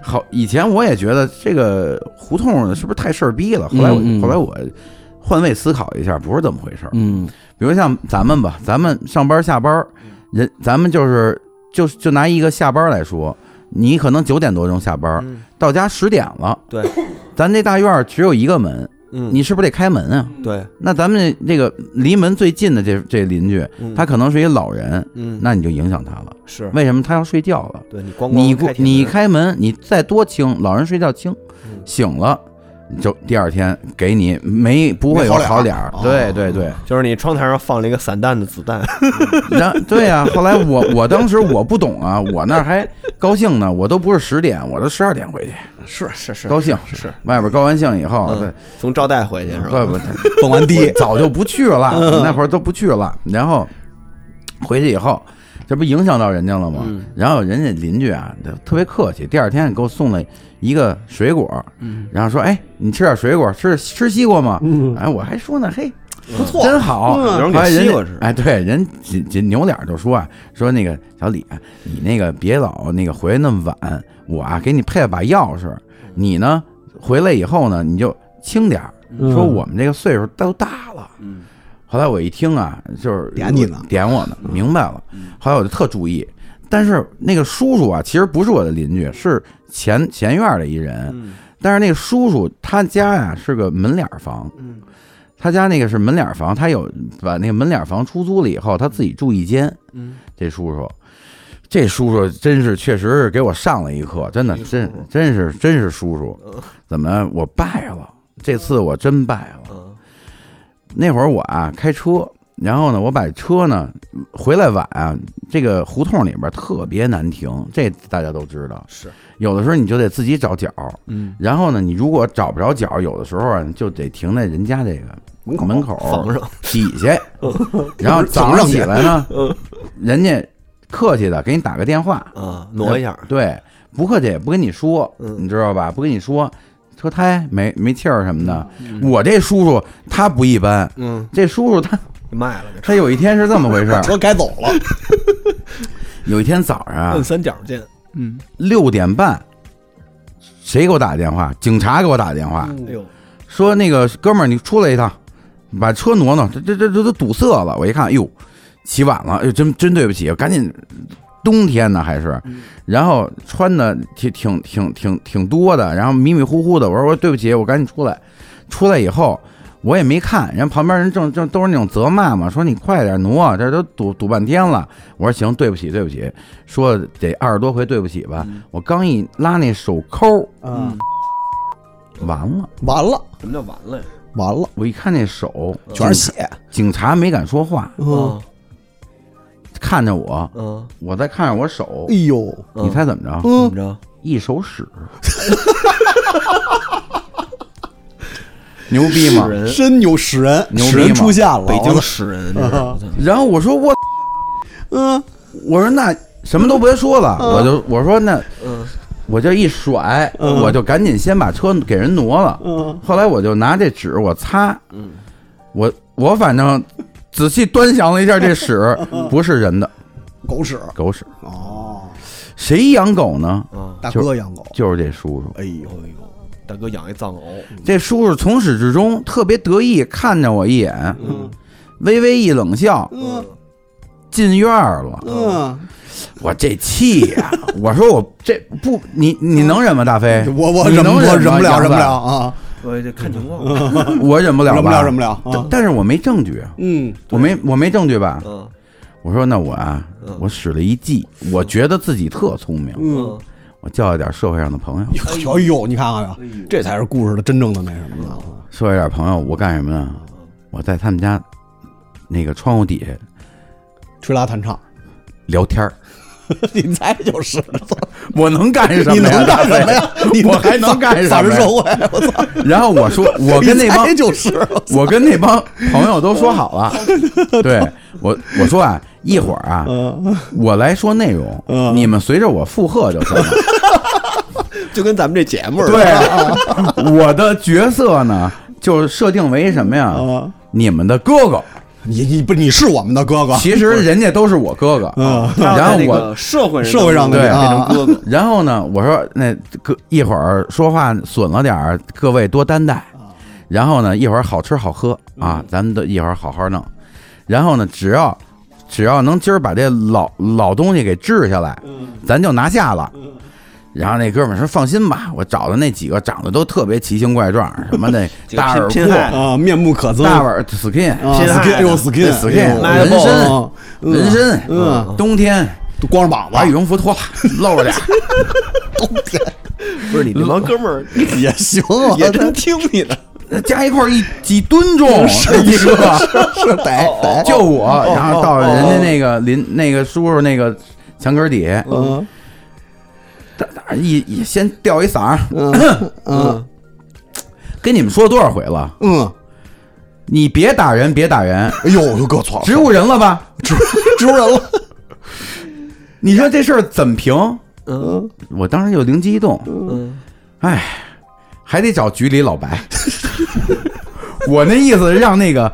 [SPEAKER 5] 好，以前我也觉得这个胡同是不是太事儿逼了，后来我
[SPEAKER 4] 嗯嗯
[SPEAKER 5] 后来我换位思考一下，不是这么回事儿。
[SPEAKER 4] 嗯
[SPEAKER 5] 比如像咱们吧，咱们上班下班，人咱们就是就就拿一个下班来说，你可能九点多钟下班，
[SPEAKER 3] 嗯
[SPEAKER 5] 到家十点了，
[SPEAKER 3] 对，
[SPEAKER 5] 咱这大院儿只有一个门，
[SPEAKER 3] 嗯，
[SPEAKER 5] 你是不是得开门啊？
[SPEAKER 3] 对，
[SPEAKER 5] 那咱们这个离门最近的这这邻居，
[SPEAKER 3] 嗯
[SPEAKER 5] 他可能是一老人，
[SPEAKER 3] 嗯，
[SPEAKER 5] 那你就影响他了。
[SPEAKER 3] 是
[SPEAKER 5] 为什么他要睡觉了？
[SPEAKER 3] 对你光光
[SPEAKER 5] 你
[SPEAKER 3] 开
[SPEAKER 5] 不
[SPEAKER 3] 铁门
[SPEAKER 5] 你开门，你再多轻，老人睡觉轻
[SPEAKER 3] 嗯，
[SPEAKER 5] 醒了就第二天给你没不会有
[SPEAKER 4] 没好
[SPEAKER 5] 好
[SPEAKER 4] 脸
[SPEAKER 5] 脸
[SPEAKER 4] 儿
[SPEAKER 5] 儿
[SPEAKER 4] 哦。
[SPEAKER 5] 对对对，
[SPEAKER 3] 就是你窗台上放了一个散弹的子弹，
[SPEAKER 5] 然对呀、后来我我当时我不懂啊，我那儿还高兴呢，我都不是十点，我都十二点回去，
[SPEAKER 3] 是是是
[SPEAKER 5] 高兴
[SPEAKER 3] 是，
[SPEAKER 5] 外边高完兴以后，
[SPEAKER 3] 嗯从招待回去是吧？
[SPEAKER 5] 对不不，
[SPEAKER 4] 蹦完迪，
[SPEAKER 5] 早就不去了，
[SPEAKER 3] 嗯
[SPEAKER 5] 那会儿都不去了。然后回去以后，这不影响到人家了吗？
[SPEAKER 3] 嗯
[SPEAKER 5] 然后人家邻居啊，就特别客气，第二天给我送了一个水果，
[SPEAKER 3] 嗯
[SPEAKER 5] 然后说：“哎，你吃点水果，吃吃西瓜吗？”哎，我还说呢，嘿，
[SPEAKER 4] 不错
[SPEAKER 5] 真好，
[SPEAKER 4] 嗯
[SPEAKER 3] 有人
[SPEAKER 5] 哎
[SPEAKER 3] 给
[SPEAKER 5] 人
[SPEAKER 3] 西
[SPEAKER 5] 家
[SPEAKER 3] 瓜吃
[SPEAKER 5] 哎，对，人紧紧扭脸就说啊，说那个小李，啊你那个别老那个回来那么晚，我啊给你配了把钥匙，你呢回来以后呢你就轻点儿，说我们这个岁数都大了。
[SPEAKER 3] 嗯
[SPEAKER 5] 后来我一听啊，就是
[SPEAKER 4] 点你呢
[SPEAKER 5] 点我呢，明白了。
[SPEAKER 3] 嗯
[SPEAKER 5] 后来我就特注意，但是那个叔叔啊，其实不是我的邻居，是前前院的一人。
[SPEAKER 3] 嗯
[SPEAKER 5] 但是那个叔叔他家呀、是个门脸儿房，
[SPEAKER 3] 嗯
[SPEAKER 5] 他家那个是门脸房，他有把那个门脸房出租了以后，他自己住一间。
[SPEAKER 3] 嗯，
[SPEAKER 5] 这叔叔，这叔叔真是确实是给我上了一课，真的，真真是真是叔叔，怎么我败了？这次我真败了。
[SPEAKER 3] 嗯
[SPEAKER 5] 那会儿我啊开车，然后呢，我把车呢回来晚啊，这个胡同里边特别难停，这大家都知道。
[SPEAKER 3] 是
[SPEAKER 5] 有的时候你就得自己找角，
[SPEAKER 3] 嗯，
[SPEAKER 5] 然后呢，你如果找不着角，有的时候啊你就得停在人家这个
[SPEAKER 4] 门口
[SPEAKER 5] 门口
[SPEAKER 3] 缝上
[SPEAKER 5] 底下，然后早上起来呢，人家客气的给你打个电话，
[SPEAKER 3] 啊，挪一下，
[SPEAKER 5] 呃对，不客气也不跟你说，
[SPEAKER 3] 嗯
[SPEAKER 5] 你知道吧？不跟你说，车胎没没气儿什么的。我这叔叔他不一般，
[SPEAKER 3] 嗯，
[SPEAKER 5] 这叔叔他
[SPEAKER 3] 卖了这
[SPEAKER 5] 他有一天是这么 回事儿，
[SPEAKER 4] 车改走了，
[SPEAKER 5] 有一天早上啊
[SPEAKER 3] 摁三角键，
[SPEAKER 5] 六点半，谁给我打电话？警察给我打电话，
[SPEAKER 3] 哎呦，
[SPEAKER 5] 说那个哥们儿你出来一趟，把车挪挪，这这这这都堵塞了。我一看，哟，起晚了，哎呦，真真对不起，赶紧。冬天呢还是，然后穿的挺挺挺挺挺多的，然后迷迷糊糊的。我说我对不起，我赶紧出来。出来以后我也没看，人旁边人正正都是那种责骂嘛，说你快点挪，这都堵堵半天了。我说行，对不起对不起，说得二十多回对不起吧。我刚一拉那手抠，
[SPEAKER 4] 嗯，
[SPEAKER 5] 完了。
[SPEAKER 4] 完了
[SPEAKER 3] 什么叫完了呀？
[SPEAKER 4] 完了，
[SPEAKER 5] 我一看那手
[SPEAKER 4] 全是血，
[SPEAKER 5] 警察没敢说话，
[SPEAKER 4] 嗯，
[SPEAKER 5] 看着我，
[SPEAKER 3] 嗯，
[SPEAKER 5] 我再看着我手
[SPEAKER 4] 哎，呦，
[SPEAKER 3] 嗯
[SPEAKER 5] 你猜怎么着？
[SPEAKER 3] 怎么
[SPEAKER 4] 嗯，
[SPEAKER 3] 着？
[SPEAKER 5] 一手屎， 牛逼吗
[SPEAKER 3] 使？人，
[SPEAKER 4] 真有使人，
[SPEAKER 5] 牛逼
[SPEAKER 4] 使人
[SPEAKER 5] 吗
[SPEAKER 4] 出现了，
[SPEAKER 3] 北
[SPEAKER 4] 我
[SPEAKER 3] 京
[SPEAKER 4] 操
[SPEAKER 3] 使人，这是我操
[SPEAKER 5] 然后我说我，
[SPEAKER 4] 嗯，
[SPEAKER 5] 我说那什么都别说了，我就我说那，
[SPEAKER 3] 嗯
[SPEAKER 5] 我就一甩，我就赶紧先把车给人挪了。
[SPEAKER 4] 嗯
[SPEAKER 5] 后来我就拿这纸我擦，我我反正仔细端详了一下这屎，
[SPEAKER 4] 嗯
[SPEAKER 5] 不是人的
[SPEAKER 4] 狗屎
[SPEAKER 5] 狗屎，
[SPEAKER 4] 哦，
[SPEAKER 5] 谁养狗呢？
[SPEAKER 3] 啊！
[SPEAKER 4] 大哥养狗，
[SPEAKER 5] 就是这叔叔。
[SPEAKER 4] 哎呦，
[SPEAKER 3] 大哥养一藏獒，
[SPEAKER 5] 这叔叔从始至终特别得意，看着我一眼，微微一冷笑，
[SPEAKER 3] 嗯
[SPEAKER 5] 进院儿了。
[SPEAKER 4] 嗯，
[SPEAKER 5] 我这气 呀、我说我这不，你你能忍吗，大飞？
[SPEAKER 4] 我我
[SPEAKER 5] 你
[SPEAKER 4] 忍
[SPEAKER 5] 能
[SPEAKER 4] 我忍
[SPEAKER 5] 吗
[SPEAKER 4] 不了，忍不，了
[SPEAKER 5] 杨
[SPEAKER 4] 啊，
[SPEAKER 3] 我这看情况，
[SPEAKER 5] 子我忍不了吧，
[SPEAKER 4] 忍不了，忍不了啊
[SPEAKER 5] 但。但是我没证据，啊
[SPEAKER 4] 嗯，
[SPEAKER 5] 我没我没证据吧？
[SPEAKER 3] 嗯
[SPEAKER 5] 我说那我啊，
[SPEAKER 4] 嗯
[SPEAKER 5] 我使了一计，我觉得自己特聪明，
[SPEAKER 3] 嗯，
[SPEAKER 5] 我叫了点社会上的朋友，
[SPEAKER 4] 哎呦，你看看呀，这才是故事的真正的那什么呢？
[SPEAKER 5] 社会上的朋友，我干什么呢？我在他们家那个窗户底下
[SPEAKER 4] 吹拉弹唱，
[SPEAKER 5] 聊天儿。
[SPEAKER 4] 你猜就是，
[SPEAKER 5] 我能干什么呀？
[SPEAKER 4] 你能干什么呀？你
[SPEAKER 5] 我还能干什么呀
[SPEAKER 4] 扫人社会，我操！
[SPEAKER 5] 然后我说，我跟那帮
[SPEAKER 4] 你猜就是，
[SPEAKER 5] 我跟那帮朋友都说好了，对我我说啊，一会儿啊，
[SPEAKER 4] 嗯，
[SPEAKER 5] 我来说内容，
[SPEAKER 4] 嗯
[SPEAKER 5] 你们随着我附和就行 了。
[SPEAKER 3] 就跟咱们这节目似的。
[SPEAKER 5] 对，啊，我的角色呢，就是设定为什么呀？
[SPEAKER 4] 啊
[SPEAKER 5] 你们的哥哥，
[SPEAKER 4] 你你不你是我们的哥哥，
[SPEAKER 5] 其实人家都是我哥哥。
[SPEAKER 4] 嗯
[SPEAKER 5] 然后我
[SPEAKER 3] 社会
[SPEAKER 4] 社会上的
[SPEAKER 5] 对
[SPEAKER 3] 变成
[SPEAKER 4] 啊
[SPEAKER 3] 哥哥，
[SPEAKER 5] 然后呢，我说那哥一会儿说话损了点儿，各位多担待。然后呢，一会儿好吃好喝
[SPEAKER 4] 嗯
[SPEAKER 5] 啊，咱们都一会儿好好弄。然后呢，只要只要能今儿把这老老东西给治下来，
[SPEAKER 4] 嗯
[SPEAKER 5] 咱就拿下了。然后那哥们儿说：“放心吧，我找的那几个长得都特别奇形怪状，什么 那
[SPEAKER 3] 几个
[SPEAKER 5] 大
[SPEAKER 3] 拼
[SPEAKER 5] 耳
[SPEAKER 3] 拼
[SPEAKER 5] 廓、
[SPEAKER 3] 汉
[SPEAKER 4] 啊，面目可憎，
[SPEAKER 5] 大耳 skin，
[SPEAKER 4] 啊
[SPEAKER 3] 拼汉
[SPEAKER 4] ，skin，哎呦
[SPEAKER 5] 这
[SPEAKER 4] skin
[SPEAKER 5] skin，
[SPEAKER 4] 哎呦
[SPEAKER 5] 纹身
[SPEAKER 4] 啊嗯
[SPEAKER 5] 纹身，
[SPEAKER 4] 嗯，
[SPEAKER 5] 冬天
[SPEAKER 4] 都光着膀
[SPEAKER 5] 把羽
[SPEAKER 4] 子，
[SPEAKER 5] 绒服脱了，露着点儿。
[SPEAKER 3] 不是你这帮哥们 儿
[SPEAKER 4] 也行啊，
[SPEAKER 3] 也真听你的，
[SPEAKER 5] 加一块儿一几吨 重，那车
[SPEAKER 4] 嗯是逮逮，
[SPEAKER 5] 就我，然后到人家那个邻那个叔叔那个墙根底下，
[SPEAKER 4] 嗯
[SPEAKER 5] 哒哒一一先吊一嗓儿，
[SPEAKER 4] 嗯嗯
[SPEAKER 5] 跟你们说多少回了，
[SPEAKER 4] 嗯，
[SPEAKER 5] 你别打人，别打人，
[SPEAKER 4] 哎呦，又搁错了，
[SPEAKER 5] 植物人了吧？
[SPEAKER 4] 植植物人了，
[SPEAKER 5] 你说这事儿怎么评？
[SPEAKER 3] 嗯
[SPEAKER 5] 我当时就灵机一动，
[SPEAKER 3] 嗯，
[SPEAKER 5] 哎，还得找局里老白。 我那意思是让那个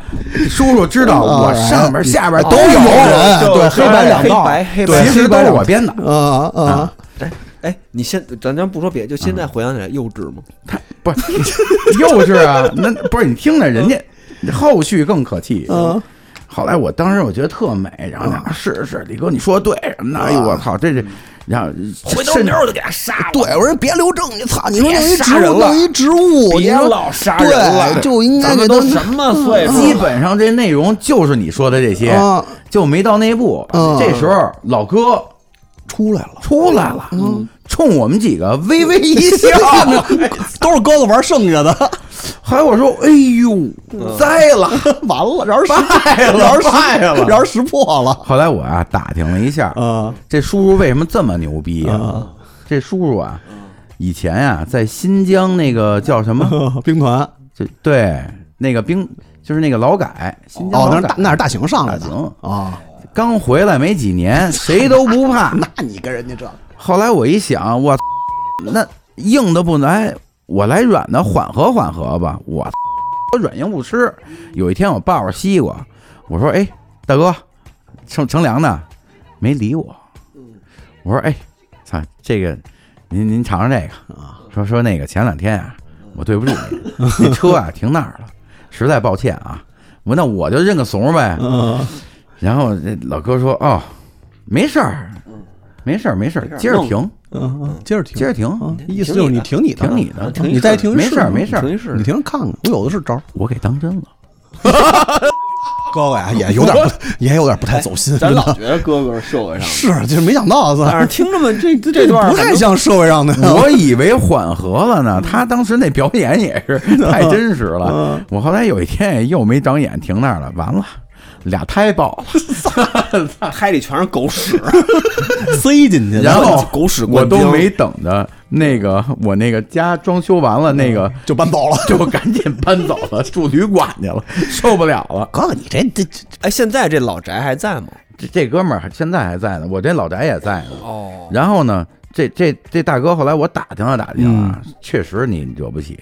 [SPEAKER 5] 叔叔知道，我上边下边都
[SPEAKER 4] 都
[SPEAKER 5] 有，
[SPEAKER 4] 有人，对，黑白两道，
[SPEAKER 3] 黑白黑
[SPEAKER 5] 其
[SPEAKER 3] 白。
[SPEAKER 5] 实都是我编的。
[SPEAKER 4] 啊啊，
[SPEAKER 3] 哎，你现咱咱不说别，就现在回想起来幼稚吗？
[SPEAKER 5] 不 是幼稚啊，那不是你听着，人家后续更可气。
[SPEAKER 4] 嗯，
[SPEAKER 5] 后来我当时我觉得特美，然后呢，是是，李哥你说的对什么的，哎呦我操，这这，然后回头牛就给他杀了，
[SPEAKER 4] 对，我说哎别留证，你操，你说弄一
[SPEAKER 5] 别杀
[SPEAKER 4] 植
[SPEAKER 5] 人
[SPEAKER 4] 物，
[SPEAKER 5] 了
[SPEAKER 4] 弄一植物，你
[SPEAKER 5] 别
[SPEAKER 4] 说
[SPEAKER 5] 老杀人
[SPEAKER 4] 对，
[SPEAKER 5] 了，
[SPEAKER 4] 就应该
[SPEAKER 5] 咱
[SPEAKER 4] 给
[SPEAKER 5] 们
[SPEAKER 4] 他
[SPEAKER 5] 都什么
[SPEAKER 4] 嗯
[SPEAKER 5] 岁数了？基本上这内容就是你说的这些，
[SPEAKER 4] 啊
[SPEAKER 5] 就没到那一步。
[SPEAKER 4] 嗯
[SPEAKER 5] 这时候老哥
[SPEAKER 4] 出来 了。
[SPEAKER 5] 出来了，
[SPEAKER 4] 嗯
[SPEAKER 5] 冲我们几个微微一笑。
[SPEAKER 4] 都是鸽子玩剩下的，
[SPEAKER 5] 后来我说：“哎呦，
[SPEAKER 4] 嗯
[SPEAKER 5] 栽 了。”
[SPEAKER 4] 完了，然后识
[SPEAKER 5] 败了
[SPEAKER 4] 然后识
[SPEAKER 5] 败了
[SPEAKER 4] 然后识破了。
[SPEAKER 5] 后来我啊打听了一下，
[SPEAKER 4] 啊
[SPEAKER 5] 这叔叔为什么这么牛逼啊
[SPEAKER 4] 啊？
[SPEAKER 5] 这叔叔啊，
[SPEAKER 4] 嗯
[SPEAKER 5] 以前啊在新疆那个叫什么？
[SPEAKER 4] 啊 兵团
[SPEAKER 5] 就对，那个兵就是那个劳改，新疆
[SPEAKER 4] 哦，那
[SPEAKER 5] 劳
[SPEAKER 4] 是
[SPEAKER 5] 改
[SPEAKER 4] 大那是大行上来
[SPEAKER 5] 大
[SPEAKER 4] 的
[SPEAKER 5] 行
[SPEAKER 4] 啊，
[SPEAKER 5] 刚回来没几 年，谁都不怕。
[SPEAKER 4] 那你跟人家这
[SPEAKER 5] 后来我一想，我那硬的不来，我来软的缓和缓和吧。我我软硬不吃。有一天我抱着西瓜，我说：“哎，大哥，乘乘凉呢？”没理我。我说：“哎，操，这个您您尝尝这个啊。”说说那个前两天啊，我对不住 你，那车啊停那儿了，实在抱歉啊。我那我就认个怂呗。
[SPEAKER 4] 嗯
[SPEAKER 5] 然后这老哥说：“哦，没事儿，没事儿，嗯没事儿，接着停。”
[SPEAKER 4] 嗯，接着
[SPEAKER 5] 接着
[SPEAKER 4] 听，
[SPEAKER 5] 停，
[SPEAKER 4] 啊意思就是你挺你的，啊
[SPEAKER 5] 挺你的，嗯
[SPEAKER 3] 挺
[SPEAKER 4] 你再听
[SPEAKER 5] 没事儿，没
[SPEAKER 4] 事，
[SPEAKER 5] 事儿，
[SPEAKER 3] 没事
[SPEAKER 4] 你，听着看看，我有的是招儿。
[SPEAKER 5] 我给当真了。
[SPEAKER 4] 哥哥呀，也有点不， 也有点不太走心，
[SPEAKER 3] 咱
[SPEAKER 4] 真
[SPEAKER 3] 老
[SPEAKER 4] 的
[SPEAKER 3] 觉得哥哥是社会上的，
[SPEAKER 4] 是，就是没想 到，
[SPEAKER 3] 但
[SPEAKER 4] 操
[SPEAKER 3] 是听着们这这段儿
[SPEAKER 4] 不太像社会上的。
[SPEAKER 3] 嗯
[SPEAKER 5] 我以为缓和了呢，他当时那表演也是
[SPEAKER 3] 嗯
[SPEAKER 5] 太真实了。我后来有一天又没长眼，停那儿了，完了，俩胎爆 了，
[SPEAKER 3] 海里全是狗屎，啊
[SPEAKER 4] 塞进 去的，
[SPEAKER 5] 然后
[SPEAKER 3] 狗屎
[SPEAKER 5] 我
[SPEAKER 3] 灌
[SPEAKER 5] 都
[SPEAKER 3] 浆
[SPEAKER 5] 没等着那个我那个家装修完了，那
[SPEAKER 3] 嗯
[SPEAKER 5] 个
[SPEAKER 4] 就搬走了。
[SPEAKER 5] 就赶紧搬走了，住旅馆去了，受不了了。
[SPEAKER 4] 哥哥，你这这这
[SPEAKER 3] 哎，现在这老宅还在吗？
[SPEAKER 5] 这这哥们儿现在还在呢，我这老宅也在呢。
[SPEAKER 3] 哦，
[SPEAKER 5] 然后呢，这这这大哥后来我打听了打听啊，
[SPEAKER 3] 嗯
[SPEAKER 5] 确实你惹不起，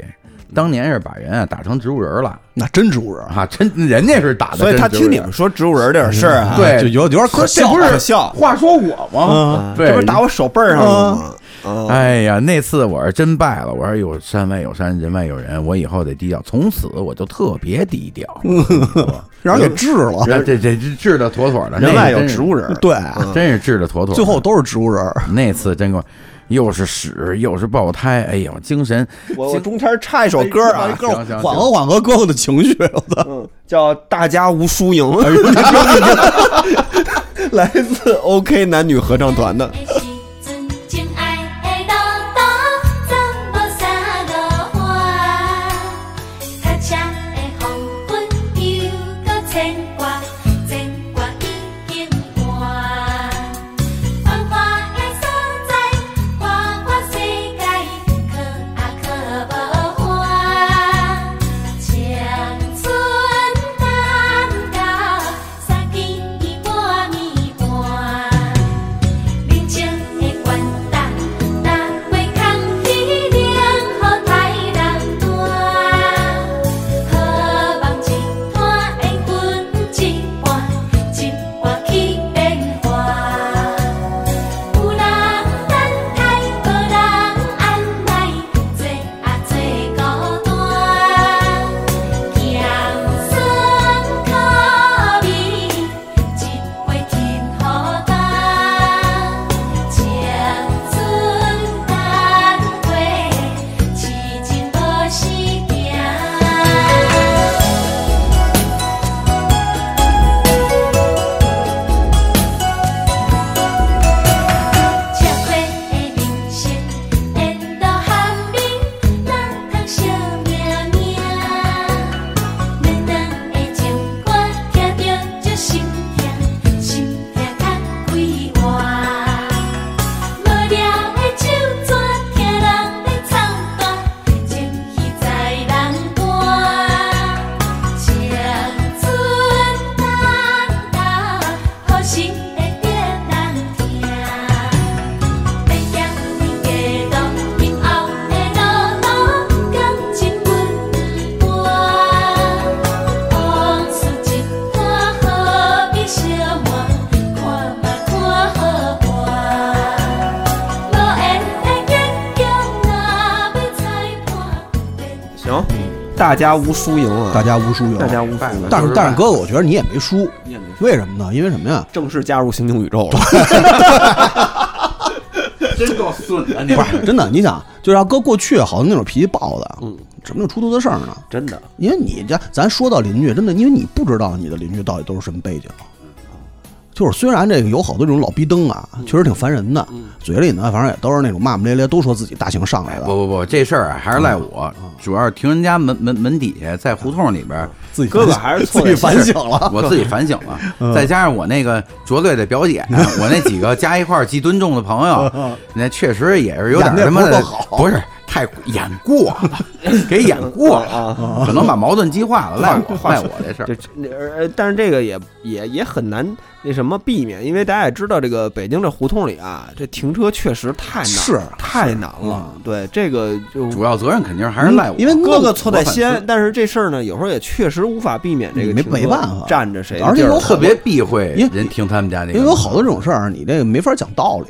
[SPEAKER 5] 当年是把人啊打成植物人了
[SPEAKER 4] 那真植物人啊，
[SPEAKER 5] 啊，真人家是打的，
[SPEAKER 3] 所以他听你们。说植物人这点事儿啊，
[SPEAKER 5] 对
[SPEAKER 4] 就有有点可
[SPEAKER 5] 这
[SPEAKER 4] 笑，
[SPEAKER 5] 不是
[SPEAKER 3] 可笑
[SPEAKER 5] 话说我吗？
[SPEAKER 3] 啊
[SPEAKER 5] 对，
[SPEAKER 3] 这不是打我嗯手背儿上了吗？
[SPEAKER 5] 哎呀，那次我是真败了。我说有山外有山，人外有人，我以后得低调。从此我就特别低调。
[SPEAKER 3] 嗯
[SPEAKER 4] 让人给治了。
[SPEAKER 5] 这这这治的妥妥的，
[SPEAKER 3] 人外
[SPEAKER 5] 那
[SPEAKER 3] 有
[SPEAKER 5] 真是
[SPEAKER 3] 植物，人，嗯
[SPEAKER 4] 对，
[SPEAKER 5] 真是治的妥妥的。
[SPEAKER 4] 最后都是植物人儿。
[SPEAKER 5] 那次真给我，又是屎又是爆胎，哎呦，精神
[SPEAKER 3] 我我中间插一首歌
[SPEAKER 4] 哎
[SPEAKER 3] 啊，
[SPEAKER 4] 哥
[SPEAKER 5] 行行
[SPEAKER 4] 缓和缓和哥哥的情绪，我操！
[SPEAKER 3] 嗯，叫《大家无输赢》，
[SPEAKER 4] 哎
[SPEAKER 3] 来自 OK 男女合唱团的。
[SPEAKER 2] 的时阵，情爱的路途总无三五花。卡车的黄昏又搁牵挂，牵挂已经换。繁华的所在，花花世界，可啊可无花。青春难到，三更已半暝。
[SPEAKER 3] 大家无输赢啊，
[SPEAKER 4] 大家无输赢。
[SPEAKER 3] 大家无输
[SPEAKER 5] 败
[SPEAKER 3] 赢
[SPEAKER 5] 了，
[SPEAKER 4] 但是
[SPEAKER 5] 就是
[SPEAKER 4] 但是哥哥，我觉得你也没输，为什么呢？因为什么呀？
[SPEAKER 3] 正式加入行星宇宙了。
[SPEAKER 5] 真够损的，哎你
[SPEAKER 4] 不是真的，你想，就是要搁过去，好像那种脾气暴的，嗯，怎么有出头的事儿呢？
[SPEAKER 3] 真的，
[SPEAKER 4] 因为你这，咱说到邻居，真的，因为你不知道你的邻居到底都是什么背景。就是虽然这个有好多这种老逼灯啊，确实挺烦人的，嘴里呢反正也都是那种骂骂咧咧，都说自己大刑上
[SPEAKER 5] 不
[SPEAKER 4] 来的，
[SPEAKER 5] 不不，这事儿啊还是赖
[SPEAKER 4] 嗯
[SPEAKER 5] 我，主要是停人家门门门底下，在胡同里边 儿，
[SPEAKER 4] 自己
[SPEAKER 3] 哥哥还是
[SPEAKER 4] 自
[SPEAKER 3] 错在
[SPEAKER 4] 己反省了。
[SPEAKER 5] 我自己反省
[SPEAKER 4] 嗯
[SPEAKER 5] 了，再加上我那个拙劣的表 姐，啊我那几个加一块儿几吨重的朋友，那确实也是有点
[SPEAKER 4] 嗯演得
[SPEAKER 5] 他妈的
[SPEAKER 4] 不好，
[SPEAKER 5] 不是太演过了，给演过
[SPEAKER 4] 嗯
[SPEAKER 5] 了，可能把矛盾激化了，赖我赖我这事
[SPEAKER 3] 啊这
[SPEAKER 5] 儿。
[SPEAKER 3] 这呃，但是这个也也也很难那什么避免，因为大家也知道，这个北京这胡同里啊，这停车确实太难，
[SPEAKER 4] 是
[SPEAKER 3] 太难了。嗯对，这个就
[SPEAKER 5] 主要责任肯定还是赖我，
[SPEAKER 4] 因为
[SPEAKER 3] 哥哥错在
[SPEAKER 5] 我
[SPEAKER 3] 先，
[SPEAKER 5] 反
[SPEAKER 3] 但是这事儿呢，有时候也确实无法避免这个
[SPEAKER 4] 没
[SPEAKER 3] 停车
[SPEAKER 4] 没办法
[SPEAKER 3] 占着谁的
[SPEAKER 4] 而
[SPEAKER 3] 地
[SPEAKER 4] 且
[SPEAKER 3] 儿啊
[SPEAKER 4] 有
[SPEAKER 3] 了
[SPEAKER 5] 思特别避讳
[SPEAKER 4] 因为
[SPEAKER 5] 人听他们家这个，嗯
[SPEAKER 4] 因为有好多这种事儿，你这个没法讲道理，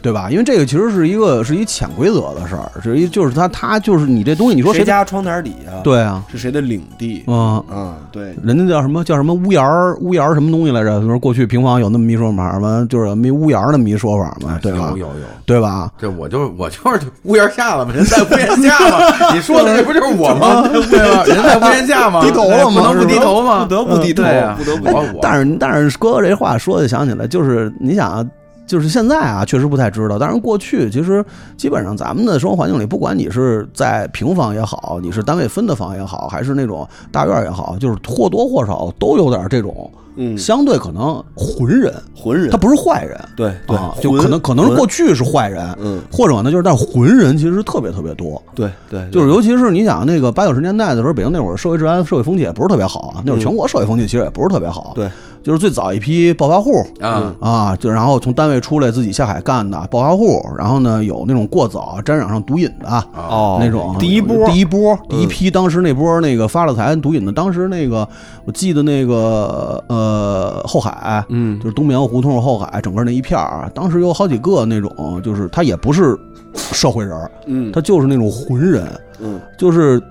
[SPEAKER 4] 对吧？因为这个其实是一个是一潜规则的事儿，是一就是他他就是你这东西，你说
[SPEAKER 3] 谁
[SPEAKER 4] 谁
[SPEAKER 3] 家窗台底下，，
[SPEAKER 4] 对啊，
[SPEAKER 3] 是谁的领地
[SPEAKER 4] 嗯，
[SPEAKER 3] 啊？对，
[SPEAKER 4] 人家叫什么叫什么屋檐儿屋檐儿什么东西来着？就是过去平房有那么一说法吗？就是没屋檐儿那么一说法嘛，对吧
[SPEAKER 5] 有？有有。
[SPEAKER 4] 对吧？
[SPEAKER 5] 这我就是我就是屋檐下了嘛，人在屋檐下 嘛，你说的这不就是我吗？ 对吧？人在屋檐下嘛，
[SPEAKER 4] 低头了
[SPEAKER 5] 不
[SPEAKER 4] 嘛
[SPEAKER 5] 能不低头吗？
[SPEAKER 3] 不得不低头
[SPEAKER 5] 对啊
[SPEAKER 3] 不得不
[SPEAKER 5] 我
[SPEAKER 4] 哎
[SPEAKER 5] 我
[SPEAKER 4] 但是但是哥哥这话说的想起来，就是你想啊，就是现在啊，确实不太知道。当然过去其实基本上咱们的生活环境里，不管你是在平房也好，你是单位分的房也好，还是那种大院儿也好，就是或多或少都有点这种
[SPEAKER 3] 嗯，
[SPEAKER 4] 相对可能浑人，
[SPEAKER 3] 浑人
[SPEAKER 4] 他，不是坏人。
[SPEAKER 3] 对对
[SPEAKER 4] 啊，，就
[SPEAKER 3] 浑
[SPEAKER 4] 可能可能是
[SPEAKER 3] 浑
[SPEAKER 4] 过去是坏人，
[SPEAKER 3] 嗯
[SPEAKER 4] 或者呢就是，但是浑人其实特别特别多，
[SPEAKER 3] 对对，
[SPEAKER 4] 就是是尤其是你想那个八九十年代的时候，北京那会儿社会治安、社会风气也不是特别好啊，那会儿全国社会风气其实也不是特别好，
[SPEAKER 3] 嗯
[SPEAKER 4] 啊
[SPEAKER 3] 对，
[SPEAKER 4] 就是最早一批暴发户
[SPEAKER 5] 啊，
[SPEAKER 4] 啊，就然后从单位出来自己下海干的暴发户，然后呢有那种过早沾染上毒瘾的。啊
[SPEAKER 5] 啊
[SPEAKER 3] 哦
[SPEAKER 4] 那种
[SPEAKER 3] 第一波，嗯
[SPEAKER 4] 第一波，第一批，当时那波那个发了财毒瘾的，当时那个我记得那个呃后海，
[SPEAKER 3] 嗯
[SPEAKER 4] 就是东棉胡同后海整个那一片儿，啊当时有好几个那种，就是他也不是社会人儿，
[SPEAKER 3] 嗯
[SPEAKER 4] 他就是那种浑人，
[SPEAKER 3] 嗯
[SPEAKER 4] 就是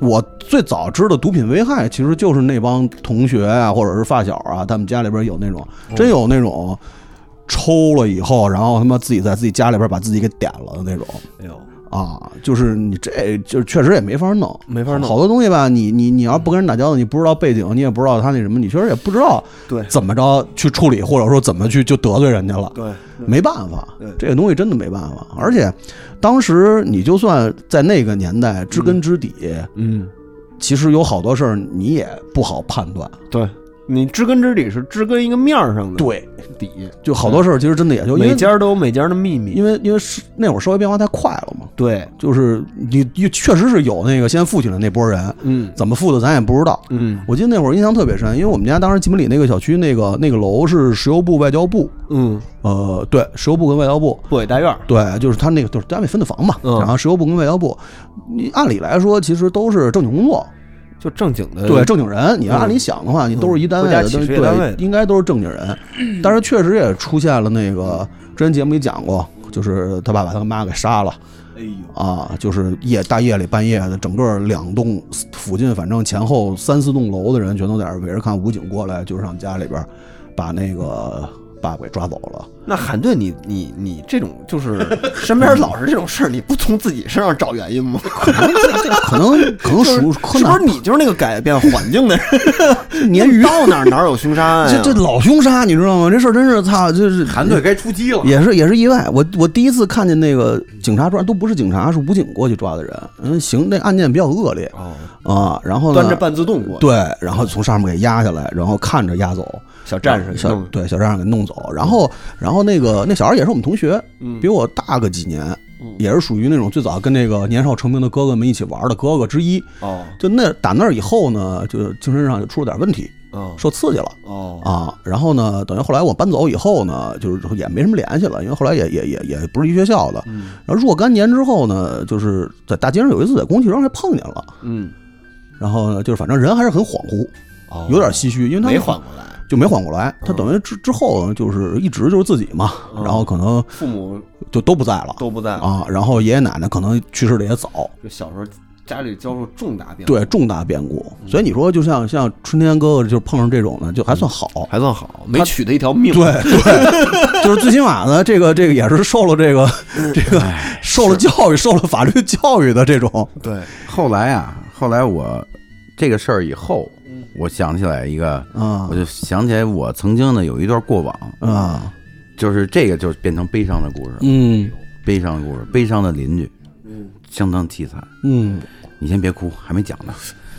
[SPEAKER 4] 我最早知道毒品危害，其实就是那帮同学啊，或者是发小啊，他们家里边有那种，
[SPEAKER 3] 哦
[SPEAKER 4] 真有那种抽了以后，然后他妈自己在自己家里边把自己给点了的那种。
[SPEAKER 3] 哎呦，
[SPEAKER 4] 啊，就是你这就是确实也没法弄，
[SPEAKER 3] 没法弄
[SPEAKER 4] 好多东西吧，你你你要不跟人打交道，你不知道背景，你也不知道他那什么，你确实也不知道
[SPEAKER 3] 对
[SPEAKER 4] 怎么着去处理，或者说怎么去就得罪人家了。
[SPEAKER 3] 对，
[SPEAKER 4] 没办法
[SPEAKER 3] 对，
[SPEAKER 4] 这个东西真的没办法。而且，当时你就算在那个年代知根知底，
[SPEAKER 3] 嗯，
[SPEAKER 4] 其实有好多事儿你也不好判断。
[SPEAKER 3] 对你知根知底是知根一个面儿上的
[SPEAKER 4] 对，
[SPEAKER 3] 底，
[SPEAKER 4] 就好多事儿其实真的也就因
[SPEAKER 3] 每
[SPEAKER 4] 为
[SPEAKER 3] 家都有每家的秘密。
[SPEAKER 4] 因为因为是那会儿社会变化太快了嘛，
[SPEAKER 3] 对，
[SPEAKER 4] 就是你你确实是有那个先富起来那波人，
[SPEAKER 3] 嗯
[SPEAKER 4] 怎么富的咱也不知道。
[SPEAKER 3] 嗯
[SPEAKER 4] 我记得那会儿印象特别深，因为我们家当时吉本里那个小区那个那个楼是石油部外交部，
[SPEAKER 3] 嗯，
[SPEAKER 4] 呃，对，石油部跟外交部，
[SPEAKER 3] 不给大院儿，
[SPEAKER 4] 对，就是他那个就是单位分的房嘛，
[SPEAKER 3] 嗯
[SPEAKER 4] 然后石油部跟外交部，你按理来说其实都是正经工作，
[SPEAKER 3] 就正经的
[SPEAKER 4] 对，正经人，你要
[SPEAKER 3] 嗯
[SPEAKER 4] 按理想的话，你都是一单位
[SPEAKER 3] 国
[SPEAKER 4] 的，
[SPEAKER 3] 家企事业单
[SPEAKER 4] 对
[SPEAKER 3] 位，
[SPEAKER 4] 应该都是正 经人，但是确实也出现了那个之前节目里讲过，就是他爸把他妈给杀了。
[SPEAKER 3] 哎
[SPEAKER 4] 啊，就是夜大夜里半夜的，整个两栋附近，反正前后三四栋楼的人全都在那儿围着看武警过来，就上家里边儿把那个爸给抓走了。
[SPEAKER 3] 那韩队，你你你这种就是 身边老是这种事儿，你不从自己身上找原因 吗？
[SPEAKER 4] 可能可能
[SPEAKER 3] 是
[SPEAKER 4] 属
[SPEAKER 3] 不
[SPEAKER 4] 柯
[SPEAKER 3] 是
[SPEAKER 4] 南
[SPEAKER 3] 你就是那个改变环境的 人？鲶鱼到哪儿哪儿有凶杀案啊
[SPEAKER 4] 这
[SPEAKER 3] 呀？
[SPEAKER 4] 这老凶杀，你知道吗？这事儿真是操，就是
[SPEAKER 5] 韩队该出击了，
[SPEAKER 4] 也是也是意外。我我第一次看见那个警察抓，都不是警察，是武警过去抓的人。嗯，行，那案件比较恶劣
[SPEAKER 3] 哦，
[SPEAKER 4] 啊。然后呢
[SPEAKER 3] 端着半自动过，
[SPEAKER 4] 对，然后从上面给压下来，然后看着压走。
[SPEAKER 3] 小战士
[SPEAKER 4] 小
[SPEAKER 3] 弄
[SPEAKER 4] 对小战士给弄走，然后然后那个那小孩也是我们同学，
[SPEAKER 3] 嗯
[SPEAKER 4] 比我大个几年，也是属于那种最早跟那个年少成名的哥哥们一起玩的哥哥之一。
[SPEAKER 3] 哦
[SPEAKER 4] 就那打那以后呢，就精神上就出了点问题，
[SPEAKER 3] 哦
[SPEAKER 4] 受刺激了。
[SPEAKER 3] 哦
[SPEAKER 4] 啊，然后呢，等于后来我搬走以后呢，就是也没什么联系了，因为后来也也也也不是一学校的。
[SPEAKER 3] 嗯
[SPEAKER 4] 然后若干年之后呢，就是在大街上有一次在公汽车上还碰见了，
[SPEAKER 3] 嗯
[SPEAKER 4] 然后呢，就是反正人还是很恍惚，
[SPEAKER 3] 哦
[SPEAKER 4] 有点唏嘘，因为他
[SPEAKER 3] 没缓过来，嗯
[SPEAKER 4] 就没缓过来。他等于之之后呢，就是一直就是自己嘛，然后可能
[SPEAKER 3] 父母
[SPEAKER 4] 就都不在了
[SPEAKER 3] 嗯
[SPEAKER 4] 啊
[SPEAKER 3] 都不在了，嗯
[SPEAKER 4] 啊。然后爷爷奶奶可能去世的也早，
[SPEAKER 3] 就小时候家里遭受重大变故，
[SPEAKER 4] 对，重大变故。
[SPEAKER 3] 嗯
[SPEAKER 4] 所以你说，就像像春天哥哥，就是碰上这种呢，就还算好。
[SPEAKER 3] 还算好，没取他一条命。
[SPEAKER 4] 对对，就是最起码呢，这个这个也是受了这个这个受了教育、受了法律教育的这种。
[SPEAKER 3] 对，
[SPEAKER 5] 后来啊，后来我这个事儿以后，我想起来一个，
[SPEAKER 4] 啊
[SPEAKER 5] 我就想起来我曾经的有一段过往，
[SPEAKER 4] 啊，
[SPEAKER 5] 就是这个就是变成悲伤的故事，
[SPEAKER 4] 嗯
[SPEAKER 5] 悲伤的故事，悲伤的邻居，相当凄惨。
[SPEAKER 4] 嗯，
[SPEAKER 5] 你先别哭，还没讲呢，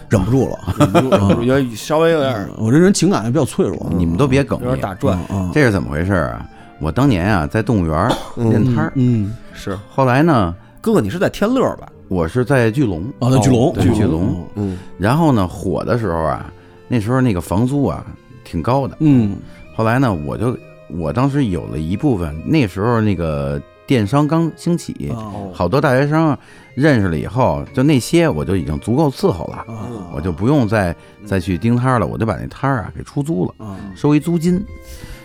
[SPEAKER 4] 忍不住了，
[SPEAKER 3] 有点稍微有点
[SPEAKER 4] 嗯我这人情感也比较脆弱。
[SPEAKER 5] 嗯你们都别哽
[SPEAKER 3] 嗯有点打
[SPEAKER 5] 咽。
[SPEAKER 3] 转，
[SPEAKER 4] 啊，
[SPEAKER 5] 这是怎么回事儿啊？我当年啊在动物园儿练摊儿，
[SPEAKER 4] 嗯
[SPEAKER 3] 是
[SPEAKER 5] 后来呢，
[SPEAKER 3] 哥哥，你是在天乐吧？
[SPEAKER 5] 我是在巨龙，
[SPEAKER 3] 哦
[SPEAKER 4] 啊，那巨龙，
[SPEAKER 5] 对巨龙，
[SPEAKER 3] 嗯，
[SPEAKER 5] 然后呢火的时候啊，那时候那个房租啊挺高的，
[SPEAKER 4] 嗯
[SPEAKER 5] 后来呢我就我当时有了一部分，那时候那个电商刚兴起，
[SPEAKER 4] 哦
[SPEAKER 5] 好多大学生认识了以后，就那些我就已经足够伺候了，
[SPEAKER 3] 哦
[SPEAKER 4] 啊
[SPEAKER 5] 我就不用再再去盯摊儿了，我就把那摊儿啊给出租了，
[SPEAKER 4] 啊
[SPEAKER 5] 收一租金。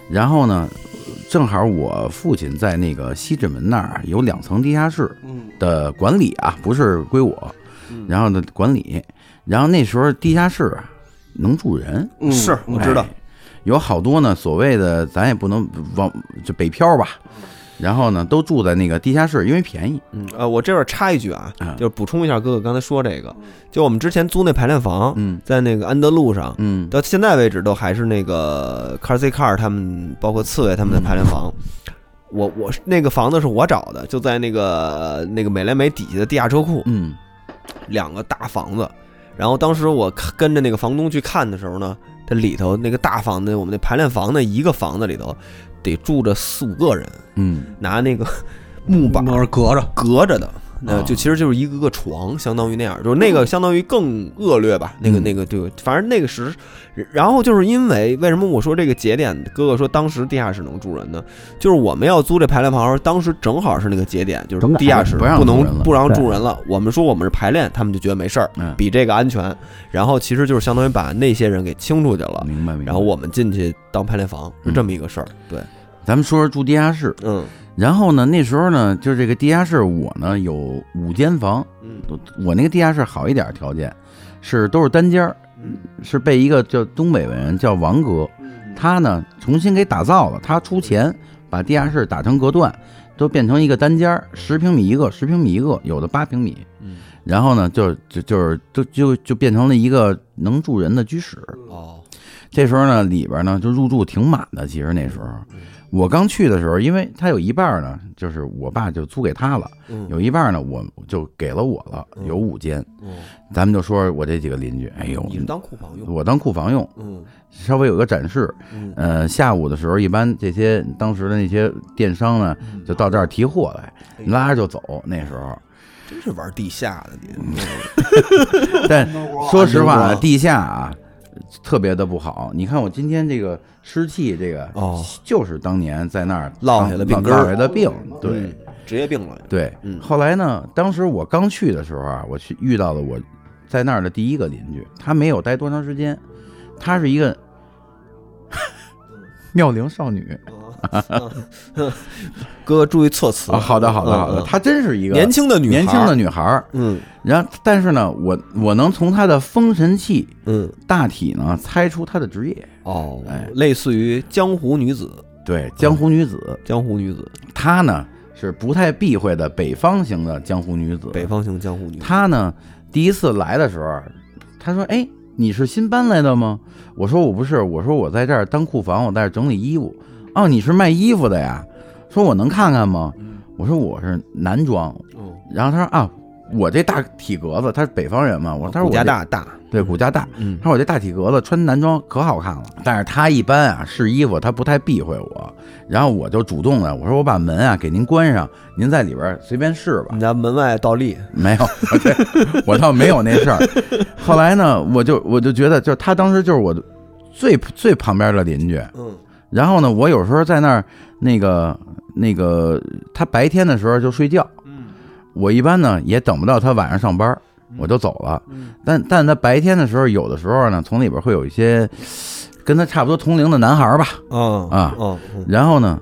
[SPEAKER 5] 然后呢，正好我父亲在那个西直门那儿啊有两层地下室
[SPEAKER 4] 嗯
[SPEAKER 5] 的管理啊，不是归我，
[SPEAKER 3] 嗯
[SPEAKER 5] 然后呢管理。然后那时候地下室啊能住人，
[SPEAKER 4] 嗯
[SPEAKER 3] 是我知道
[SPEAKER 5] 哎，有好多呢，所谓的咱也不能往就北漂吧，然后呢都住在那个地下室，因为便宜。
[SPEAKER 3] 嗯，呃，我这边插一句啊，
[SPEAKER 5] 啊
[SPEAKER 3] 就是补充一下哥哥刚才说这个，就我们之前租那排练房，
[SPEAKER 5] 嗯
[SPEAKER 3] 在那个安德路上，
[SPEAKER 5] 嗯
[SPEAKER 3] 到现在为止都还是那个 Car C Car 他们，包括刺猬他们的排练房。我我是那个房子是我找的，就在那个那个美莱美底下的地下车库，
[SPEAKER 5] 嗯
[SPEAKER 3] 两个大房子。然后当时我看跟着那个房东去看的时候呢，这里头那个大房子，我们那排练房的一个房子里头得住着四五个人，
[SPEAKER 5] 嗯
[SPEAKER 3] 拿那个 木板
[SPEAKER 4] 那是隔着，
[SPEAKER 3] 隔着的，
[SPEAKER 5] 啊
[SPEAKER 3] 那就其实就是一个个床，相当于那样，就是那个相当于更恶劣吧，那个
[SPEAKER 5] 嗯
[SPEAKER 3] 那个对，反正那个时，然后就是因为为什么我说这个节点，哥哥说当时地下室能住人呢？就是我们要租这排练房，当时正好是那个节点，就是
[SPEAKER 4] 整改
[SPEAKER 3] 地下室
[SPEAKER 5] 不让
[SPEAKER 3] 不能
[SPEAKER 5] 住人了
[SPEAKER 3] 不让住人了，我们说我们是排练，他们就觉得没事儿，
[SPEAKER 5] 嗯，
[SPEAKER 3] 比这个安全，然后其实就是相当于把那些人给清出去了。
[SPEAKER 5] 明白明白。嗯
[SPEAKER 3] 然后我们进去当排练房是这么一个事儿，对，
[SPEAKER 5] 咱们说说住地下室，
[SPEAKER 3] 嗯
[SPEAKER 5] 然后呢，那时候呢，就是这个地下室，我呢有五间房，
[SPEAKER 3] 嗯
[SPEAKER 5] 我那个地下室好一点，条件是都是单间儿，
[SPEAKER 3] 嗯
[SPEAKER 5] 是被一个叫东北人叫王哥，他呢重新给打造了，他出钱把地下室打成隔断，都变成一个单间儿，十平米一个，十平米一个，有的八平米，
[SPEAKER 3] 嗯，
[SPEAKER 5] 然后呢，就就就是就就就变成了一个能住人的居室，
[SPEAKER 3] 哦，
[SPEAKER 5] 这时候呢，里边呢就入住挺满的。其实那时候
[SPEAKER 3] 嗯
[SPEAKER 5] 我刚去的时候，因为他有一半呢，就是我爸就租给他了，
[SPEAKER 3] 嗯
[SPEAKER 5] 有一半呢我就给了我了，
[SPEAKER 3] 嗯
[SPEAKER 5] 有五间。
[SPEAKER 3] 嗯，
[SPEAKER 5] 咱们就说我这几个邻居，哎呦，
[SPEAKER 3] 你们当库房用，
[SPEAKER 5] 我当库房用，
[SPEAKER 3] 嗯
[SPEAKER 5] 稍微有个展示。
[SPEAKER 3] 嗯
[SPEAKER 5] 呃，下午的时候，一般这些当时的那些电商呢，
[SPEAKER 3] 嗯
[SPEAKER 5] 就到这儿提货来，
[SPEAKER 3] 哎
[SPEAKER 5] 拉着就走。那时候，
[SPEAKER 3] 真是玩地下的
[SPEAKER 5] 嗯
[SPEAKER 3] 你，
[SPEAKER 5] 但说实话，地下啊特别的不好。你看我今天这个湿气，这个
[SPEAKER 3] 哦
[SPEAKER 5] 就是当年在那儿
[SPEAKER 3] 落下的病根儿
[SPEAKER 5] 落下的病。对
[SPEAKER 3] 嗯，职业病了。
[SPEAKER 5] 对
[SPEAKER 3] 嗯，
[SPEAKER 5] 后来呢，当时我刚去的时候啊，我去遇到了我在那儿的第一个邻居，他没有待多长时间，她是一个 妙龄少女
[SPEAKER 3] 哥注意措辞
[SPEAKER 5] 啊。好的，好的，好的，
[SPEAKER 3] 嗯嗯
[SPEAKER 5] 她真是一个
[SPEAKER 3] 年轻的女孩，
[SPEAKER 5] 年轻的，女孩儿。
[SPEAKER 3] 嗯
[SPEAKER 5] 然后，但是呢，我我能从她的风神气
[SPEAKER 3] 嗯，
[SPEAKER 5] 大体呢猜出她的职业。
[SPEAKER 3] 哦
[SPEAKER 5] 哎，
[SPEAKER 3] 类似于江湖女子，
[SPEAKER 5] 对，江湖女子，
[SPEAKER 3] 江湖女子，
[SPEAKER 5] 她呢是不太避讳的北方型的江湖女子。
[SPEAKER 3] 北方型江湖女子，
[SPEAKER 5] 她呢第一次来的时候，她说：“哎，你是新搬来的吗？”我说：“我不是，我说我在这儿当库房，我在这儿整理衣服。”哦，你是卖衣服的呀？说我能看看吗？我说我是男装。
[SPEAKER 3] 嗯，
[SPEAKER 5] 然后她说啊，我这大体格子，她是北方人嘛。我她说
[SPEAKER 3] 骨
[SPEAKER 5] 我
[SPEAKER 3] 架
[SPEAKER 5] 这
[SPEAKER 3] 大大，
[SPEAKER 5] 对，骨架大。
[SPEAKER 3] 嗯
[SPEAKER 5] 他说我这大体格子穿男装可好看了，但是他一般啊试衣服他不太避讳我，然后我就主动的我说我把门啊给您关上，您在里边随便试吧
[SPEAKER 3] 你。家门外倒立，
[SPEAKER 5] 没 有，对我倒没有那事儿。后来呢，我就我就觉得，就是他当时就是我最最旁边的邻居。
[SPEAKER 3] 嗯
[SPEAKER 5] 然后呢，我有时候在那儿那个那个他白天的时候就睡觉，
[SPEAKER 3] 嗯
[SPEAKER 5] 我一般呢也等不到他晚上上班，我就走了。
[SPEAKER 3] 嗯
[SPEAKER 5] 但但他白天的时候，有的时候呢，从里边会有一些跟他差不多同龄的男孩儿吧。
[SPEAKER 3] 啊
[SPEAKER 5] 啊
[SPEAKER 3] 哦嗯
[SPEAKER 5] 然后呢，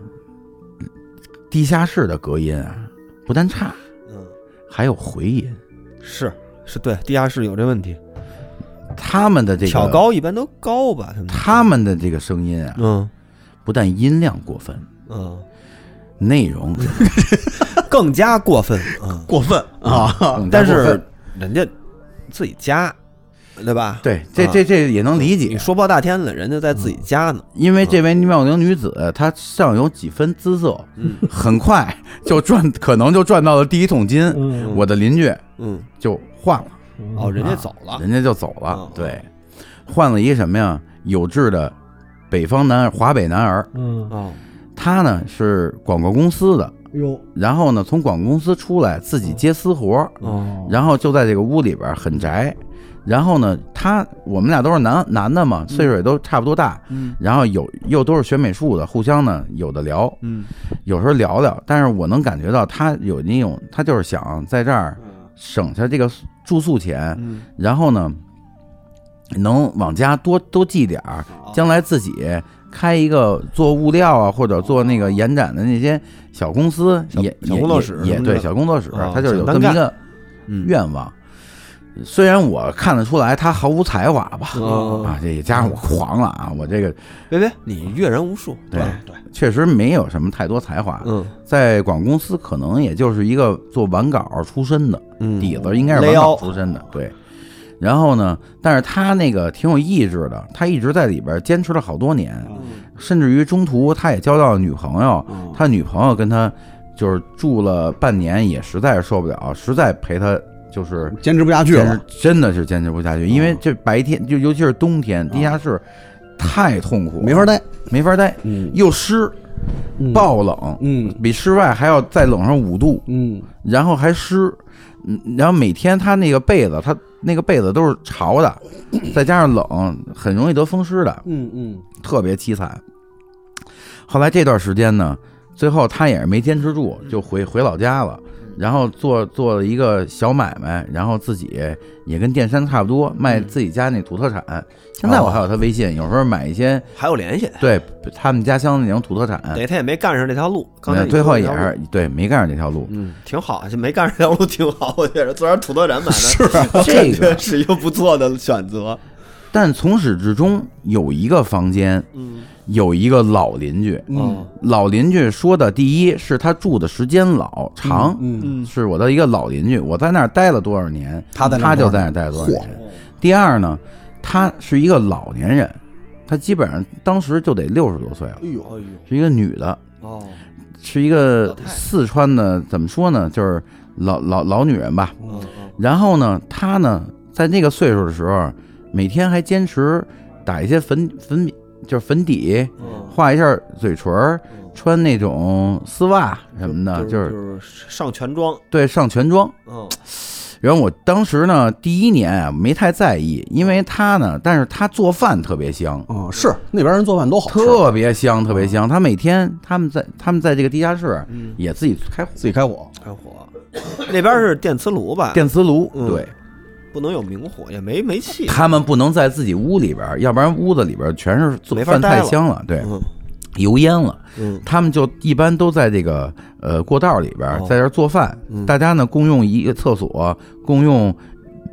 [SPEAKER 5] 地下室的隔音啊，不但差，
[SPEAKER 3] 嗯
[SPEAKER 5] 还有回音。
[SPEAKER 3] 是是对地下室有这问题，
[SPEAKER 5] 他们的这个
[SPEAKER 3] 挑，高一般都高吧？他们
[SPEAKER 5] 他们的这个声音啊，
[SPEAKER 3] 嗯
[SPEAKER 5] 不但音量过分，
[SPEAKER 3] 嗯，
[SPEAKER 5] 内容
[SPEAKER 3] 更加过分 嗯，
[SPEAKER 4] 过分啊！
[SPEAKER 5] 更加
[SPEAKER 3] 但
[SPEAKER 5] 过分
[SPEAKER 3] 是人家自己家，对吧？
[SPEAKER 5] 对这
[SPEAKER 3] 啊
[SPEAKER 5] 这这也能理解
[SPEAKER 3] 你，说爆大天了，人家在自
[SPEAKER 5] 嗯
[SPEAKER 3] 己家呢，
[SPEAKER 5] 因为这位妙龄女子她上有几分姿色，
[SPEAKER 3] 嗯
[SPEAKER 5] 很快就赚，可能就赚到了第一桶金，
[SPEAKER 4] 嗯
[SPEAKER 5] 我的邻居
[SPEAKER 3] 嗯，
[SPEAKER 5] 就换了。
[SPEAKER 3] 哦，人
[SPEAKER 5] 啊
[SPEAKER 3] 家走
[SPEAKER 4] 啊
[SPEAKER 3] 了，
[SPEAKER 5] 人家就走了。
[SPEAKER 3] 嗯
[SPEAKER 5] 对，换了一什么呀？有志的北方男华北男儿，
[SPEAKER 4] 嗯，
[SPEAKER 3] 哦，
[SPEAKER 5] 他呢是广告公司的，
[SPEAKER 4] 哟，
[SPEAKER 5] 然后呢从广告公司出来自
[SPEAKER 4] 嗯
[SPEAKER 5] 己接私活儿，
[SPEAKER 3] 哦，
[SPEAKER 5] 然后就在这个屋里边儿很宅。然后呢，他我们俩都是男男的嘛，岁数也都差不多大，
[SPEAKER 4] 嗯
[SPEAKER 5] 然后有又都是学美术的，互相呢有的聊，
[SPEAKER 3] 嗯
[SPEAKER 5] 有时候聊聊。但是我能感觉到他有那种，他就是想在这儿省下这个住宿钱，
[SPEAKER 3] 嗯，
[SPEAKER 5] 然后呢，能往家多多寄点儿，
[SPEAKER 3] 哦
[SPEAKER 5] 将来自己开一个做物料啊，或者做那个延展的那些小公司，
[SPEAKER 3] 哦小
[SPEAKER 5] 也
[SPEAKER 3] 小工作室
[SPEAKER 5] 也也
[SPEAKER 3] 什么
[SPEAKER 5] 对
[SPEAKER 3] 的
[SPEAKER 5] 小工作室
[SPEAKER 3] 哦，
[SPEAKER 5] 他就是有
[SPEAKER 3] 想单
[SPEAKER 5] 这么
[SPEAKER 3] 干
[SPEAKER 5] 一个
[SPEAKER 3] 嗯
[SPEAKER 5] 愿望。虽然我看得出来他毫无才华吧，
[SPEAKER 3] 哦
[SPEAKER 5] 啊，这也加上我狂了
[SPEAKER 3] 嗯
[SPEAKER 5] 啊，我这个
[SPEAKER 3] 别别，你阅人无数，
[SPEAKER 5] 对
[SPEAKER 3] 吧
[SPEAKER 5] 确实没有什么太多才华，
[SPEAKER 3] 嗯
[SPEAKER 5] 在广告公司可能也就是一个做完稿出身的，
[SPEAKER 3] 嗯，
[SPEAKER 5] 底子应该是
[SPEAKER 3] 雷
[SPEAKER 5] 完
[SPEAKER 3] 腰
[SPEAKER 5] 稿出身的，对。然后呢，但是他那个挺有意志的，他一直在里边坚持了好多年，
[SPEAKER 3] 嗯
[SPEAKER 5] 甚至于中途他也交到了女朋友，他女朋友跟他就是住了半年，也实在是受不了，实在陪他就是
[SPEAKER 4] 坚持不下去
[SPEAKER 5] 坚持
[SPEAKER 4] 了，嗯
[SPEAKER 5] 真的是坚持不下去，因为这白天就尤其是冬天地下室太痛苦了，
[SPEAKER 4] 没法待。
[SPEAKER 5] 没法待，
[SPEAKER 4] 嗯
[SPEAKER 5] 又湿暴冷，
[SPEAKER 4] 嗯
[SPEAKER 5] 比室外还要再冷上五度，
[SPEAKER 4] 嗯，
[SPEAKER 5] 然后还湿，嗯，然后每天他那个被子，他那个被子都是潮的，再加上冷，很容易得风湿的，
[SPEAKER 4] 嗯嗯
[SPEAKER 5] 特别凄惨。后来这段时间呢，最后他也是没坚持住，
[SPEAKER 3] 嗯
[SPEAKER 5] 就回回老家了，然后做做了一个小买卖，然后自己也跟电商差不多，卖
[SPEAKER 3] 嗯
[SPEAKER 5] 自己家那土特产。现在我还有他微信，有时候买一些
[SPEAKER 3] 还有联系，
[SPEAKER 5] 对他们家乡那种土特产。
[SPEAKER 3] 等于他也没干上这条路，刚才
[SPEAKER 5] 嗯
[SPEAKER 3] 你
[SPEAKER 5] 最
[SPEAKER 3] 说
[SPEAKER 5] 后
[SPEAKER 3] 这
[SPEAKER 5] 也
[SPEAKER 3] 条路
[SPEAKER 5] 是对没干上这条路，
[SPEAKER 3] 嗯，挺好，就没干这条路挺好，我觉得做点土特产买卖，是
[SPEAKER 4] 啊
[SPEAKER 5] 这个
[SPEAKER 3] 是一个不错的选 择。
[SPEAKER 5] 但从始至终有一个房间，
[SPEAKER 3] 嗯，
[SPEAKER 5] 有一个老邻居。
[SPEAKER 4] 嗯
[SPEAKER 3] 哦，
[SPEAKER 5] 老邻居说的，第一是他住的时间老长，
[SPEAKER 4] 嗯
[SPEAKER 3] 嗯
[SPEAKER 5] 是我的一个老邻居，我在那儿待了多少年，
[SPEAKER 4] 他在那儿
[SPEAKER 5] 就
[SPEAKER 4] 多少
[SPEAKER 5] 在那儿待了多少年。第二呢，他是一个老年人，他基本上当时就得六十多岁了，
[SPEAKER 3] 哎呦，
[SPEAKER 5] 是一个女的，
[SPEAKER 3] 哦，
[SPEAKER 5] 是一
[SPEAKER 3] 老
[SPEAKER 5] 个
[SPEAKER 3] 太太
[SPEAKER 5] 四川的，怎么说呢，就是老老老女人吧，
[SPEAKER 3] 嗯
[SPEAKER 5] 然后呢，他呢，在那个岁数的时候，每天还坚持打一些粉粉，就是粉底，
[SPEAKER 3] 嗯
[SPEAKER 5] 画一下嘴唇儿
[SPEAKER 3] 嗯，
[SPEAKER 5] 穿那种丝袜什么的，
[SPEAKER 3] 就是就是上全装，
[SPEAKER 5] 对上全妆。
[SPEAKER 3] 嗯
[SPEAKER 5] 然后我当时呢，第一年啊没太在意，因为他呢，但是他做饭特别香，
[SPEAKER 4] 哦，是那边人做饭都好吃，嗯
[SPEAKER 5] 特别香，特别香。他每天他们在他们在这个地下室
[SPEAKER 3] 嗯，
[SPEAKER 5] 也自己开火
[SPEAKER 4] 自己开火，
[SPEAKER 3] 开火，那边是电磁炉吧？
[SPEAKER 5] 电磁炉，
[SPEAKER 3] 嗯
[SPEAKER 5] 对
[SPEAKER 3] 不能有明火，也没煤气，
[SPEAKER 5] 他们不能在自己屋里边儿，要不然屋子里边儿全是做
[SPEAKER 3] 没法
[SPEAKER 5] 饭
[SPEAKER 3] 待
[SPEAKER 5] 太
[SPEAKER 3] 了
[SPEAKER 5] 香了，对。
[SPEAKER 3] 嗯
[SPEAKER 5] 油烟了，
[SPEAKER 3] 嗯
[SPEAKER 5] 他们就一般都在这个呃过道里边儿
[SPEAKER 3] 哦
[SPEAKER 5] 在这儿做饭，
[SPEAKER 3] 嗯
[SPEAKER 5] 大家呢共用一个厕所，共用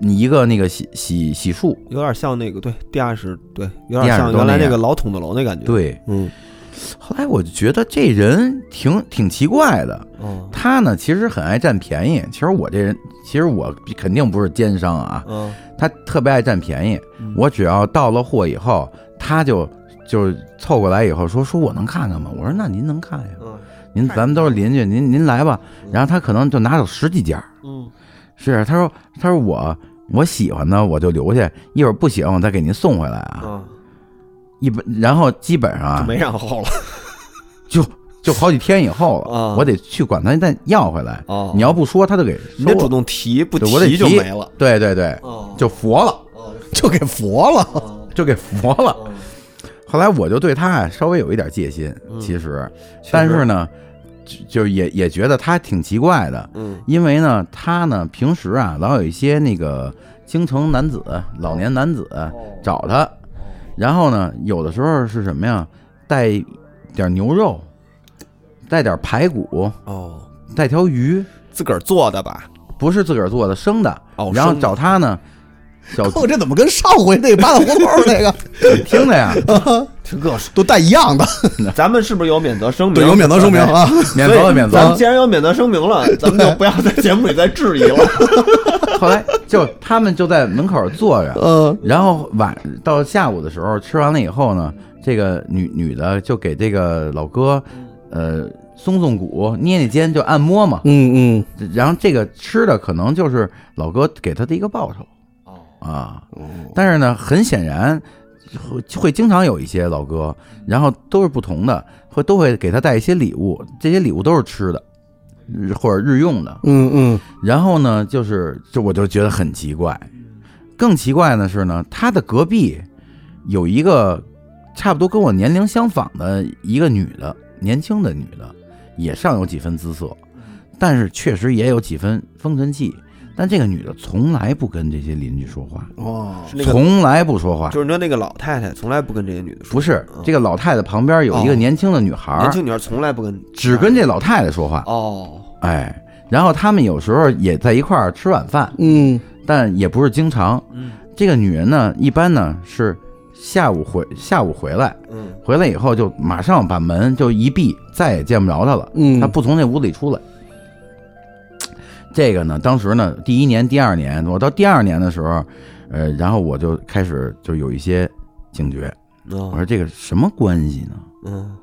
[SPEAKER 5] 一个那个洗洗洗漱，
[SPEAKER 3] 有点像那个对地下室，对，有
[SPEAKER 5] 地
[SPEAKER 3] 点
[SPEAKER 5] 下
[SPEAKER 3] 像
[SPEAKER 5] 室都
[SPEAKER 3] 原来
[SPEAKER 5] 那
[SPEAKER 3] 那
[SPEAKER 5] 样
[SPEAKER 3] 个老筒子楼那感觉。，
[SPEAKER 5] 对。
[SPEAKER 3] 嗯，
[SPEAKER 5] 后来我就觉得这人挺挺奇怪的，
[SPEAKER 3] 哦，
[SPEAKER 5] 他呢其实很爱占便宜，其实我这人其实我肯定不是奸商啊，
[SPEAKER 3] 嗯，
[SPEAKER 5] 他特别爱占便宜，我只要到了货以后，他就就凑过来以后说说我能看看吗？我说那您能看呀。
[SPEAKER 3] 嗯
[SPEAKER 5] 您咱们都是邻居，您您来吧。然后他可能就拿走十几件儿，
[SPEAKER 3] 嗯，
[SPEAKER 5] 是他说他说我我喜欢的我就留下，一会儿不喜欢我再给您送回来啊。
[SPEAKER 3] 嗯，
[SPEAKER 5] 一般然后基本上
[SPEAKER 3] 就
[SPEAKER 5] 啊
[SPEAKER 3] 没然后了。
[SPEAKER 5] 就就好几天以后
[SPEAKER 3] 啊
[SPEAKER 5] 了，我得去管他再要回来
[SPEAKER 3] 哦。
[SPEAKER 5] 你要不说他就给
[SPEAKER 3] 你
[SPEAKER 5] 收
[SPEAKER 3] 得主
[SPEAKER 5] 了，
[SPEAKER 3] 动提，不
[SPEAKER 5] 对我得
[SPEAKER 3] 就
[SPEAKER 5] 提
[SPEAKER 3] 没了。
[SPEAKER 5] 对对对，
[SPEAKER 3] 哦
[SPEAKER 5] 就佛了，
[SPEAKER 4] 就给佛了。
[SPEAKER 5] 就给佛
[SPEAKER 3] 哦
[SPEAKER 5] 了。后来我就对他啊稍微有一点戒心，
[SPEAKER 3] 嗯
[SPEAKER 5] 其实，但是呢，就就也也觉得他挺奇怪的，
[SPEAKER 3] 嗯
[SPEAKER 5] 因为呢，他呢平时啊老有一些那个京城男子、老年男子
[SPEAKER 3] 哦
[SPEAKER 5] 找他，然后呢，有的时候是什么呀，带点牛肉，带点排骨，
[SPEAKER 3] 哦，
[SPEAKER 5] 带条鱼，
[SPEAKER 3] 自个儿做的吧？
[SPEAKER 5] 不是自个儿做的，生的。
[SPEAKER 3] 哦
[SPEAKER 5] 然后
[SPEAKER 3] 生的
[SPEAKER 5] 找他呢，小
[SPEAKER 4] 我这怎么跟上回那个八大胡同儿那个
[SPEAKER 5] 你听着 呀，
[SPEAKER 3] 哦这个是
[SPEAKER 4] 都带一样的？
[SPEAKER 3] 咱们是不是有免责声明？
[SPEAKER 4] 对，有免责声明啊。
[SPEAKER 5] 免
[SPEAKER 3] 所
[SPEAKER 5] 责
[SPEAKER 3] 以哦
[SPEAKER 5] 了，免责
[SPEAKER 3] 咱们
[SPEAKER 5] 了。
[SPEAKER 3] 既然有免责声明了，咱们就不要在节目里再质疑了。
[SPEAKER 5] 后来就他们就在门口坐着，
[SPEAKER 4] 呃，
[SPEAKER 5] 然后晚到下午的时候吃完了以后呢，这个女女的就给这个老哥，呃，松松骨，捏捏肩，就按摩嘛。
[SPEAKER 4] 嗯嗯，
[SPEAKER 5] 然后这个吃的可能就是老哥给他的一个报酬。啊，但是呢，很显然会会经常有一些老哥，然后都是不同的，会都会给他带一些礼物，这些礼物都是吃的，日或者日用的。
[SPEAKER 4] 嗯嗯，
[SPEAKER 5] 然后呢，就是就我就觉得很奇怪。更奇怪的是呢，他的隔壁有一个差不多跟我年龄相仿的一个女的，年轻的女的，也尚有几分姿色，但是确实也有几分风尘气。但这个女的从来不跟这些邻居说话，
[SPEAKER 4] 哦，
[SPEAKER 3] 那个
[SPEAKER 5] 从来不说话。
[SPEAKER 3] 就是说那个老太太从来不跟这些女的说，
[SPEAKER 5] 不是这个老太太旁边有一个
[SPEAKER 4] 哦
[SPEAKER 5] 年轻的女孩儿
[SPEAKER 3] 年，轻女孩从来不跟，
[SPEAKER 5] 只跟这老太太说话。
[SPEAKER 3] 哦，
[SPEAKER 5] 哎，然后他们有时候也在一块儿吃晚饭，
[SPEAKER 4] 嗯
[SPEAKER 5] 但也不是经常。
[SPEAKER 3] 嗯
[SPEAKER 5] 这个女人呢，一般呢是下午回下午回来，
[SPEAKER 3] 嗯，
[SPEAKER 5] 回来以后就马上把门就一闭，再也见不着她了。
[SPEAKER 4] 嗯，
[SPEAKER 5] 她不从这屋子里出来。这个呢，当时呢，第一年、第二年，我到第二年的时候，呃，然后我就开始就有一些警觉，我说
[SPEAKER 3] 嗯
[SPEAKER 5] 这个什么关系呢？
[SPEAKER 3] 嗯，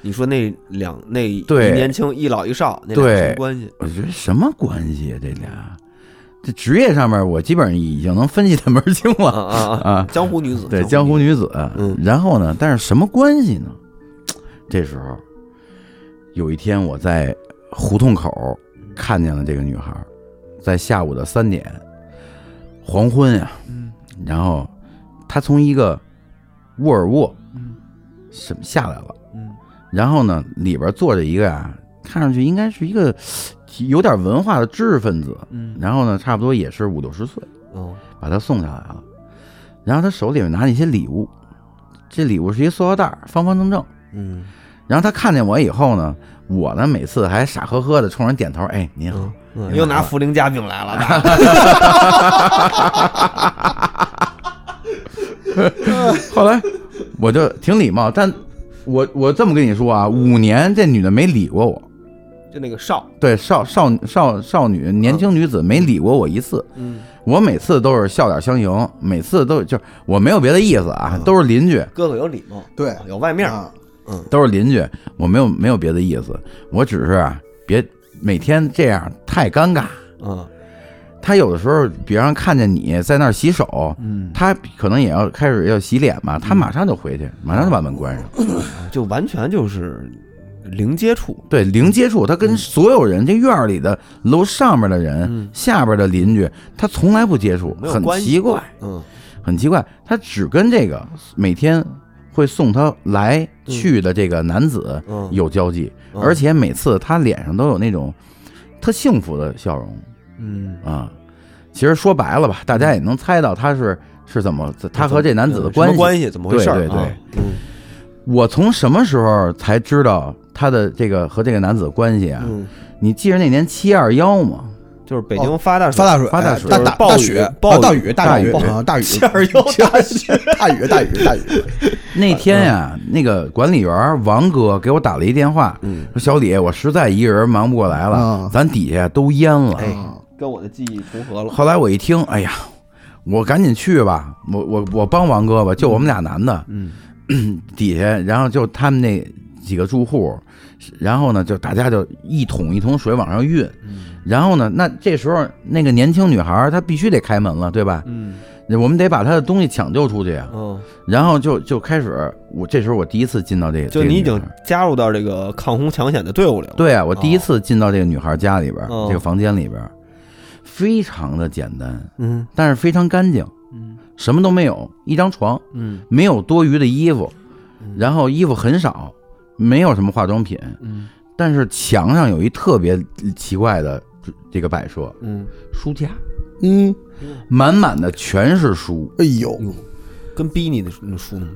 [SPEAKER 3] 你说那两那一
[SPEAKER 5] 对
[SPEAKER 3] 年轻一老一少那俩
[SPEAKER 5] 对
[SPEAKER 3] 什么关系？
[SPEAKER 5] 我觉得什么关系啊？这俩，这职业上面我基本上已经能分析的门儿清
[SPEAKER 3] 啊
[SPEAKER 5] 了
[SPEAKER 3] 啊啊！
[SPEAKER 5] 啊。
[SPEAKER 3] 江湖女子，
[SPEAKER 5] 对，江湖
[SPEAKER 3] 女
[SPEAKER 5] 女子。
[SPEAKER 3] 嗯
[SPEAKER 5] 然后呢，但是什么关系呢？这时候，有一天我在胡同口看见了这个女孩，在下午的三点，黄昏呀、
[SPEAKER 3] 嗯
[SPEAKER 5] 然后她从一个沃尔沃，
[SPEAKER 3] 嗯
[SPEAKER 5] 什么下来了，然后呢，里边坐着一个啊，看上去应该是一个有点文化的知识分子，
[SPEAKER 3] 嗯
[SPEAKER 5] 然后呢，差不多也是五六十岁。
[SPEAKER 3] 嗯
[SPEAKER 5] 把他送下来了。然后他手里面拿着一些礼物，这礼物是一塑料袋儿，方方正正。
[SPEAKER 3] 嗯
[SPEAKER 5] 然后他看见我以后呢，我呢每次还傻呵呵的冲人点头，哎，您好。
[SPEAKER 3] 嗯，又拿茯苓夹饼来 了，嗯
[SPEAKER 5] 后来我就挺礼貌，但我我这么跟你说啊，五年这女的没理过我，
[SPEAKER 3] 就那个少，
[SPEAKER 5] 对少少少少女年轻女子没理过我一次，
[SPEAKER 3] 嗯，
[SPEAKER 5] 我每次都是笑脸相迎，每次都就是我没有别的意思啊，
[SPEAKER 3] 嗯
[SPEAKER 5] 都是邻居，
[SPEAKER 3] 哥哥有礼貌，
[SPEAKER 4] 对
[SPEAKER 3] 有外面，
[SPEAKER 4] 啊
[SPEAKER 5] 都是邻居，我没有没有别的意思，我只是啊，别每天这样太尴尬。
[SPEAKER 3] 嗯
[SPEAKER 5] 他有的时候，比方看见你在那儿洗手，
[SPEAKER 3] 嗯，
[SPEAKER 5] 他可能也要开始要洗脸嘛，他马上就回去，马上就把门关上。
[SPEAKER 3] 就完全就是零接触，
[SPEAKER 5] 对，零接触，他跟所有人，这院儿里的楼上面的人
[SPEAKER 3] 嗯、
[SPEAKER 5] 下边的邻居，他从来不接触，
[SPEAKER 3] 没有
[SPEAKER 5] 很
[SPEAKER 3] 关系
[SPEAKER 5] 奇怪，
[SPEAKER 3] 嗯
[SPEAKER 5] 很奇怪。他只跟这个每天会送他来去的这个男子
[SPEAKER 3] 嗯，
[SPEAKER 5] 有交际，
[SPEAKER 3] 嗯
[SPEAKER 5] 而且每次他脸上都有那种特幸福的笑容
[SPEAKER 3] 嗯，
[SPEAKER 5] 啊。其实说白了吧，大家也能猜到他是是怎么，他和这男子的
[SPEAKER 3] 嗯什么
[SPEAKER 5] 关系。
[SPEAKER 3] 关系怎么回事儿？
[SPEAKER 5] 对对对
[SPEAKER 3] 啊嗯
[SPEAKER 5] 我从什么时候才知道他的这个和这个男子的关系啊？
[SPEAKER 3] 嗯，
[SPEAKER 5] 你记着那年七二幺吗？
[SPEAKER 3] 就是北京哦发大水
[SPEAKER 4] 发大水，
[SPEAKER 5] 发大水
[SPEAKER 4] 哎大大
[SPEAKER 3] 暴雨
[SPEAKER 4] 大雪，
[SPEAKER 3] 暴雨
[SPEAKER 4] 啊大雨，
[SPEAKER 5] 大
[SPEAKER 4] 大
[SPEAKER 5] 雨
[SPEAKER 4] 雨，啊大雨，
[SPEAKER 3] 下儿又大雪，
[SPEAKER 4] 大雨，大雨，大雨，
[SPEAKER 3] 呃
[SPEAKER 5] 那天呀、那个管理员王哥给我打了一电话，
[SPEAKER 3] 嗯，
[SPEAKER 5] 说小李，我实在一个人忙不过来了
[SPEAKER 4] 啊，
[SPEAKER 5] 咱底下都淹了。
[SPEAKER 3] 哎，跟我的记忆重合了。
[SPEAKER 5] 后来我一听，哎呀，我赶紧去吧，我我我帮王哥吧，就我们俩男的，
[SPEAKER 3] 嗯，
[SPEAKER 5] 底下，然后就他们那几个住户，然后呢，就大家就一桶一桶水往上运，
[SPEAKER 3] 嗯
[SPEAKER 5] 然后呢，那这时候那个年轻女孩儿她必须得开门了，对吧？
[SPEAKER 3] 嗯
[SPEAKER 5] 我们得把她的东西抢救出去啊。
[SPEAKER 3] 嗯，
[SPEAKER 5] 然后就就开始，我这时候我第一次进到这个，
[SPEAKER 3] 就
[SPEAKER 5] 这个
[SPEAKER 3] 你已
[SPEAKER 5] 女
[SPEAKER 3] 经
[SPEAKER 5] 孩儿
[SPEAKER 3] 加入到这个抗洪抢险的队伍里了。
[SPEAKER 5] 对啊，我第一次进到这个女孩家里边儿，
[SPEAKER 3] 哦
[SPEAKER 5] 这个房间里边儿，非常的简单，
[SPEAKER 3] 嗯
[SPEAKER 5] 但是非常干净，
[SPEAKER 3] 嗯
[SPEAKER 5] 什么都没有，一张床，
[SPEAKER 3] 嗯
[SPEAKER 5] 没有多余的衣服
[SPEAKER 3] 嗯，
[SPEAKER 5] 然后衣服很少，没有什么化妆品，
[SPEAKER 3] 嗯
[SPEAKER 5] 但是墙上有一特别奇怪的这个摆设，
[SPEAKER 3] 嗯，
[SPEAKER 5] 书架
[SPEAKER 4] 嗯，，
[SPEAKER 5] 满满的全是书
[SPEAKER 4] 哎呦，
[SPEAKER 3] 嗯跟逼你的那书呢？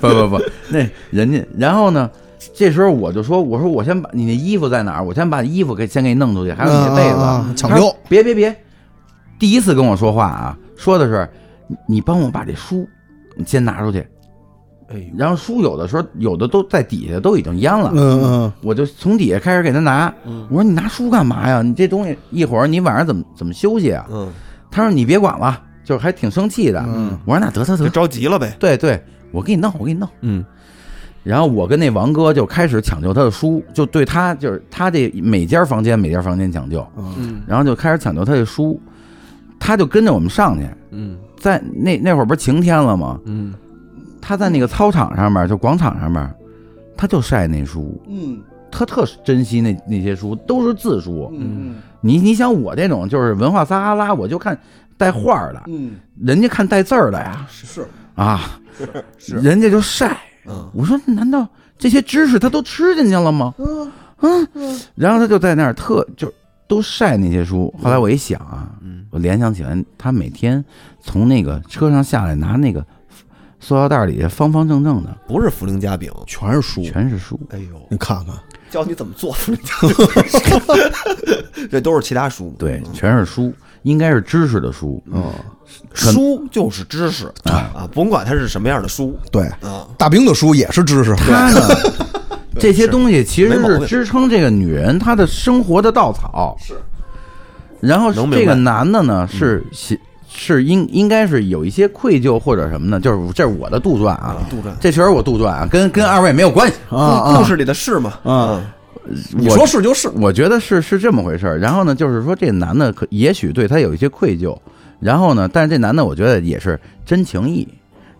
[SPEAKER 5] 不不不，那人家然后呢，这时候我就说，我说我先把你的衣服在哪儿，我先把衣服给先给你弄出去，还有你的被子，
[SPEAKER 4] 啊啊啊抢
[SPEAKER 5] 他说
[SPEAKER 4] 救，
[SPEAKER 5] 别别别，第一次跟我说话啊，说的是你你帮我把这书你先拿出去，
[SPEAKER 4] 哎，
[SPEAKER 5] 然后书有的时候有的都在底下都已经淹了，
[SPEAKER 4] 嗯嗯，
[SPEAKER 5] 我就从底下开始给他拿，我说你拿书干嘛呀？你这东西一会儿你晚上怎么怎么休息啊？
[SPEAKER 3] 嗯，
[SPEAKER 5] 他说你别管了，就是还挺生气的。
[SPEAKER 4] 嗯
[SPEAKER 5] 我说那得得
[SPEAKER 6] 就
[SPEAKER 5] 得，
[SPEAKER 6] 着急了呗。
[SPEAKER 5] 对对，我给你弄，我给你弄。
[SPEAKER 3] 嗯，
[SPEAKER 5] 然后我跟那王哥就开始抢救他的书，就对他就是他这每间房间每间房间抢救，
[SPEAKER 3] 嗯
[SPEAKER 5] 然后就开始抢救他的书，他就跟着我们上去，
[SPEAKER 3] 嗯
[SPEAKER 5] 在那那会儿不是晴天了吗？
[SPEAKER 3] 嗯
[SPEAKER 5] 他在那个操场上面，就广场上面，他就晒那书，
[SPEAKER 4] 嗯
[SPEAKER 5] 他特珍惜那那些书，都是字书。
[SPEAKER 4] 嗯
[SPEAKER 5] 你你想我这种就是文化撒哈拉，我就看带画儿的，
[SPEAKER 4] 嗯，
[SPEAKER 5] 人家看带字儿的呀，
[SPEAKER 4] 是
[SPEAKER 3] 嗯
[SPEAKER 5] 啊，人家就晒。我说难道这些知识他都吃进去了吗？嗯然后他就在那儿特就都晒那些书。后来我一想啊，我联想起来，他每天从那个车上下来拿那个塑料袋里方方正正的
[SPEAKER 6] 不是茯苓夹饼，
[SPEAKER 4] 全是书，
[SPEAKER 5] 全是书，
[SPEAKER 6] 哎呦，
[SPEAKER 4] 你看看，
[SPEAKER 6] 教你怎么做 茯苓夹饼，这都是其他书。
[SPEAKER 5] 对，全是书，应该是知识的书。
[SPEAKER 4] 嗯，
[SPEAKER 5] 可
[SPEAKER 6] 书就是知识啊，甭管它是什么样的书
[SPEAKER 4] 对，
[SPEAKER 6] 啊，
[SPEAKER 4] 大兵的书也是知识，
[SPEAKER 5] 他呢， 这些东西其
[SPEAKER 6] 没
[SPEAKER 5] 实
[SPEAKER 6] 毛
[SPEAKER 5] 是
[SPEAKER 6] 病
[SPEAKER 5] 支撑这个女人她的生活的稻草。是，然后
[SPEAKER 6] 能明白嗯
[SPEAKER 5] 这个男的呢是喜是应应该是有一些愧疚或者什么呢？就是这是我的杜撰啊，
[SPEAKER 6] 杜撰
[SPEAKER 5] 这确实我杜撰啊，跟跟二位没有关系。
[SPEAKER 4] 啊
[SPEAKER 6] 故故事里的事嘛。
[SPEAKER 4] 啊，你
[SPEAKER 5] 我
[SPEAKER 4] 说是就是，
[SPEAKER 5] 我觉得是是这么回事儿。然后呢，就是说这男的可也许对他有一些愧疚，然后呢，但是这男的我觉得也是真情意。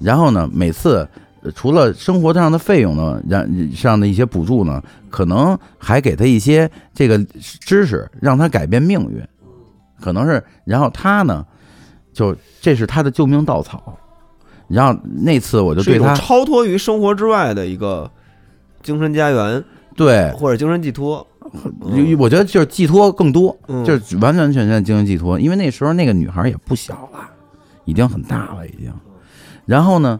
[SPEAKER 5] 然后呢，每次呃除了生活上的费用呢，让上的一些补助呢，可能还给他一些这个知识，让他改变命运，可能是。然后他呢，就这是他的救命稻草。然后那次我就是
[SPEAKER 6] 一
[SPEAKER 5] 对
[SPEAKER 6] 种
[SPEAKER 5] 他
[SPEAKER 6] 超脱于生活之外的一个精神家园
[SPEAKER 5] 对
[SPEAKER 6] 或者精神寄托。
[SPEAKER 5] 有我觉得就是寄托更多，
[SPEAKER 6] 嗯
[SPEAKER 5] 就是完完全全精神寄托，因为那时候那个女孩也不小了，已经很大了，已经。然后呢，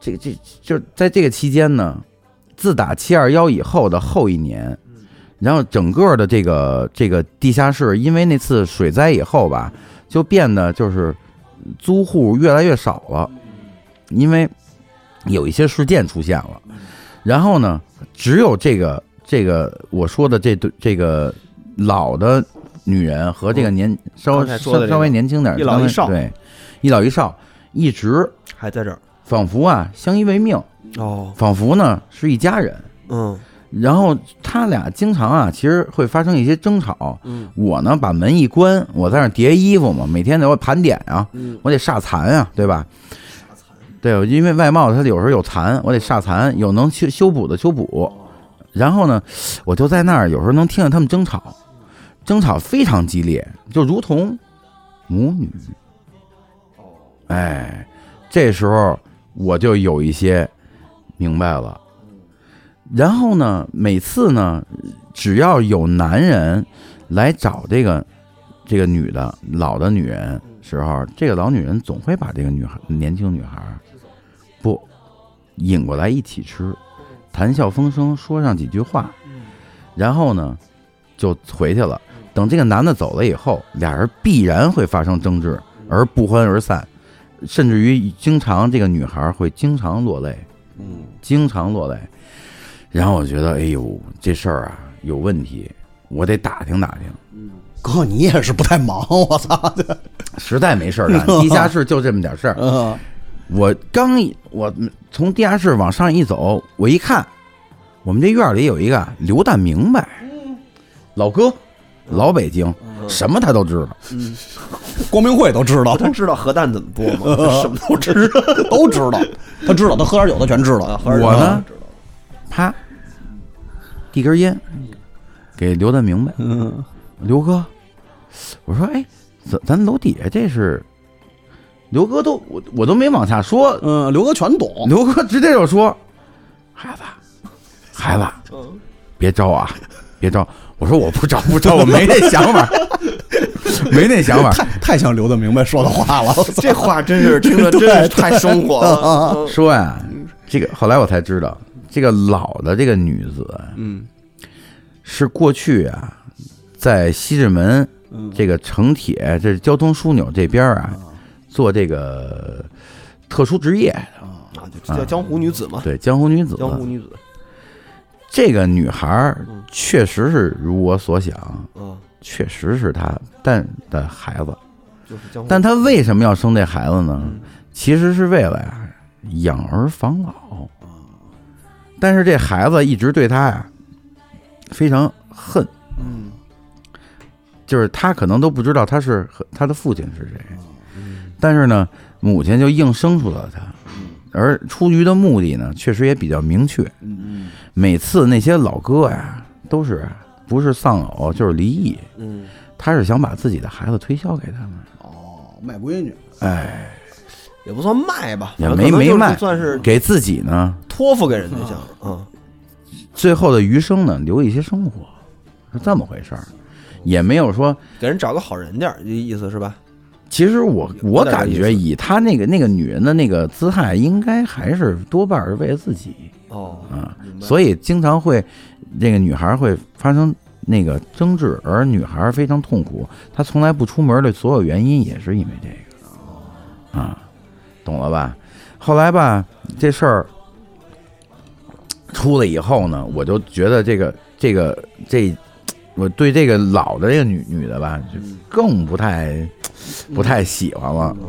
[SPEAKER 5] 这这就是在这个期间呢，自打七二幺以后的后一年，然后整个的这个这个地下室，因为那次水灾以后吧，就变得就是租户越来越少了，因为有一些事件出现了。然后呢，只有这个这个我说的这对这个老的女人和这个年稍
[SPEAKER 6] 刚才说的这
[SPEAKER 5] 稍
[SPEAKER 6] 个
[SPEAKER 5] 稍微年轻点儿
[SPEAKER 6] 一老一少
[SPEAKER 5] 稍微对，一老一少一直
[SPEAKER 6] 还在这儿
[SPEAKER 5] 仿佛啊相依为命，
[SPEAKER 6] 哦，
[SPEAKER 5] 仿佛呢是一家人。
[SPEAKER 6] 嗯
[SPEAKER 5] 然后他俩经常啊，其实会发生一些争吵。
[SPEAKER 6] 嗯
[SPEAKER 5] 我呢把门一关，我在那儿叠衣服嘛，每天得我盘点啊，
[SPEAKER 6] 嗯
[SPEAKER 5] 我得煞残啊，对吧？对，因为外贸它有时候有残，我得煞残，有能修修补的修补。然后呢，我就在那儿，有时候能听见他们争吵，争吵非常激烈，就如同母女。哎，这时候我就有一些明白了。然后呢，每次呢，只要有男人来找这个这个女的老的女人时候，这个老女人总会把这个女孩年轻女孩儿不引过来一起吃，谈笑风生说上几句话，然后呢就回去了。等这个男的走了以后，俩人必然会发生争执，而不欢而散，甚至于经常这个女孩会经常落泪，嗯，经常落泪。然后我觉得，哎呦，这事儿啊有问题，我得打听打听。
[SPEAKER 4] 哥你也是不太忙，我操，
[SPEAKER 5] 实在没事儿干，地下室就这么点事儿。
[SPEAKER 4] 嗯
[SPEAKER 5] 我刚一我从地下室往上一走，我一看，我们这院里有一个刘大明白，老哥，老北京，什么他都知道。
[SPEAKER 4] 光明会都知道，
[SPEAKER 6] 他知道核弹怎么做吗？ 他什么都知道。
[SPEAKER 4] 都知道，他知道，他喝点酒他全知道。
[SPEAKER 5] 我呢，啪，递根烟给刘大明白，
[SPEAKER 4] 嗯，
[SPEAKER 5] 刘哥，我说，哎，咱咱楼底下这是，刘哥都我我都没往下说，
[SPEAKER 4] 嗯，刘哥全懂，
[SPEAKER 5] 刘哥直接就说：“孩子，孩子，
[SPEAKER 4] 嗯
[SPEAKER 5] 别招啊，别招。”我说：“我不招，不招，我没那想法，没那想法。
[SPEAKER 4] 太太像刘德明白说的话了。
[SPEAKER 6] 这 话真是听着真是太生活了。”嗯
[SPEAKER 5] 说呀、这个后来我才知道，这个老的这个女子啊
[SPEAKER 3] 嗯
[SPEAKER 5] 是过去啊，在西直门这个城铁这交通枢纽这边啊，做这个特殊职业的，
[SPEAKER 6] 啊，就叫江湖女子嘛，
[SPEAKER 5] 对江湖女子。
[SPEAKER 6] 江湖女子，
[SPEAKER 5] 这个女孩儿确实是如我所想，
[SPEAKER 6] 嗯，
[SPEAKER 5] 确实是她但的孩子，
[SPEAKER 6] 就是江湖。
[SPEAKER 5] 但她为什么要生这孩子呢
[SPEAKER 6] 嗯？
[SPEAKER 5] 其实是为了呀养儿防老。
[SPEAKER 6] 嗯
[SPEAKER 5] 但是这孩子一直对她呀非常恨，
[SPEAKER 6] 嗯，
[SPEAKER 5] 就是他可能都不知道他是他的父亲是谁，
[SPEAKER 6] 嗯
[SPEAKER 5] 但是呢，母亲就硬生出了他，而出于的目的呢，确实也比较明确。
[SPEAKER 6] 嗯
[SPEAKER 5] 每次那些老哥呀，都是不是丧偶就是离异，
[SPEAKER 6] 嗯，
[SPEAKER 5] 他是想把自己的孩子推销给他们。
[SPEAKER 4] 哦，卖闺女，
[SPEAKER 5] 哎，
[SPEAKER 6] 也不算卖吧，
[SPEAKER 5] 也
[SPEAKER 6] 反正
[SPEAKER 5] 没
[SPEAKER 6] 可能
[SPEAKER 5] 没
[SPEAKER 6] 就是
[SPEAKER 5] 卖
[SPEAKER 6] 算是
[SPEAKER 5] 给啊自己呢，
[SPEAKER 6] 托付给人家想，嗯，
[SPEAKER 5] 最后的余生呢，留一些生活，是这么回事儿，也没有说
[SPEAKER 6] 给人找个好人点儿，意意思是吧？
[SPEAKER 5] 其实我我感觉以她那个那个女人的那个姿态，应该还是多半是为了自己，
[SPEAKER 6] 哦，
[SPEAKER 3] 嗯
[SPEAKER 6] 明白
[SPEAKER 5] 啊所以经常会这个女孩会发生那个争执，而女孩非常痛苦，她从来不出门的所有原因也是因为这个，啊，懂了吧？后来吧，这事儿出了以后呢，我就觉得这个这个这，我对这个老的这个女女的吧，就更不太不太喜欢了。
[SPEAKER 6] 嗯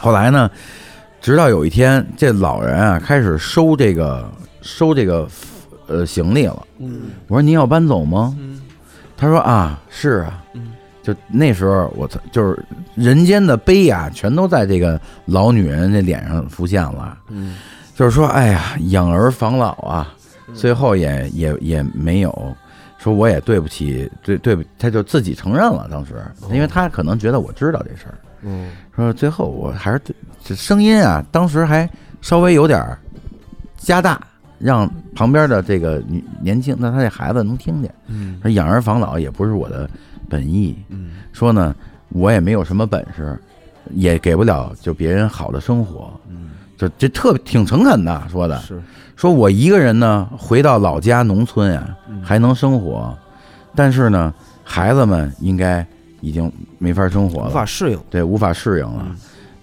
[SPEAKER 5] 后来呢，直到有一天，这老人啊开始收这个收这个呃行李了。
[SPEAKER 6] 嗯
[SPEAKER 5] 我说您要搬走吗？
[SPEAKER 6] 嗯
[SPEAKER 5] 他说啊，是啊
[SPEAKER 6] 嗯。
[SPEAKER 5] 就那时候我才就是人间的悲啊，全都在这个老女人这脸上浮现了。
[SPEAKER 6] 嗯，
[SPEAKER 5] 就是说，哎呀，养儿防老啊，最后也也也没有说我也对不起，对对不，他就自己承认了。当时，
[SPEAKER 6] 哦
[SPEAKER 5] 因为他可能觉得我知道这事儿，
[SPEAKER 6] 嗯
[SPEAKER 5] 说最后我还是对这声音啊，当时还稍微有点儿加大，让旁边的这个女年轻，那他这孩子能听见。
[SPEAKER 6] 嗯
[SPEAKER 5] 说养儿防老也不是我的本意，
[SPEAKER 6] 嗯，
[SPEAKER 5] 说呢我也没有什么本事，也给不了就别人好的生活，
[SPEAKER 6] 嗯，
[SPEAKER 5] 就这特挺诚恳的说的，
[SPEAKER 6] 是，
[SPEAKER 5] 说我一个人呢回到老家农村呀、
[SPEAKER 6] 嗯
[SPEAKER 5] 还能生活，但是呢孩子们应该已经没法生活
[SPEAKER 6] 无
[SPEAKER 5] 了，
[SPEAKER 6] 法适应，
[SPEAKER 5] 对，无法适应了。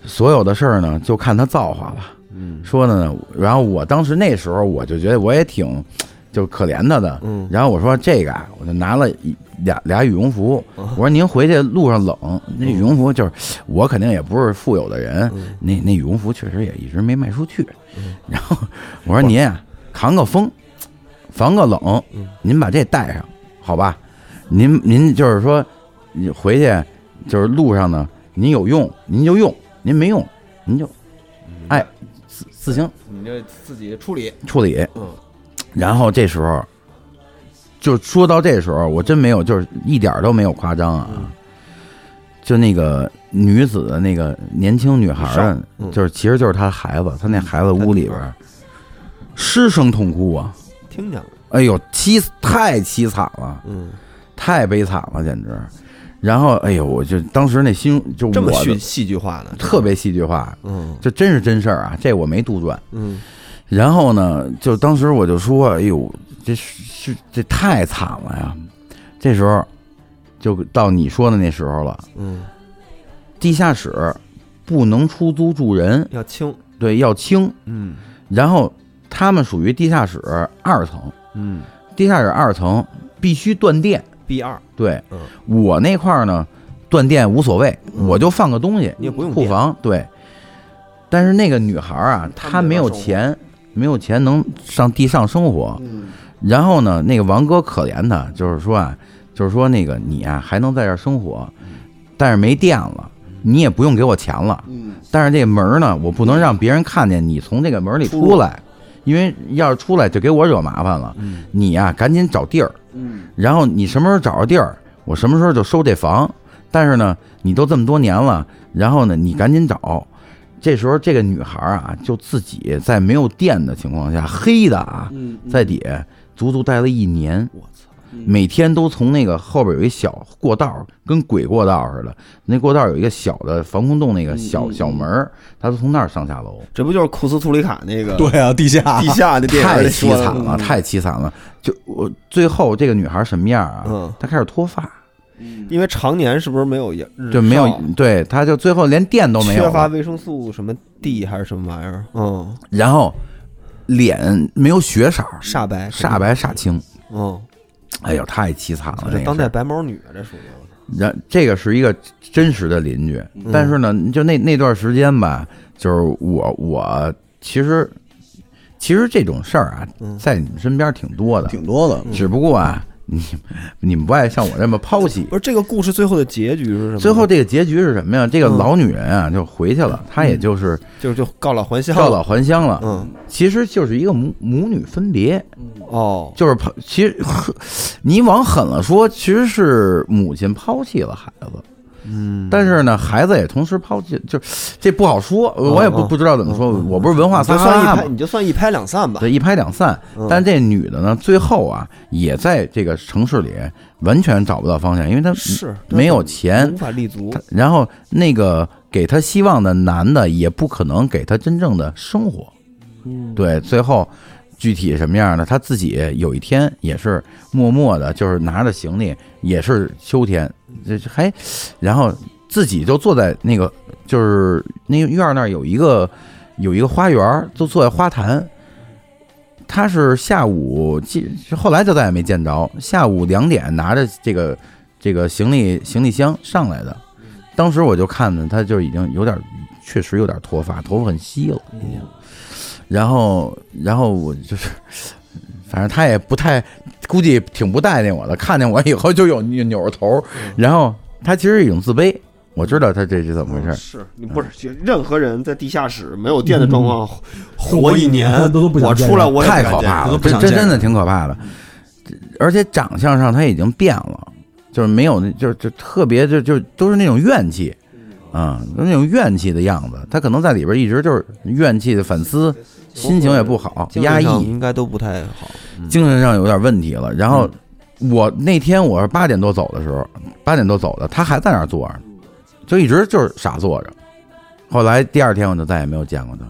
[SPEAKER 5] 所有的事儿呢，就看他造化了。
[SPEAKER 6] 嗯
[SPEAKER 5] 说的呢，然后我当时那时候我就觉得我也挺，就是可怜他的。
[SPEAKER 6] 嗯
[SPEAKER 5] 然后我说这个啊，我就拿了一俩俩羽绒服，
[SPEAKER 6] 嗯
[SPEAKER 5] 我说您回去路上冷，那羽绒服就是我肯定也不是富有的人，
[SPEAKER 6] 嗯
[SPEAKER 5] 那那羽绒服确实也一直没卖出去。然后我说您啊，扛个风，防个冷，
[SPEAKER 6] 嗯
[SPEAKER 5] 您把这带上，好吧？您您就是说，你回去就是路上呢，您有用您就用，您没用您就，哎，自自行
[SPEAKER 6] 你这自己处理，
[SPEAKER 5] 处理。
[SPEAKER 6] 嗯，
[SPEAKER 5] 然后这时候，就说到这时候，我真没有，就是一点儿都没有夸张
[SPEAKER 6] 嗯
[SPEAKER 5] 啊。就那个女子的那个年轻女孩儿啊，
[SPEAKER 6] 嗯
[SPEAKER 5] 就是其实就是她孩子，她那孩子屋里边儿失声痛哭啊！
[SPEAKER 6] 听见了，
[SPEAKER 5] 哎呦，凄太凄惨了，
[SPEAKER 6] 嗯，
[SPEAKER 5] 太悲惨了，简直。然后，哎呦，我就当时那心就
[SPEAKER 6] 这么
[SPEAKER 5] 我
[SPEAKER 6] 戏
[SPEAKER 5] 的
[SPEAKER 6] 戏剧化呢，
[SPEAKER 5] 特别戏剧化，
[SPEAKER 6] 嗯
[SPEAKER 5] 这真是真事儿啊，这我没杜撰。
[SPEAKER 6] 嗯
[SPEAKER 5] 然后呢，就当时我就说：“哎呦，这是是这太惨了呀！”这时候就到你说的那时候了，
[SPEAKER 6] 嗯，
[SPEAKER 5] 地下室不能出租住人，
[SPEAKER 6] 要轻，
[SPEAKER 5] 对，要清。
[SPEAKER 6] 嗯
[SPEAKER 5] 然后他们属于地下室二层，
[SPEAKER 6] 嗯
[SPEAKER 5] 地下室二层必须断电。
[SPEAKER 6] ，B 二，
[SPEAKER 5] 对
[SPEAKER 6] 嗯
[SPEAKER 5] 我那块儿呢，断电无所谓，我就放个东西，
[SPEAKER 6] 你也不用
[SPEAKER 5] 库
[SPEAKER 6] 电
[SPEAKER 5] 房对。但是那个女孩儿啊，
[SPEAKER 6] 她
[SPEAKER 5] 她没
[SPEAKER 6] 没法
[SPEAKER 5] 有
[SPEAKER 6] 生活嗯
[SPEAKER 5] 钱，没有钱能上地上生活。然后呢，那个王哥可怜她，就是说啊，就是说那个你啊还能在这儿生活，
[SPEAKER 6] 嗯
[SPEAKER 5] 但是没电了，你也不用给我钱了。但是这门儿呢，我不能让别人看见你从这个门儿里出来，嗯因为要是出来就给我惹麻烦了。你呀、赶紧找地儿，然后你什么时候找着地儿，我什么时候就收这房。但是呢，你都这么多年了，然后呢，你赶紧找。这时候，这个女孩儿啊，就自己
[SPEAKER 4] 嗯
[SPEAKER 5] 在没有电的情况下，黑的啊，在底下足足待了一年。
[SPEAKER 6] 我操，
[SPEAKER 5] 每天都从那个后边有一小过道儿，跟鬼过道儿似的。那过道儿有一个小的防空洞，那个
[SPEAKER 3] 嗯
[SPEAKER 5] 小小门儿，他都从那儿上下楼。
[SPEAKER 3] 这不就是库斯图里卡那个
[SPEAKER 4] 对啊，地下
[SPEAKER 3] 地下那电影
[SPEAKER 5] 太
[SPEAKER 3] 里
[SPEAKER 5] 凄
[SPEAKER 3] 说的嗯
[SPEAKER 5] 惨了，
[SPEAKER 3] 吗？
[SPEAKER 5] 太凄惨了！就我最后这个女孩什么样啊
[SPEAKER 3] 嗯？
[SPEAKER 5] 她开始脱发，
[SPEAKER 3] 因为常年是不是没有阳日
[SPEAKER 5] 就没有
[SPEAKER 3] 照
[SPEAKER 5] 对，她就最后连电都没有
[SPEAKER 3] 缺乏
[SPEAKER 5] 了，
[SPEAKER 3] 维生素什么 D 还是什么玩意儿？嗯，
[SPEAKER 5] 然后脸没有血色，
[SPEAKER 3] 煞白
[SPEAKER 5] 煞。白煞青。
[SPEAKER 3] 嗯，
[SPEAKER 5] 哎呦，太凄惨了！
[SPEAKER 3] 这
[SPEAKER 5] 那个
[SPEAKER 3] 当
[SPEAKER 5] 事
[SPEAKER 3] 代
[SPEAKER 5] 儿
[SPEAKER 3] 白毛女啊，这属于
[SPEAKER 5] 然这个是一个真实的邻居，
[SPEAKER 3] 嗯
[SPEAKER 5] 但是呢，就那那段时间吧，就是我我其实其实这种事儿啊，
[SPEAKER 3] 嗯
[SPEAKER 5] 在你们身边挺多的，
[SPEAKER 4] 挺多的。
[SPEAKER 5] 只不过啊，你你们不爱像我这么剖析
[SPEAKER 3] 不。是这个故事最后的结局是什么？嗯
[SPEAKER 5] 最后这个结局是什么呀？这个老女人啊，就回去了，她也就是
[SPEAKER 3] 就是就告老还乡了。
[SPEAKER 5] 告老还乡了。
[SPEAKER 3] 嗯，
[SPEAKER 5] 其实就是一个母母女分别，
[SPEAKER 3] 哦，
[SPEAKER 5] 就是抛其实你往狠了说，其实是母亲抛弃了孩子。嗯，但是呢，孩子也同时抛弃，就是这不好说，我也不、
[SPEAKER 3] 嗯
[SPEAKER 5] 不知道怎么说，我不是文化
[SPEAKER 3] 你就
[SPEAKER 5] 撒
[SPEAKER 3] 算
[SPEAKER 5] 哈
[SPEAKER 3] 一拍，
[SPEAKER 5] 嘛，
[SPEAKER 3] 你就算一拍两散吧。嗯
[SPEAKER 5] 对，一拍两散。但这女的呢，最后啊，也在这个城市里完全找不到方向，因为她
[SPEAKER 3] 是
[SPEAKER 5] 没有
[SPEAKER 3] 无
[SPEAKER 5] 钱，
[SPEAKER 3] 法立足
[SPEAKER 5] 她。然后那个给她希望的男的也不可能给她真正的生活。对，最后具体什么样呢？他自己有一天也是默默的，就是拿着行李，也是秋天，这这还，然后自己就坐在那个就是那个院儿那儿有一个有一个花园儿，就坐在花坛。他是下午记，后来就再也没见着。下午两点拿着这个这个行李行李箱上来的，当时我就看着他就已经有点，确实有点脱发，头发很稀了。然后，然后我就是，反正他也不太，估计挺不待见我的，看见我以后就有扭扭着头。然后他其实一种自卑，我知道他这是怎么回事。嗯
[SPEAKER 3] 是你不是任何人在地下室没有电的状况活
[SPEAKER 4] 活一
[SPEAKER 3] 年
[SPEAKER 4] 年都都不想
[SPEAKER 3] 我
[SPEAKER 4] 见
[SPEAKER 3] 出来
[SPEAKER 4] 人
[SPEAKER 3] 我也
[SPEAKER 5] 太
[SPEAKER 3] 不敢
[SPEAKER 5] 可
[SPEAKER 3] 见
[SPEAKER 5] 怕
[SPEAKER 4] 我
[SPEAKER 5] 了
[SPEAKER 4] 都，不
[SPEAKER 5] 这
[SPEAKER 4] 想
[SPEAKER 5] 这
[SPEAKER 4] 见
[SPEAKER 5] 真的挺可怕的。而且长相上他已经变了，就是没有那，就是就特别就就都是那种怨气，啊、都是那种怨气的样子。他可能在里边一直就是怨气的反思，心情也不好，
[SPEAKER 3] 精神
[SPEAKER 5] 压抑，
[SPEAKER 3] 上应该都不太好。
[SPEAKER 5] 精神上有点问题了。然后我那天我是八点多走的时候，八点多走的，他还在那儿坐着，就一直就是傻坐着。后来第二天我就再也没有见过他，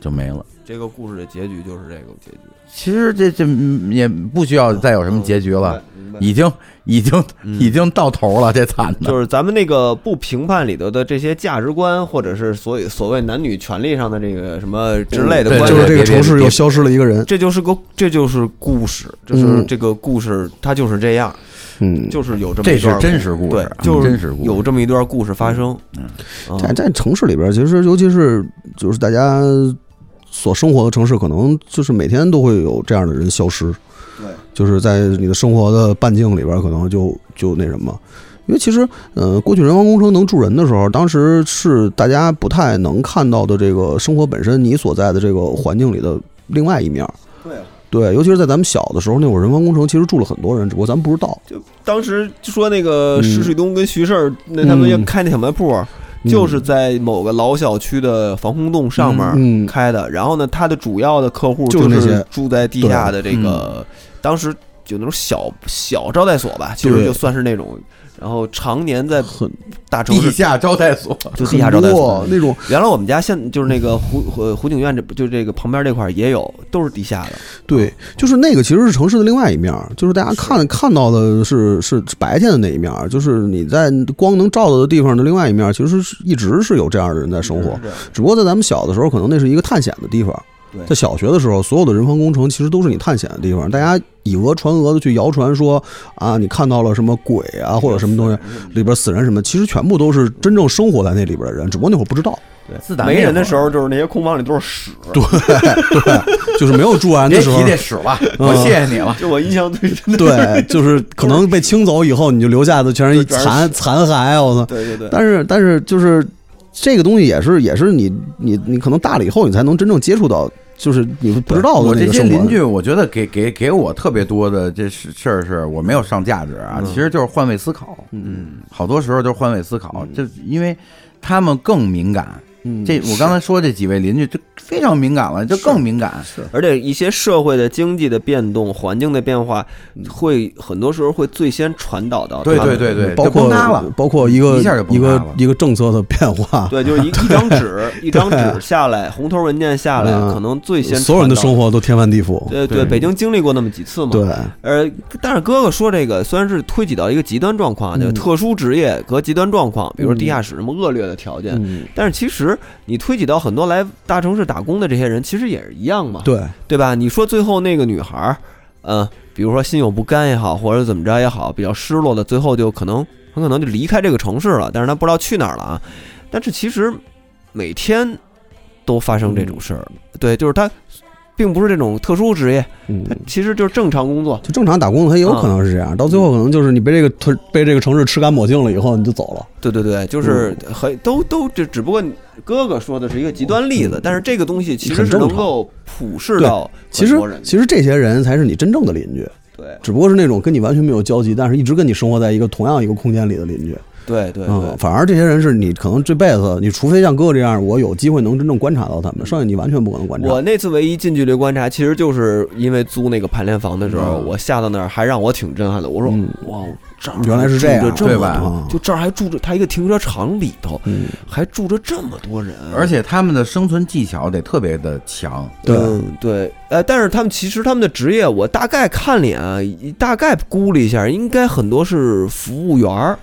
[SPEAKER 5] 就没了。
[SPEAKER 3] 这个故事的结局就是这个结局，
[SPEAKER 5] 其实这这嗯也不需要再有什么结局了，
[SPEAKER 3] 嗯明白。
[SPEAKER 5] 已经已经已经到头了，这惨 的。
[SPEAKER 3] 嗯就是咱们那个不评判里头的这些价值观，或者是所以所谓男女权利上的这个什么之类的
[SPEAKER 5] 对
[SPEAKER 3] 观
[SPEAKER 4] 就是
[SPEAKER 3] 点，
[SPEAKER 5] 别
[SPEAKER 4] 这个城市
[SPEAKER 5] 别
[SPEAKER 4] 又消失了一个人，
[SPEAKER 3] 这就是个这就是故事，这是
[SPEAKER 4] 嗯
[SPEAKER 3] 这个故事，它就是这样，
[SPEAKER 4] 嗯，
[SPEAKER 3] 就是有这么
[SPEAKER 5] 这
[SPEAKER 3] 一段
[SPEAKER 5] 是真实故事
[SPEAKER 3] 对
[SPEAKER 5] 嗯，
[SPEAKER 3] 就是
[SPEAKER 5] 真实故事
[SPEAKER 3] 有这么一段故事发生。嗯
[SPEAKER 4] 在在城市里边儿，其实尤其是就是大家所生活的城市，可能就是每天都会有这样的人消失。对，就是在你的生活的半径里边儿，可能就就那什么。因为其实，呃，过去人王工程能住人的时候，当时是大家不太能看到的这个生活本身，你所在的这个环境里的另外一面儿。
[SPEAKER 3] 啊
[SPEAKER 4] 对，对，尤其是在咱们小的时候，那会儿人王工程其实住了很多人，只不过咱们不知道。
[SPEAKER 3] 当时就说那个
[SPEAKER 4] 嗯
[SPEAKER 3] 石水东跟徐胜儿，那他们
[SPEAKER 4] 嗯
[SPEAKER 3] 要开那小卖铺，就是在某个老小区的防空洞上面
[SPEAKER 4] 嗯嗯
[SPEAKER 3] 开的。然后呢，他的主要的客户
[SPEAKER 4] 就是那些
[SPEAKER 3] 是住在地下的这个，当时就那种小小招待所吧，其实
[SPEAKER 4] 对
[SPEAKER 3] 就算是那种，然后常年在
[SPEAKER 4] 很
[SPEAKER 3] 大城
[SPEAKER 5] 地
[SPEAKER 3] 市
[SPEAKER 5] 下招待所，
[SPEAKER 3] 就地下招待所
[SPEAKER 4] 很多。那种，
[SPEAKER 3] 原来我们家现就是那个湖湖湖景苑这就这个旁边这块儿也有，都是地下的。
[SPEAKER 4] 对，就是那个其实是城市的另外一面儿，就是大家看看到的是是白天的那一面儿，就是你在光能照到的地方的另外一面儿，其实是一直是有这样的人在生活，只不过在咱们小的时候，可能那是一个探险的地方。在小学的时候，所有的人防工程其实都是你探险的地方，大家以讹传讹的去谣传说啊，你看到了什么鬼啊，或者什么东西里边死人什么，其实全部都是真正生活在那里边的人，只不过那会儿不知道，
[SPEAKER 3] 对，
[SPEAKER 5] 自打那
[SPEAKER 3] 没人的
[SPEAKER 5] 会儿
[SPEAKER 3] 时候，就是那些空房里都是屎。
[SPEAKER 4] 就是没有住完
[SPEAKER 5] 别
[SPEAKER 4] 的时
[SPEAKER 5] 提
[SPEAKER 4] 候，
[SPEAKER 5] 这屎了，
[SPEAKER 3] 嗯
[SPEAKER 5] 我谢谢你了。
[SPEAKER 3] 就我印象最 深的，
[SPEAKER 4] 对，就是可能被清走以后，你就留下的全是一
[SPEAKER 3] 就全是
[SPEAKER 4] 残残骸，我操！
[SPEAKER 3] 对对对。
[SPEAKER 4] 但是但是就是这个东西也是也是你你你可能大了以后，你才能真正接触到，就是你不知道
[SPEAKER 5] 我
[SPEAKER 4] 的
[SPEAKER 5] 这
[SPEAKER 4] 那个
[SPEAKER 5] 些
[SPEAKER 4] 生活。
[SPEAKER 5] 邻居，我觉得给给给我特别多的这事事儿是我没有上价值
[SPEAKER 3] 嗯
[SPEAKER 5] 啊，其实就是换位思考。嗯，好多时候就是换
[SPEAKER 3] 嗯
[SPEAKER 5] 位思考，就因为他们更敏感。
[SPEAKER 4] 嗯
[SPEAKER 5] 这我刚才说这几位邻居，就非常敏感了，就更敏感。
[SPEAKER 4] 是
[SPEAKER 3] 而且一些社会的、经济的变动、环境的变化，会很多时候会最先传导到
[SPEAKER 5] 对
[SPEAKER 3] 他
[SPEAKER 5] 对
[SPEAKER 3] 们
[SPEAKER 5] 对对，
[SPEAKER 4] 包
[SPEAKER 5] 就
[SPEAKER 4] 括
[SPEAKER 5] 崩塌了。
[SPEAKER 4] 包括一个
[SPEAKER 5] 一下就崩
[SPEAKER 4] 一
[SPEAKER 5] 塌
[SPEAKER 4] 个
[SPEAKER 5] 了
[SPEAKER 4] 一个政策的变化，
[SPEAKER 3] 对，就是一一张 纸，一张纸下来，红头文件下来，
[SPEAKER 4] 嗯
[SPEAKER 3] 可能最先
[SPEAKER 4] 所有人的
[SPEAKER 3] 传
[SPEAKER 4] 生
[SPEAKER 3] 导。
[SPEAKER 4] 活都天翻地覆。
[SPEAKER 3] 对对，
[SPEAKER 5] 对
[SPEAKER 3] 北京经历过那么几次嘛。
[SPEAKER 4] 对，
[SPEAKER 3] 呃，但是哥哥说这个虽然是推举到一个极端状况，就
[SPEAKER 4] 嗯
[SPEAKER 3] 特殊职业和极端状况，比如说地下室什么恶劣的条件，
[SPEAKER 4] 嗯，
[SPEAKER 3] 但是其实你推举到很多来大城市打工的这些人，其实也是一样嘛，
[SPEAKER 4] 对，
[SPEAKER 3] 对吧？你说最后那个女孩儿，嗯，比如说心有不甘也好，或者怎么着也好，比较失落的，最后就可能很可能就离开这个城市了，但是她不知道去哪儿了啊。但是其实每天都发生这种事儿，对，就是她并不是这种特殊职业，
[SPEAKER 4] 嗯
[SPEAKER 3] 她其实就是正常工作。
[SPEAKER 4] 就正常打工的他也有可能是这样，到最后可能就是你被这个
[SPEAKER 3] 嗯
[SPEAKER 4] 城被这个城市吃干抹净了以后，你就走了。
[SPEAKER 3] 对对对，就是
[SPEAKER 4] 嗯
[SPEAKER 3] 很都都这，只不过哥哥说的是一个极端例子，但是这个东西其实
[SPEAKER 4] 嗯很
[SPEAKER 3] 是
[SPEAKER 4] 正常
[SPEAKER 3] 能够普世到
[SPEAKER 4] 其
[SPEAKER 3] 很
[SPEAKER 4] 实
[SPEAKER 3] 多人。
[SPEAKER 4] 其实这些人才是你真正的邻居，
[SPEAKER 3] 对
[SPEAKER 4] 只不过是那种跟你完全没有交集，但是一直跟你生活在一个同样一个空间里的邻居。
[SPEAKER 3] 对对
[SPEAKER 4] 嗯，
[SPEAKER 3] 对，
[SPEAKER 4] 反而这些人是你可能这辈子，你除非像哥哥这样，我有机会能真正观察到他们，剩下你完全不可能观察。
[SPEAKER 3] 我那次唯一近距离观察，其实就是因为租那个排练房的时候，
[SPEAKER 5] 嗯
[SPEAKER 3] 我下到那儿还让我挺震撼的。我说
[SPEAKER 4] 嗯
[SPEAKER 3] 哇，这儿
[SPEAKER 4] 原来是
[SPEAKER 3] 住
[SPEAKER 4] 这样
[SPEAKER 3] 着这
[SPEAKER 5] 对
[SPEAKER 3] 么
[SPEAKER 5] 吧
[SPEAKER 3] 多就这儿还住着他一个停车场里头，
[SPEAKER 4] 嗯，
[SPEAKER 3] 还住着这么多人，
[SPEAKER 5] 而且他们的生存技巧得特别的强，
[SPEAKER 4] 对
[SPEAKER 3] 嗯对，呃，但是他们其实他们的职业，我大概看脸啊，大概估了一下，应该很多是服务员儿。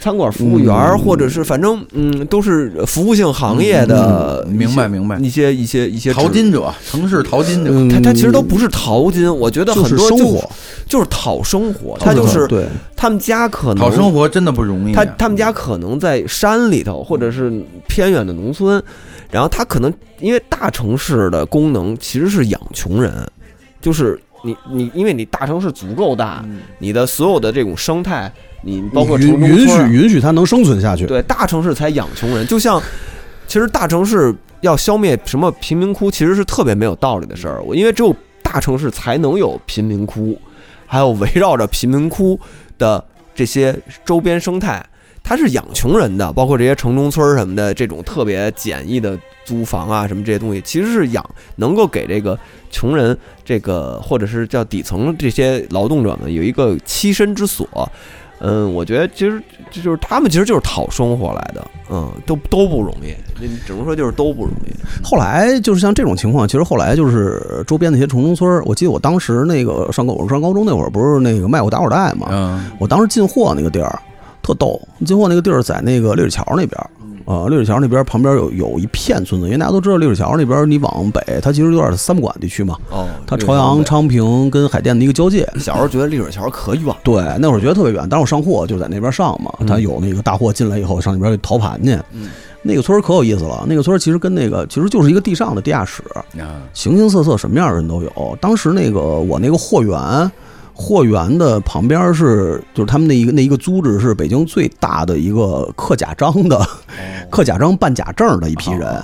[SPEAKER 3] 餐馆服务员儿，
[SPEAKER 4] 嗯
[SPEAKER 3] 或者是反正嗯，都是服务性行业的一些，
[SPEAKER 5] 明白明白
[SPEAKER 3] 一些一些一些
[SPEAKER 5] 淘
[SPEAKER 3] 职
[SPEAKER 5] 金者，城市淘金者，
[SPEAKER 4] 嗯
[SPEAKER 3] 他他其实都不是淘金，我觉得
[SPEAKER 4] 就
[SPEAKER 3] 很
[SPEAKER 4] 是
[SPEAKER 3] 多
[SPEAKER 4] 生
[SPEAKER 3] 就
[SPEAKER 4] 活，
[SPEAKER 3] 就是讨生活，他就是
[SPEAKER 4] 对，
[SPEAKER 3] 他们家可能
[SPEAKER 5] 讨生活真的不容易啊。
[SPEAKER 3] 他他们家
[SPEAKER 4] 嗯
[SPEAKER 3] 可能在山里头，或者是偏远的农村，然后他可能因为大城市的功能其实是养穷人，就是你你因为你大城市足够大，你的所有的这种生态，你包括城
[SPEAKER 4] 嗯允
[SPEAKER 3] 中
[SPEAKER 4] 允
[SPEAKER 3] 村啊
[SPEAKER 4] 许允许他能生存下去。
[SPEAKER 3] 对大城市才养穷人，就像其实大城市要消灭什么贫民窟，其实是特别没有道理的事儿。我因为只有大城市才能有贫民窟，还有围绕着贫民窟的这些周边生态，它是养穷人的，包括这些城中村儿什么的这种特别简易的租房啊什么这些东西，其实是养能够给这个穷人这个或者是叫底层这些劳动者们有一个栖身之所。嗯，我觉得其实这就是他们其实就是讨生活来的，嗯，都都不容易，你只能说就是都不容易。
[SPEAKER 4] 后来就是像这种情况，其实后来就是周边那些城中村儿，我记得我当时那个上高我上高中那会儿，不是那个卖过打火带嘛，
[SPEAKER 5] 嗯，
[SPEAKER 4] 我当时进货那个地儿特逗，进货那个地儿在那个六里桥那边儿，呃，六里桥那边儿旁边有有一片村子，因为大家都知道六里桥那边儿你往北，它其实有点三不管地区嘛，
[SPEAKER 3] 哦，
[SPEAKER 4] 它朝阳、昌平跟海淀的一个交界。
[SPEAKER 3] 小时候觉得立水桥可远，
[SPEAKER 4] 对，那会儿觉得特别远，当时我上货就在那边上嘛，他有那个大货进来以后上那边去淘盘去。那个村儿可有意思了，那个村儿其实跟那个其实就是一个地上的地下室，
[SPEAKER 5] 啊
[SPEAKER 4] 形形色色，什么样的人都有。当时那个我那个货源，货源的旁边是就是他们那一个那一个租制是北京最大的一个刻假章的，刻假章办假证的一批人。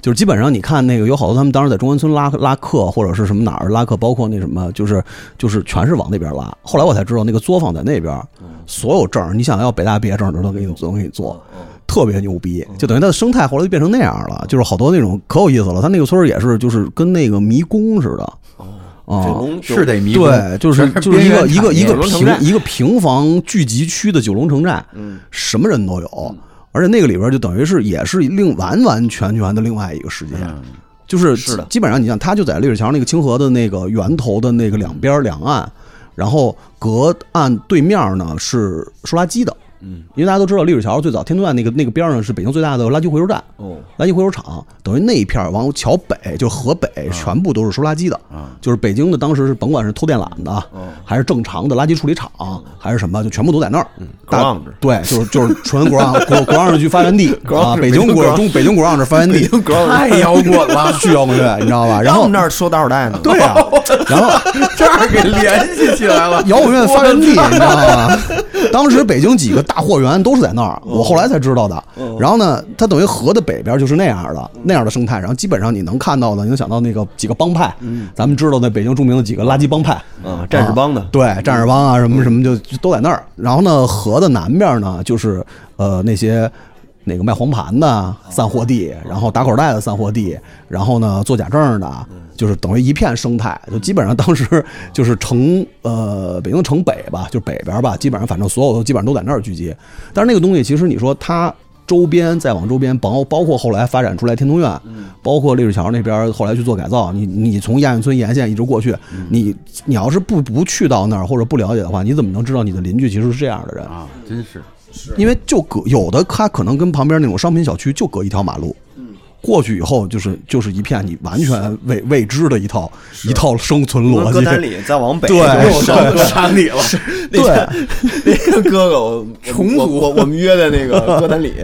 [SPEAKER 4] 就是基本上你看那个有好多他们当时在中关村拉拉客或者是什么哪儿拉客，包括那什么就是就是全是往那边拉。后来我才知道那个作坊在那边，所有证儿你想要北大毕业证儿都能给你都能给你做。特别牛逼，就等于它的生态后来就变成那样了，就是好多那种可有意思了。它那个村儿也是，就是跟那个迷宫似的，啊、
[SPEAKER 5] 是得迷宫
[SPEAKER 4] 对，就是
[SPEAKER 5] 全
[SPEAKER 4] 就是一个
[SPEAKER 5] 边缘
[SPEAKER 4] 一个
[SPEAKER 5] 产业
[SPEAKER 4] 一个
[SPEAKER 3] 九龙城
[SPEAKER 4] 平
[SPEAKER 3] 寨
[SPEAKER 4] 一个平房聚集区的九龙城寨，嗯，什么人都有，而且那个里边就等于是也是另完完全全的另外一个世界，就是
[SPEAKER 3] 是的
[SPEAKER 4] 基本上你像它就在绿水桥那个清河的那个源头的那个两边两岸，然后隔岸对面呢是收垃圾的。嗯，因为大家都知道绿水桥最早天通苑那个那个边儿上是北京最大的垃圾回收站，
[SPEAKER 3] 哦，
[SPEAKER 4] 垃圾回收厂，等于那一片儿往桥北，就是河北，全部都是收垃圾的。就是北京的当时是甭管是偷电缆的，还是正常的垃圾处理厂，还是什么，就全部都在那儿。大
[SPEAKER 3] ground
[SPEAKER 4] 对，就是就是纯国让国国让区发源地啊，北京 国中北京国让是发源地，
[SPEAKER 5] 太摇滚 了，
[SPEAKER 4] 巨摇滚乐，你知道吧？然
[SPEAKER 6] 让我
[SPEAKER 4] 后
[SPEAKER 6] 们这儿说大手带呢，
[SPEAKER 4] 对啊呀、
[SPEAKER 5] 哦
[SPEAKER 4] 然后
[SPEAKER 5] 这儿给联系起来了。
[SPEAKER 4] 摇滚乐发源地，你知道吗？当时北京几个大货源都是在那儿，我后来才知道的。然后呢，它等于河的北边就是那样的那样的生态，然后基本上你能看到的，你能想到那个几个帮派，咱们知道在北京著名的几个垃圾帮派，
[SPEAKER 3] 啊，战士帮的
[SPEAKER 4] 啊，对，战士帮啊，什么什么就就都在那儿。然后呢，河的南边呢，就是呃那些哪个卖黄盘的散货地，然后打口袋的散货地，然后呢做假证的，就是等于一片生态，就基本上当时 就是城呃北京城北吧，就北边吧，基本上反正所有的基本上都在那儿聚集。但是那个东西其实你说它。周边再往周边包，包括后来发展出来天通苑，
[SPEAKER 5] 嗯
[SPEAKER 4] 包括历史桥那边后来去做改造。你你从亚运村沿线一直过去，
[SPEAKER 5] 嗯
[SPEAKER 4] 你你要是不不去到那儿或者不了解的话，你怎么能知道你的邻居其实是这样的人？
[SPEAKER 5] 啊，真 是
[SPEAKER 4] 因为就隔有的它可能跟旁边那种商品小区就隔一条马路，
[SPEAKER 5] 嗯
[SPEAKER 4] 过去以后就是就是一片你完全未未知的一套一套生存逻
[SPEAKER 3] 歌单
[SPEAKER 4] 辑。
[SPEAKER 3] 里再往北
[SPEAKER 4] 对
[SPEAKER 3] 又
[SPEAKER 4] 是
[SPEAKER 3] 上歌单里了。那天那个哥哥，我
[SPEAKER 5] 重组
[SPEAKER 3] 我我我们约在那个歌单里，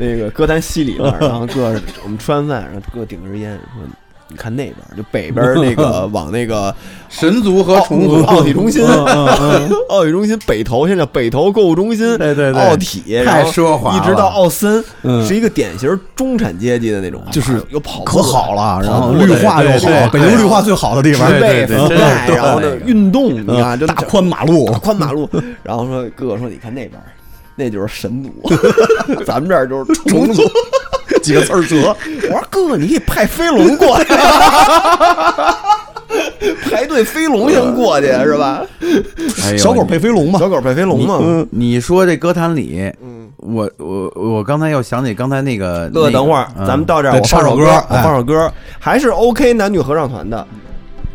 [SPEAKER 3] 那个歌单西里那儿，然后哥我们吃完饭，然后哥顶根烟说。你看那边，就北边那 个往那个
[SPEAKER 5] 神族和
[SPEAKER 4] 哦
[SPEAKER 3] 奥
[SPEAKER 5] 虫族
[SPEAKER 3] 奥体中心，
[SPEAKER 5] 嗯
[SPEAKER 3] 奥体中心北头现在叫北头购物中心，
[SPEAKER 5] 对对对
[SPEAKER 3] 奥体
[SPEAKER 5] 太
[SPEAKER 3] 然后
[SPEAKER 5] 奢华
[SPEAKER 3] 一直
[SPEAKER 5] 了
[SPEAKER 3] 到奥森，
[SPEAKER 4] 嗯
[SPEAKER 3] 是一个典型中产阶级的那种，啊
[SPEAKER 4] 就是
[SPEAKER 3] 有跑步
[SPEAKER 4] 可好了，然后
[SPEAKER 3] 跑步
[SPEAKER 4] 绿
[SPEAKER 3] 的
[SPEAKER 4] 化又
[SPEAKER 5] 对对
[SPEAKER 4] 好，北
[SPEAKER 5] 对
[SPEAKER 4] 京绿化最好的地方，嗯
[SPEAKER 5] 对
[SPEAKER 3] 植被
[SPEAKER 5] 对对
[SPEAKER 3] 覆
[SPEAKER 5] 真
[SPEAKER 3] 盖，
[SPEAKER 5] 是
[SPEAKER 3] 然后呢
[SPEAKER 5] 对嗯
[SPEAKER 3] 运动，你看就
[SPEAKER 4] 大宽马路
[SPEAKER 3] 大，宽马路，然后说哥哥说你看那边儿，那就是神族， 咱们这儿就是虫族。
[SPEAKER 4] 几个字 儿折。
[SPEAKER 3] 我说哥哥，你可以派飞龙过来，排队飞龙先过去
[SPEAKER 5] 嗯
[SPEAKER 3] 是吧？
[SPEAKER 5] 哎呦
[SPEAKER 4] 小狗配飞龙嘛，嗯
[SPEAKER 3] 小狗派飞龙嘛。
[SPEAKER 5] 你说这歌坛里，我我我刚才又想起刚才那个，
[SPEAKER 3] 哥，等会儿
[SPEAKER 5] 那个嗯
[SPEAKER 3] 咱们到这儿，
[SPEAKER 4] 对
[SPEAKER 3] 我放
[SPEAKER 4] 唱
[SPEAKER 3] 首
[SPEAKER 4] 首
[SPEAKER 3] 歌，
[SPEAKER 4] 歌
[SPEAKER 3] 我
[SPEAKER 4] 哎
[SPEAKER 3] 放首歌，还是 OK 男女合唱团的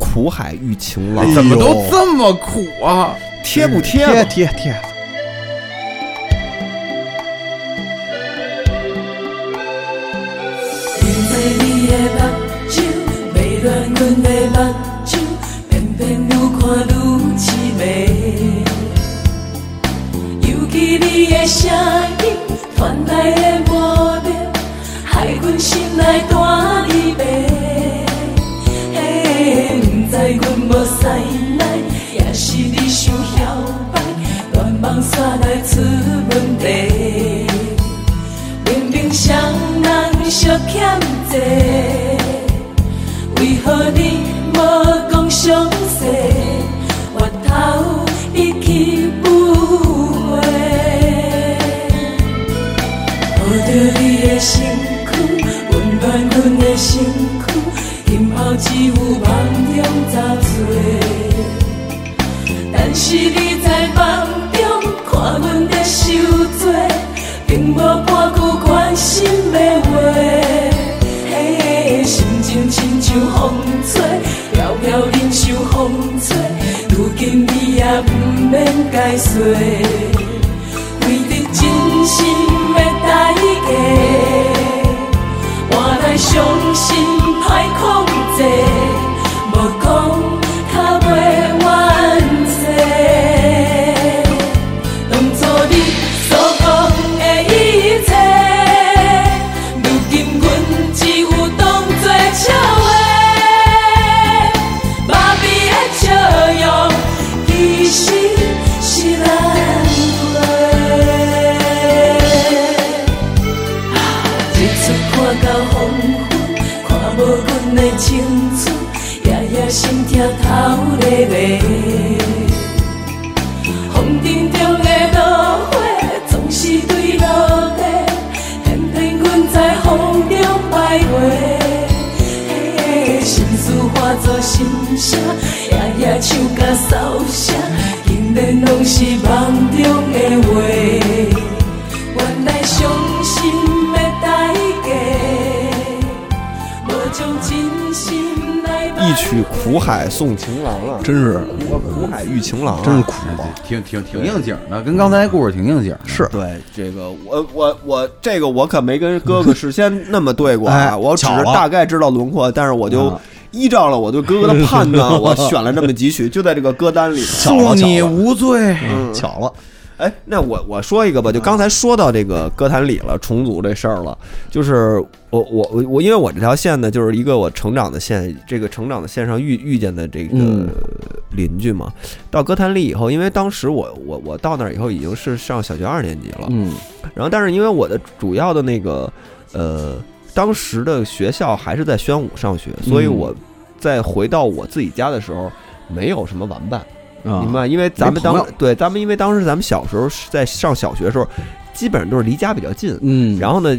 [SPEAKER 3] 《苦海遇情郎
[SPEAKER 4] 哎》，
[SPEAKER 5] 怎么
[SPEAKER 4] 呦
[SPEAKER 5] 都这么苦啊？
[SPEAKER 3] 贴不贴吧？
[SPEAKER 4] 贴贴贴，
[SPEAKER 2] 你做你的目睭，迷乱阮的目睭，偏偏愈看愈痴迷。尤其你的声音传来的无妙，害阮心内大离别。嘿，不知阮无使来，也是你想晓摆，乱梦煞来出问题。明明双人相欠债，为何你无讲详细？越头你去误会，抱着你的身躯，温暖阮的身躯，今后只有梦中找找。但是你在梦中看阮在受罪，并无半句关心的话。嘿，心情亲像风吹，飘飘忍受风吹，如今你也不免解释，为你真心的代价。换来伤心歹控制，无讲较袂完世。当作你所讲的一切，如今阮只有当作笑话，麻痹的笑容，其实是咱话。日出看到黄昏，看无阮的青春，夜夜心痛头咧迷。风尘中的落花，总是对落地，偏偏阮在风中徘徊。心事化作心声，夜夜唱甲骚声，竟然拢是梦中的话。原来伤心的代价，无将真心来挽
[SPEAKER 3] 一曲《苦海送情郎》啊，
[SPEAKER 4] 真是
[SPEAKER 3] 苦海遇情郎、啊，
[SPEAKER 4] 真是苦啊！
[SPEAKER 5] 挺挺挺应景的，跟刚才故事挺应景的。
[SPEAKER 4] 是
[SPEAKER 3] 对这个，我我我这个我可没跟哥哥事先那么对过啊，
[SPEAKER 4] 哎
[SPEAKER 3] 我只是
[SPEAKER 4] 巧了嗯
[SPEAKER 3] 大概知道轮廓，但是我就依照了我对哥哥的判断， 我选了这么几曲，就在这个歌单里。
[SPEAKER 4] 巧了
[SPEAKER 5] 祝你
[SPEAKER 4] 巧了
[SPEAKER 5] 无罪。
[SPEAKER 4] 巧了，
[SPEAKER 3] 哎，那我我说一个吧，就刚才说到这个歌坛里了，重组这事儿了，就是我我我我，因为我这条线呢，就是一个我成长的线，这个成长的线上遇遇见的这个
[SPEAKER 4] 嗯
[SPEAKER 3] 邻居嘛。到歌坛里以后，因为当时我我我到那儿以后已经是上小学二年级了，
[SPEAKER 4] 嗯
[SPEAKER 3] 然后但是因为我的主要的那个呃，当时的学校还是在宣武上学，所以
[SPEAKER 4] 嗯
[SPEAKER 3] 我在回到我自己家的时候，没有什么玩伴。
[SPEAKER 4] 啊
[SPEAKER 3] 明白？因为咱们
[SPEAKER 4] 没朋
[SPEAKER 3] 当
[SPEAKER 4] 友
[SPEAKER 3] 对咱们，因为当时咱们小时候是在上小学的时候，基本上都是离家比较近。
[SPEAKER 4] 嗯，
[SPEAKER 3] 然后呢，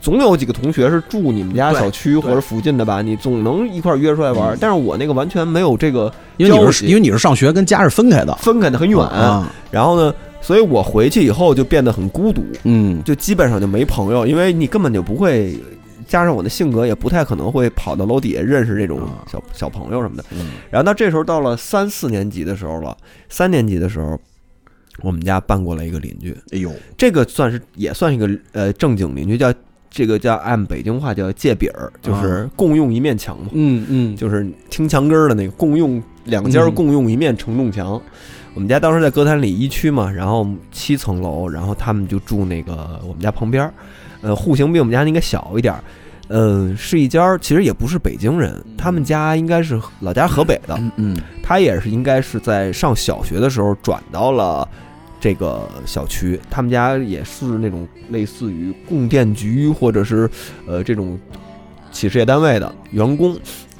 [SPEAKER 3] 总有几个同学是住你们家小区或者附近的吧，你总能一块儿约出来玩儿。
[SPEAKER 4] 嗯
[SPEAKER 3] 但是我那个完全没有这个
[SPEAKER 4] 因为你
[SPEAKER 3] 交
[SPEAKER 4] 是
[SPEAKER 3] 集
[SPEAKER 4] 因为你是上学跟家是分开的，
[SPEAKER 3] 分开的很远，
[SPEAKER 4] 啊，
[SPEAKER 3] 然后呢，所以我回去以后就变得很孤独，
[SPEAKER 4] 嗯
[SPEAKER 3] 就基本上就没朋友，因为你根本就不会，加上我的性格也不太可能会跑到楼底下认识这种
[SPEAKER 4] 啊
[SPEAKER 3] 小小朋友什么的。
[SPEAKER 4] 嗯
[SPEAKER 3] 然后到这时候到了三四年级的时候了，三年级的时候，我们家搬过来一个邻居，
[SPEAKER 4] 哎呦，
[SPEAKER 3] 这个算是也算是一个呃正经邻居，叫这个叫按北京话叫借饼儿，
[SPEAKER 4] 啊
[SPEAKER 3] 就是共用一面墙嘛，
[SPEAKER 4] 嗯嗯，
[SPEAKER 3] 就是听墙根儿的那个共用两家儿共用一面承重墙。我们家当时在哥谭里一区嘛，然后七层楼，然后他们就住那个我们家旁边儿，呃，户型比我们家那个小一点儿，呃，是一家儿其实也不是北京人，他们家应该是老家河北的，
[SPEAKER 4] 嗯嗯
[SPEAKER 3] 他也是应该是在上小学的时候转到了这个小区，他们家也是那种类似于供电局或者是呃这种企事业单位的员工，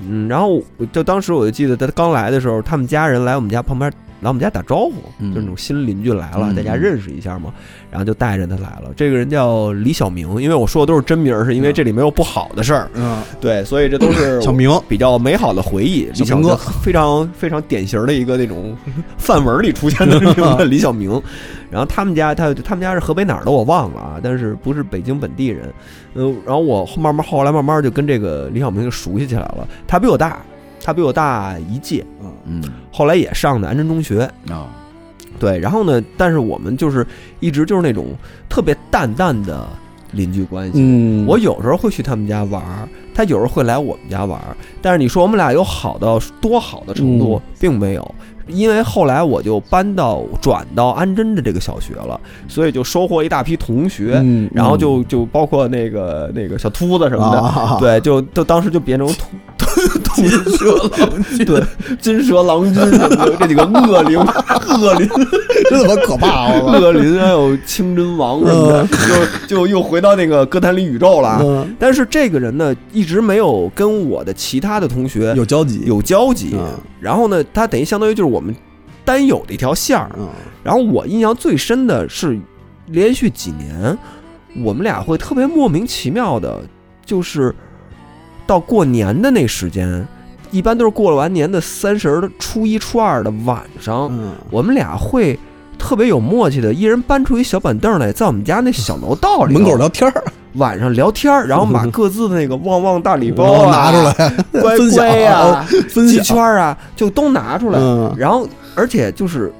[SPEAKER 3] 嗯，然后我就当时我就记得他刚来的时候，他们家人来我们家旁边来我们家打招呼，
[SPEAKER 4] 嗯
[SPEAKER 3] 就是那种新邻居来了，
[SPEAKER 4] 嗯
[SPEAKER 3] 大家认识一下嘛，然后就带着他来了。这个人叫李小明，因为我说的都是真名儿，是因为这里没有不好的事儿，
[SPEAKER 4] 嗯，
[SPEAKER 3] 对，所以这都 是
[SPEAKER 4] 小明，
[SPEAKER 3] 比较美好的回忆。
[SPEAKER 4] 小
[SPEAKER 3] 李
[SPEAKER 4] 明哥
[SPEAKER 3] 非常非常典型的一个那种 范文里出现的那种李小 明。然后他们家他他们家是河北哪儿的我忘了啊，但是不是北京本地人。嗯，然后我慢慢后来慢慢就跟这个李小明就熟悉起来了。他比我大，他比我大一届，
[SPEAKER 5] 嗯
[SPEAKER 3] 后来也上的安贞中学。
[SPEAKER 5] 啊，
[SPEAKER 3] 对，然后呢，但是我们就是一直就是那种特别淡淡的邻居关系。
[SPEAKER 4] 嗯
[SPEAKER 3] 我有时候会去他们家玩儿，他有时候会来我们家玩儿，但是你说我们俩有好到多好的程度，并没有。因为后来我就搬到转到安贞的这个小学了，所以就收获一大批同学，
[SPEAKER 4] 嗯
[SPEAKER 3] 然后 就就包括那个那个小秃子什么的，
[SPEAKER 4] 啊
[SPEAKER 3] 对，就就当时就变成同同蛇狼君，对，金蛇狼君什么的这几个恶灵，恶灵
[SPEAKER 4] 这怎么可怕啊！
[SPEAKER 3] 恶灵还有清真王什么的，就就又回到那个哥谭里宇宙了啊。
[SPEAKER 4] 嗯
[SPEAKER 3] 但是这个人呢，一直没有跟我的其他的同学
[SPEAKER 4] 有交集，
[SPEAKER 3] 嗯有交集。
[SPEAKER 4] 嗯
[SPEAKER 3] 然后呢，他等于相当于就是我们单有的一条线儿。
[SPEAKER 4] 嗯
[SPEAKER 3] 然后我印象最深的是，连续几年，我们俩会特别莫名其妙的，就是到过年的那时间，一般都是过了完年的三十儿的初一、初二的晚上，
[SPEAKER 4] 嗯
[SPEAKER 3] 我们俩会。特别有默契的，一人搬出一小板凳来，在我们家那小楼道里头
[SPEAKER 4] 嗯门口聊天儿，
[SPEAKER 3] 晚上聊天儿，然后把各自的那个旺旺大礼 包
[SPEAKER 4] 然后
[SPEAKER 3] 啊、
[SPEAKER 4] 拿出来
[SPEAKER 3] 乖
[SPEAKER 4] 分享
[SPEAKER 3] 乖呀、
[SPEAKER 4] 分
[SPEAKER 3] 鸡
[SPEAKER 4] 享
[SPEAKER 3] 圈儿啊，就都拿出来。
[SPEAKER 4] 嗯
[SPEAKER 3] 然后，而且就是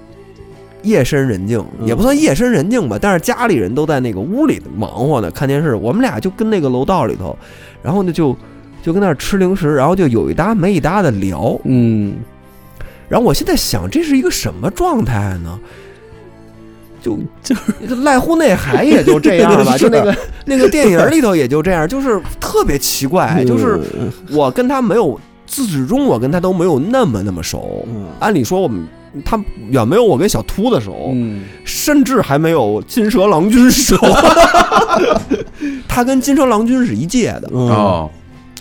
[SPEAKER 3] 夜深人静，
[SPEAKER 4] 嗯
[SPEAKER 3] 也不算夜深人静吧，但是家里人都在那个屋里忙活呢，看电视。我们俩就跟那个楼道里头，然后呢就就跟那儿吃零食，然后就有一搭没一搭的聊。
[SPEAKER 4] 嗯
[SPEAKER 3] 然后我现在想，这是一个什么状态呢？就 就啊濑户内海也就这样 吧，
[SPEAKER 4] 是
[SPEAKER 3] 就那个那个电影里头也就这样，就是特别奇怪，哎就是
[SPEAKER 4] 嗯
[SPEAKER 3] 我跟他没有自始至终我跟他都没有那么那么熟。
[SPEAKER 4] 嗯
[SPEAKER 3] 按理说我们他远没有我跟小秃子熟，
[SPEAKER 4] 嗯
[SPEAKER 3] 甚至还没有金蛇郎君熟。 他跟金蛇郎君是一届的，
[SPEAKER 4] 嗯
[SPEAKER 5] 哦，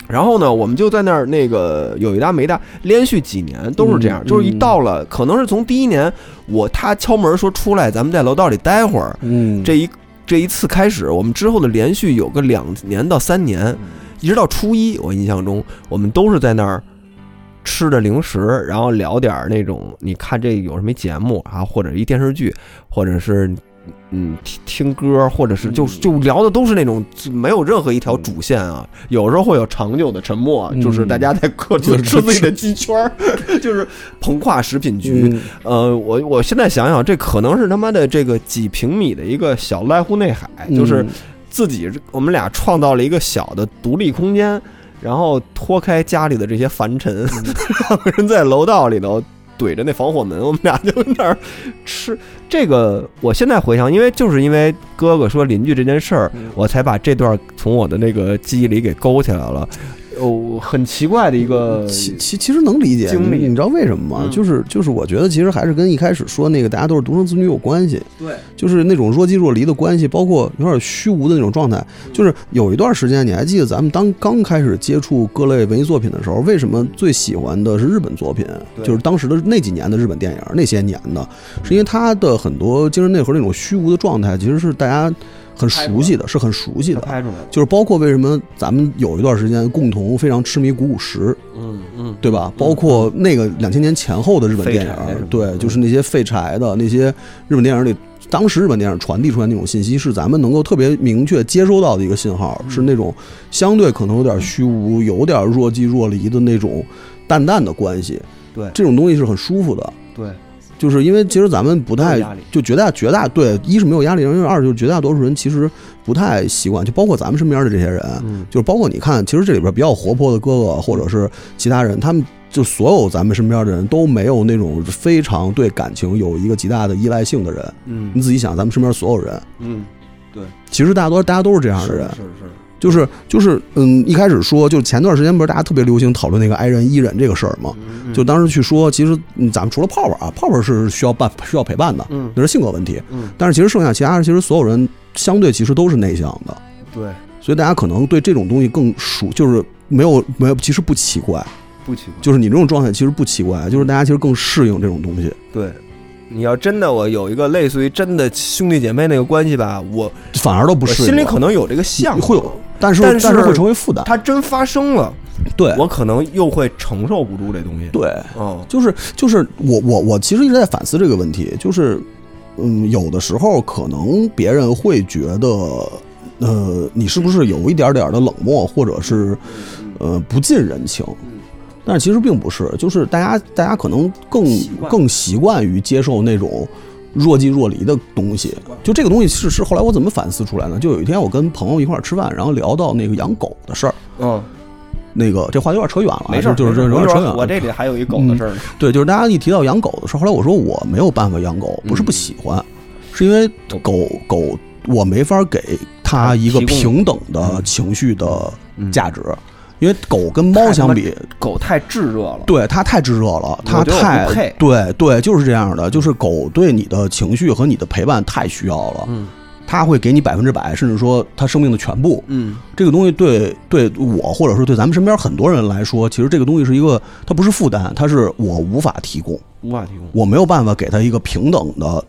[SPEAKER 3] 然后呢，我们就在那儿那个有一搭没一搭，连续几年都是这样，
[SPEAKER 4] 嗯
[SPEAKER 3] 就是一到了，可能是从第一年我他敲门说出来，咱们在楼道里待会儿，
[SPEAKER 4] 嗯
[SPEAKER 3] 这一这一次开始，我们之后的连续有个两年到三年，
[SPEAKER 4] 嗯
[SPEAKER 3] 一直到初一，我印象中我们都是在那儿。吃着零食，然后聊点儿那种，你看这有什么节目啊，或者一电视剧，或者是嗯听听歌，或者是就
[SPEAKER 4] 嗯
[SPEAKER 3] 就聊的都是那种没有任何一条主线啊。有时候会有长久的沉默，
[SPEAKER 4] 嗯
[SPEAKER 3] 就是大家在各自吃自己的鸡圈儿， 就是膨化食品局。
[SPEAKER 4] 嗯
[SPEAKER 3] 呃，我我现在想想，这可能是他妈的这个几平米的一个小濑户内海，
[SPEAKER 4] 嗯
[SPEAKER 3] 就是自己我们俩创造了一个小的独立空间，然后脱开家里的这些凡尘， 两个人在楼道里头怼着那防火门，我们俩就在那儿吃。这个我现在回想，因为就是因为嗯哥哥说邻居这件事儿，我才把这段从我的那个记忆里给勾起来了。哦，很奇怪的一个
[SPEAKER 4] 其其其实能理解，
[SPEAKER 3] 呃经历
[SPEAKER 4] 你你知道为什么吗？
[SPEAKER 3] 嗯
[SPEAKER 4] 就是就是，我觉得其实还是跟一开始说那个大家都是独生子女有关系，
[SPEAKER 3] 对，
[SPEAKER 4] 就是那种若即若离的关系，包括有点虚无的那种状态。
[SPEAKER 3] 嗯
[SPEAKER 4] 就是有一段时间，你还记得咱们当刚开始接触各类文艺作品的时候，为什么最喜欢的是日本作品？
[SPEAKER 3] 对
[SPEAKER 4] 就是当时的那几年的日本电影，那些年的，是因为它的很多精神内核那种虚无的状态，其实是大家很熟悉的，是很熟悉的。
[SPEAKER 3] 拍出来的，
[SPEAKER 4] 就是包括为什么咱们有一段时间共同非常痴迷古古石，
[SPEAKER 3] 嗯嗯，
[SPEAKER 4] 对吧？包括那个两千年前后的日本
[SPEAKER 3] 废
[SPEAKER 4] 电
[SPEAKER 3] 柴什么
[SPEAKER 4] 影
[SPEAKER 3] 的，
[SPEAKER 4] 对，就是那些废柴的那些日本电影里，当时日本电影传递出来那种信息，是咱们能够特别明确接收到的一个信号，是那种相对可能有点虚无、有点若即若离的那种淡淡的关系。
[SPEAKER 3] 对
[SPEAKER 4] 这种东西是很舒服的。
[SPEAKER 3] 对，
[SPEAKER 4] 就是因为其实咱们不
[SPEAKER 3] 没
[SPEAKER 4] 太
[SPEAKER 3] 有压力
[SPEAKER 4] 就绝大绝大对，一是没有压力，因为二就是绝大多数人其实不太习惯，就包括咱们身边的这些人，
[SPEAKER 3] 嗯
[SPEAKER 4] 就是包括你看，其实这里边比较活泼的哥哥或者是其他人，他们就所有咱们身边的人都没有那种非常对感情有一个极大的依赖性的人。
[SPEAKER 3] 嗯
[SPEAKER 4] 你仔细想，咱们身边所有人，
[SPEAKER 3] 嗯，
[SPEAKER 4] 其实大家都大家都是这样的
[SPEAKER 3] 是
[SPEAKER 4] 人
[SPEAKER 3] 是，是，
[SPEAKER 4] 就是就是嗯，一开始说，就是前段时间不是大家特别流行讨论那个 i 人 e 人这个事儿吗？
[SPEAKER 3] 嗯
[SPEAKER 4] 就当时去说，其实嗯咱们除了泡泡啊，泡泡是需要伴需要陪伴的，
[SPEAKER 3] 嗯
[SPEAKER 4] 那是性格问题。
[SPEAKER 3] 嗯，
[SPEAKER 4] 但是其实剩下其他的，其实所有人相对其实都是内向的，
[SPEAKER 3] 对，
[SPEAKER 4] 所以大家可能对这种东西更熟，就是没有没有，其实不奇怪，
[SPEAKER 3] 不奇怪，
[SPEAKER 4] 就是你这种状态其实不奇怪，就是大家其实更适应这种东西。
[SPEAKER 3] 对。你要真的我有一个类似于真的兄弟姐妹那个关系吧，我
[SPEAKER 4] 反而都不
[SPEAKER 3] 我
[SPEAKER 4] 适应了，
[SPEAKER 3] 心里可能有这个向
[SPEAKER 4] 会有，但是
[SPEAKER 3] 但是
[SPEAKER 4] 是会成为负担。
[SPEAKER 3] 它真发生了，
[SPEAKER 4] 对
[SPEAKER 3] 我可能又会承受不住这东西。
[SPEAKER 4] 对，啊
[SPEAKER 3] 嗯，
[SPEAKER 4] 就是就是我我我其实一直在反思这个问题，就是嗯，有的时候可能别人会觉得，呃，你是不是有一点点的冷漠，或者是呃不近人情？
[SPEAKER 3] 嗯
[SPEAKER 4] 但是其实并不是，就是大家大家可能更
[SPEAKER 3] 习惯
[SPEAKER 4] 更习惯于接受那种若即若离的东西。就这个东西是是后来我怎么反思出来呢？就有一天我跟朋友一块儿吃饭，然后聊到那个养狗的事儿。
[SPEAKER 3] 嗯，
[SPEAKER 4] 那个这话有点扯远了啊，
[SPEAKER 3] 没事儿，
[SPEAKER 4] 就
[SPEAKER 3] 没
[SPEAKER 4] 是
[SPEAKER 3] 事
[SPEAKER 4] 就
[SPEAKER 3] 儿
[SPEAKER 4] 是有
[SPEAKER 3] 我一会儿。我这
[SPEAKER 4] 点扯远了
[SPEAKER 3] 里还有一狗的事儿呢。
[SPEAKER 4] 对，就是大家一提到养狗的事儿，后来我说我没有办法养狗，不是
[SPEAKER 3] 嗯
[SPEAKER 4] 不喜欢，是因为狗狗我没法给它一个
[SPEAKER 3] 啊提供嗯
[SPEAKER 4] 平等的情绪的价值，因为狗跟猫相比，
[SPEAKER 3] 狗太炙热了，
[SPEAKER 4] 对它太炙热了，它
[SPEAKER 3] 我觉得我不
[SPEAKER 4] 太
[SPEAKER 3] 配
[SPEAKER 4] 对对，就是这样的，就是狗对你的情绪和你的陪伴太需要了，
[SPEAKER 3] 嗯
[SPEAKER 4] 它会给你百分之百，甚至说它生命的全部，
[SPEAKER 3] 嗯，
[SPEAKER 4] 这个东西对对我，或者说对咱们身边很多人来说，其实这个东西是一个，它不是负担，它是我无法提供，
[SPEAKER 3] 无法提供。
[SPEAKER 4] 我没嗯有办法给他一个平等的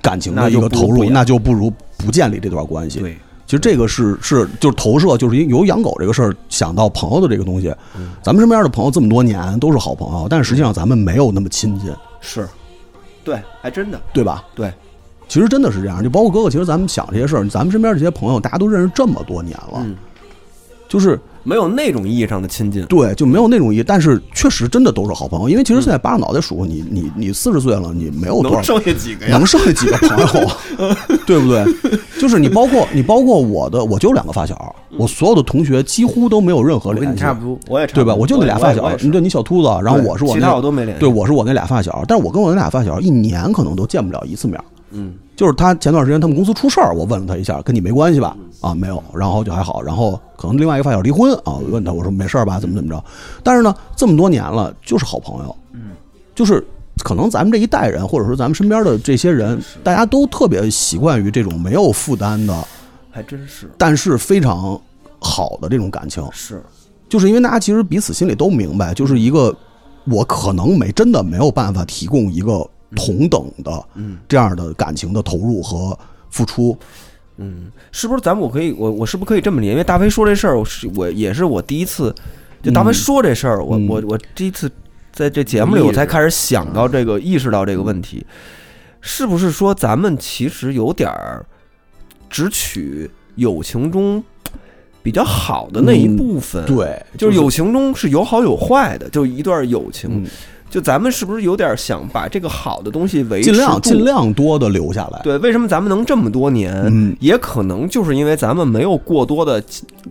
[SPEAKER 4] 感情的一个投入，那
[SPEAKER 3] 那
[SPEAKER 4] 就不如不建立这段关系。
[SPEAKER 3] 对，
[SPEAKER 4] 其实这个是是就是投射，就是因由养狗这个事儿想到朋友的这个东西。咱们身边的朋友这么多年都是好朋友，但实际上咱们没有那么亲近，
[SPEAKER 3] 是，对，还真的，
[SPEAKER 4] 对吧？
[SPEAKER 3] 对，
[SPEAKER 4] 其实真的是这样，就包括哥哥，其实咱们想这些事儿，咱们身边这些朋友，大家都认识这么多年了，
[SPEAKER 3] 嗯
[SPEAKER 4] 就是
[SPEAKER 3] 没有那种意义上的亲近。
[SPEAKER 4] 对，就没有那种意，但是确实真的都是好朋友。因为其实现在扒着脑袋数，你你你四十岁了，你没有多少
[SPEAKER 3] 能剩下几个呀？
[SPEAKER 4] 能剩下几个朋友啊， 对不对？就是你包括你包括我的，我就两个发小，我所有的同学几乎都没有任何
[SPEAKER 5] 我跟
[SPEAKER 4] 联
[SPEAKER 5] 你
[SPEAKER 4] 系，
[SPEAKER 5] 差不多。
[SPEAKER 3] 我也差不
[SPEAKER 4] 对
[SPEAKER 3] 多
[SPEAKER 4] 吧？我就那俩发
[SPEAKER 3] 我
[SPEAKER 4] 小
[SPEAKER 3] 也，是
[SPEAKER 4] 你对你小秃子，然后
[SPEAKER 3] 对
[SPEAKER 4] 我是我
[SPEAKER 3] 其他我
[SPEAKER 4] 那
[SPEAKER 3] 都没联系。
[SPEAKER 4] 对，我是我那俩发小，但是我跟我那俩发小一年可能都见不了一次面。
[SPEAKER 3] 嗯，
[SPEAKER 4] 就是他前段时间他们公司出事儿，我问了他一下，跟你没关系吧？啊，没有，然后就还好。然后可能另外一个发小离婚啊，我问他，我说没事儿吧？怎么怎么着？但是呢，这么多年了，就是好朋友，嗯，就是可能咱们这一代人，或者说咱们身边的这些人，大家都特别习惯于这种没有负担的，
[SPEAKER 3] 还真是
[SPEAKER 4] 但是非常好的这种感情，
[SPEAKER 3] 是，
[SPEAKER 4] 就是因为大家其实彼此心里都明白，就是一个我可能没真的没有办法提供一个同等的
[SPEAKER 3] 嗯
[SPEAKER 4] 这样的感情的投入和付出。
[SPEAKER 3] 嗯，是不是咱们我可以我我是不是可以这么理解？因为大飞说这事儿，我是我也是我第一次，就大飞说这事儿，我
[SPEAKER 4] 嗯
[SPEAKER 3] 我我第一次在这节目里我才开始想到这个，意识到这个问题，是不是说咱们其实有点儿只取友情中比较好的那一
[SPEAKER 4] 嗯
[SPEAKER 3] 部分？。
[SPEAKER 4] 对，
[SPEAKER 3] 就是友情中是有好有坏的，就是一段友情，
[SPEAKER 4] 嗯
[SPEAKER 3] 就咱们是不是有点想把这个好的东西维持
[SPEAKER 4] 尽
[SPEAKER 3] 住
[SPEAKER 4] 量尽量多的留下来。
[SPEAKER 3] 对，为什么咱们能这么多年？
[SPEAKER 4] 嗯
[SPEAKER 3] 也可能就是因为咱们没有过多的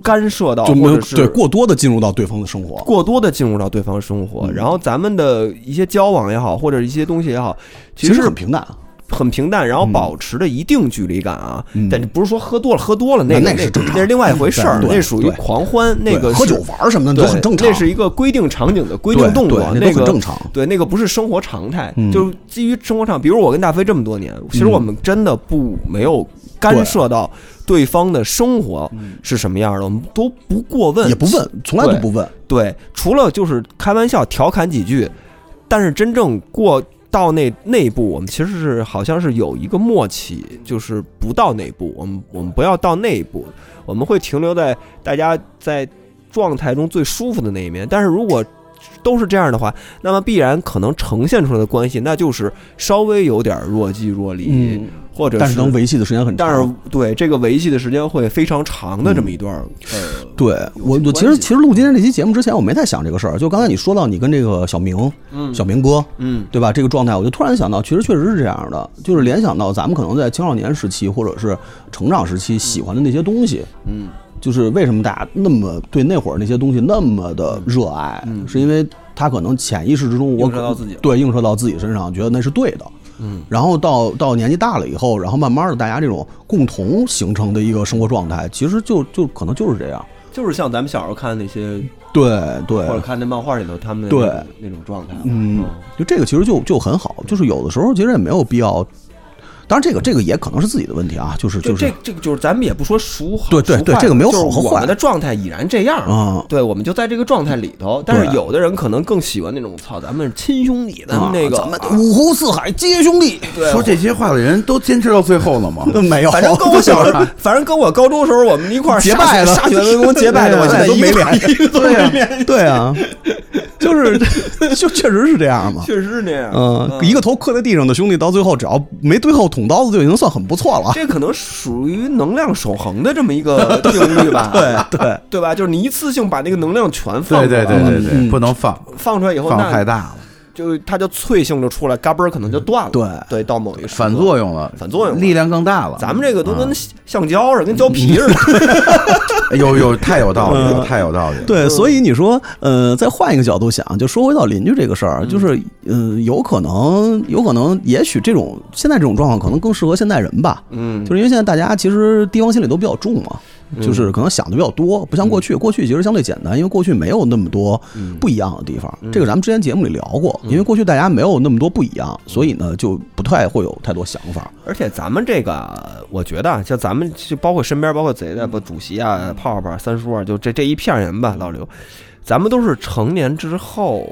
[SPEAKER 3] 干涉到，
[SPEAKER 4] 就没
[SPEAKER 3] 或
[SPEAKER 4] 有
[SPEAKER 3] 者是
[SPEAKER 4] 对过多的进入到对方的生活。
[SPEAKER 3] 过多的进入到对方生活，
[SPEAKER 4] 嗯
[SPEAKER 3] 然后咱们的一些交往也好，或者一些东西也好，
[SPEAKER 4] 其
[SPEAKER 3] 实
[SPEAKER 4] 很平淡，啊嗯
[SPEAKER 3] 很平淡，然后保持着一定距离感啊。
[SPEAKER 5] 嗯
[SPEAKER 3] 但不是说喝多了，喝多了那个
[SPEAKER 4] 那那是正常
[SPEAKER 3] 那是另外一回事儿，
[SPEAKER 4] 对对
[SPEAKER 3] 那属于狂欢，那个
[SPEAKER 4] 对
[SPEAKER 3] 是
[SPEAKER 4] 喝酒玩儿什么的
[SPEAKER 3] 对
[SPEAKER 4] 都很正常，
[SPEAKER 3] 那是一个规定场景的规定
[SPEAKER 4] 对
[SPEAKER 3] 动作
[SPEAKER 4] 对，那
[SPEAKER 3] 那
[SPEAKER 4] 都很
[SPEAKER 3] 个
[SPEAKER 4] 正常。
[SPEAKER 3] 对，那个不是生活常态，
[SPEAKER 4] 嗯
[SPEAKER 3] 就是基于生活常。比如我跟大飞这么多年，其实我们真的不没有干涉到对方的生活是什么样的，我们都不过问，
[SPEAKER 4] 嗯也不问，从来都不问。
[SPEAKER 3] 对，除了就是开玩笑调侃几句，但是真正过到那那一步，我们其实是好像是有一个默契，就是不到那一步，我们我们不要到那一步，我们会停留在大家在状态中最舒服的那一面。但是如果都是这样的话，那么必然可能呈现出来的关系，那就是稍微有点若即若离，
[SPEAKER 4] 嗯，
[SPEAKER 3] 或者
[SPEAKER 4] 但是能维系的时间很长。
[SPEAKER 3] 但是对这个维系的时间会非常长的这么一段，呃，
[SPEAKER 4] 对我，我其
[SPEAKER 3] 关
[SPEAKER 4] 实
[SPEAKER 3] 系
[SPEAKER 4] 其实录今天这期节目之前，我没太想这个事儿。就刚才你说到你跟这个小明，
[SPEAKER 3] 嗯
[SPEAKER 4] 小明哥，
[SPEAKER 3] 嗯
[SPEAKER 4] 对吧？这个状态，我就突然想到，其实确实是这样的，就是联想到咱们可能在青少年时期或者是成长时期喜欢的那些东西，
[SPEAKER 3] 嗯，
[SPEAKER 4] 就是为什么大家那么对那会儿那些东西那么的热爱，是因为他可能潜意识之中
[SPEAKER 3] 嗯
[SPEAKER 4] 我
[SPEAKER 3] 映射
[SPEAKER 4] 可
[SPEAKER 3] 到自己了
[SPEAKER 4] 对映射到自己身上，觉得那是对的。嗯，然后到到年纪大了以后，然后慢慢的大家这种共同形成的一个生活状态，其实就就可能就是这样。
[SPEAKER 3] 就是像咱们小时候看的那些
[SPEAKER 4] 对对，
[SPEAKER 3] 或者看那漫画里头他们的
[SPEAKER 4] 对
[SPEAKER 3] 那种那种状态了，
[SPEAKER 4] 嗯，就这个其实就就很好，就是有的时候其实也没有必要。当然，这个这个也可能是自己的问题啊，就是
[SPEAKER 3] 就
[SPEAKER 4] 就是
[SPEAKER 3] 嗯这这个就是咱们也不说孰好
[SPEAKER 4] 对对
[SPEAKER 3] 孰
[SPEAKER 4] 对
[SPEAKER 3] 坏
[SPEAKER 4] 这个没有
[SPEAKER 3] 就是
[SPEAKER 4] 好和
[SPEAKER 3] 我
[SPEAKER 4] 坏
[SPEAKER 3] 们的状态已然这样了
[SPEAKER 4] 啊
[SPEAKER 3] 对，我们就在这个状态里头。但是
[SPEAKER 4] 对
[SPEAKER 3] 有的人可能更喜欢那种操，咱们是亲兄弟，咱
[SPEAKER 4] 嗯啊
[SPEAKER 3] 们那个
[SPEAKER 4] 咱们五湖四海皆兄弟，
[SPEAKER 3] 对
[SPEAKER 5] 说这些话的人都坚持到最后了吗？
[SPEAKER 4] 嗯没有，
[SPEAKER 3] 反正跟我 小时候，反正跟我高中时候我们一块儿
[SPEAKER 4] 结
[SPEAKER 3] 下
[SPEAKER 4] 拜
[SPEAKER 3] 雪
[SPEAKER 4] 了
[SPEAKER 3] 下雪为盟结拜 的，
[SPEAKER 4] 对啊
[SPEAKER 3] 我现在
[SPEAKER 4] 都
[SPEAKER 3] 一个
[SPEAKER 4] 没
[SPEAKER 3] 都
[SPEAKER 4] 联系
[SPEAKER 3] 一个都没
[SPEAKER 4] 对啊
[SPEAKER 3] 联系，
[SPEAKER 4] 对啊，就是就确实是这样嘛。
[SPEAKER 3] 确实是那样。
[SPEAKER 4] 嗯，一个头磕在地上的兄弟，到最后只要没最后捅刀子，就已经算很不错了。
[SPEAKER 3] 这可能属于能量守恒的这么一 个定律吧？对对对吧？就是你一次性把那个能量全放
[SPEAKER 5] 对
[SPEAKER 3] 出来
[SPEAKER 5] 对对对
[SPEAKER 4] 嗯
[SPEAKER 5] 对，不能放，
[SPEAKER 3] 放出来以后，
[SPEAKER 5] 放
[SPEAKER 3] 那
[SPEAKER 5] 太大了，
[SPEAKER 3] 就它就脆性就出来，嘎嘣儿可能就断了。
[SPEAKER 4] 对
[SPEAKER 3] 对，到某一个时刻
[SPEAKER 5] 反作。用了，
[SPEAKER 3] 反作用了
[SPEAKER 5] 力量更大了。
[SPEAKER 3] 咱们这个都
[SPEAKER 4] 嗯
[SPEAKER 3] 跟橡胶似的，跟胶皮 似的。
[SPEAKER 5] 这哎有有太有道理了，
[SPEAKER 3] 嗯
[SPEAKER 5] 太有道理了。
[SPEAKER 4] 对，所以你说，呃，再换一个角度想，就说回到邻居这个事儿，啊就是，嗯、有可能，有可能，也许这种现在这种状况可能更适合现代人吧，
[SPEAKER 3] 嗯，
[SPEAKER 4] 就是因为现在大家其实提防心理都比较重嘛，就是可能想的比较多，不像过
[SPEAKER 3] 嗯
[SPEAKER 4] 去，过去其实相对简单，因为过去没有那么多不一样的地方。
[SPEAKER 3] 嗯
[SPEAKER 4] 这个咱们之前节目里聊过，因为过去大家没有那么多不一样，
[SPEAKER 3] 嗯
[SPEAKER 4] 所以呢就不太会有太多想法。
[SPEAKER 3] 而且咱们这个，我觉得啊，像咱们就包括身边，包括贼的不主席啊、
[SPEAKER 4] 嗯
[SPEAKER 3] 泡泡啊、三叔啊，就这这一片人吧，老刘，咱们都是成年之后，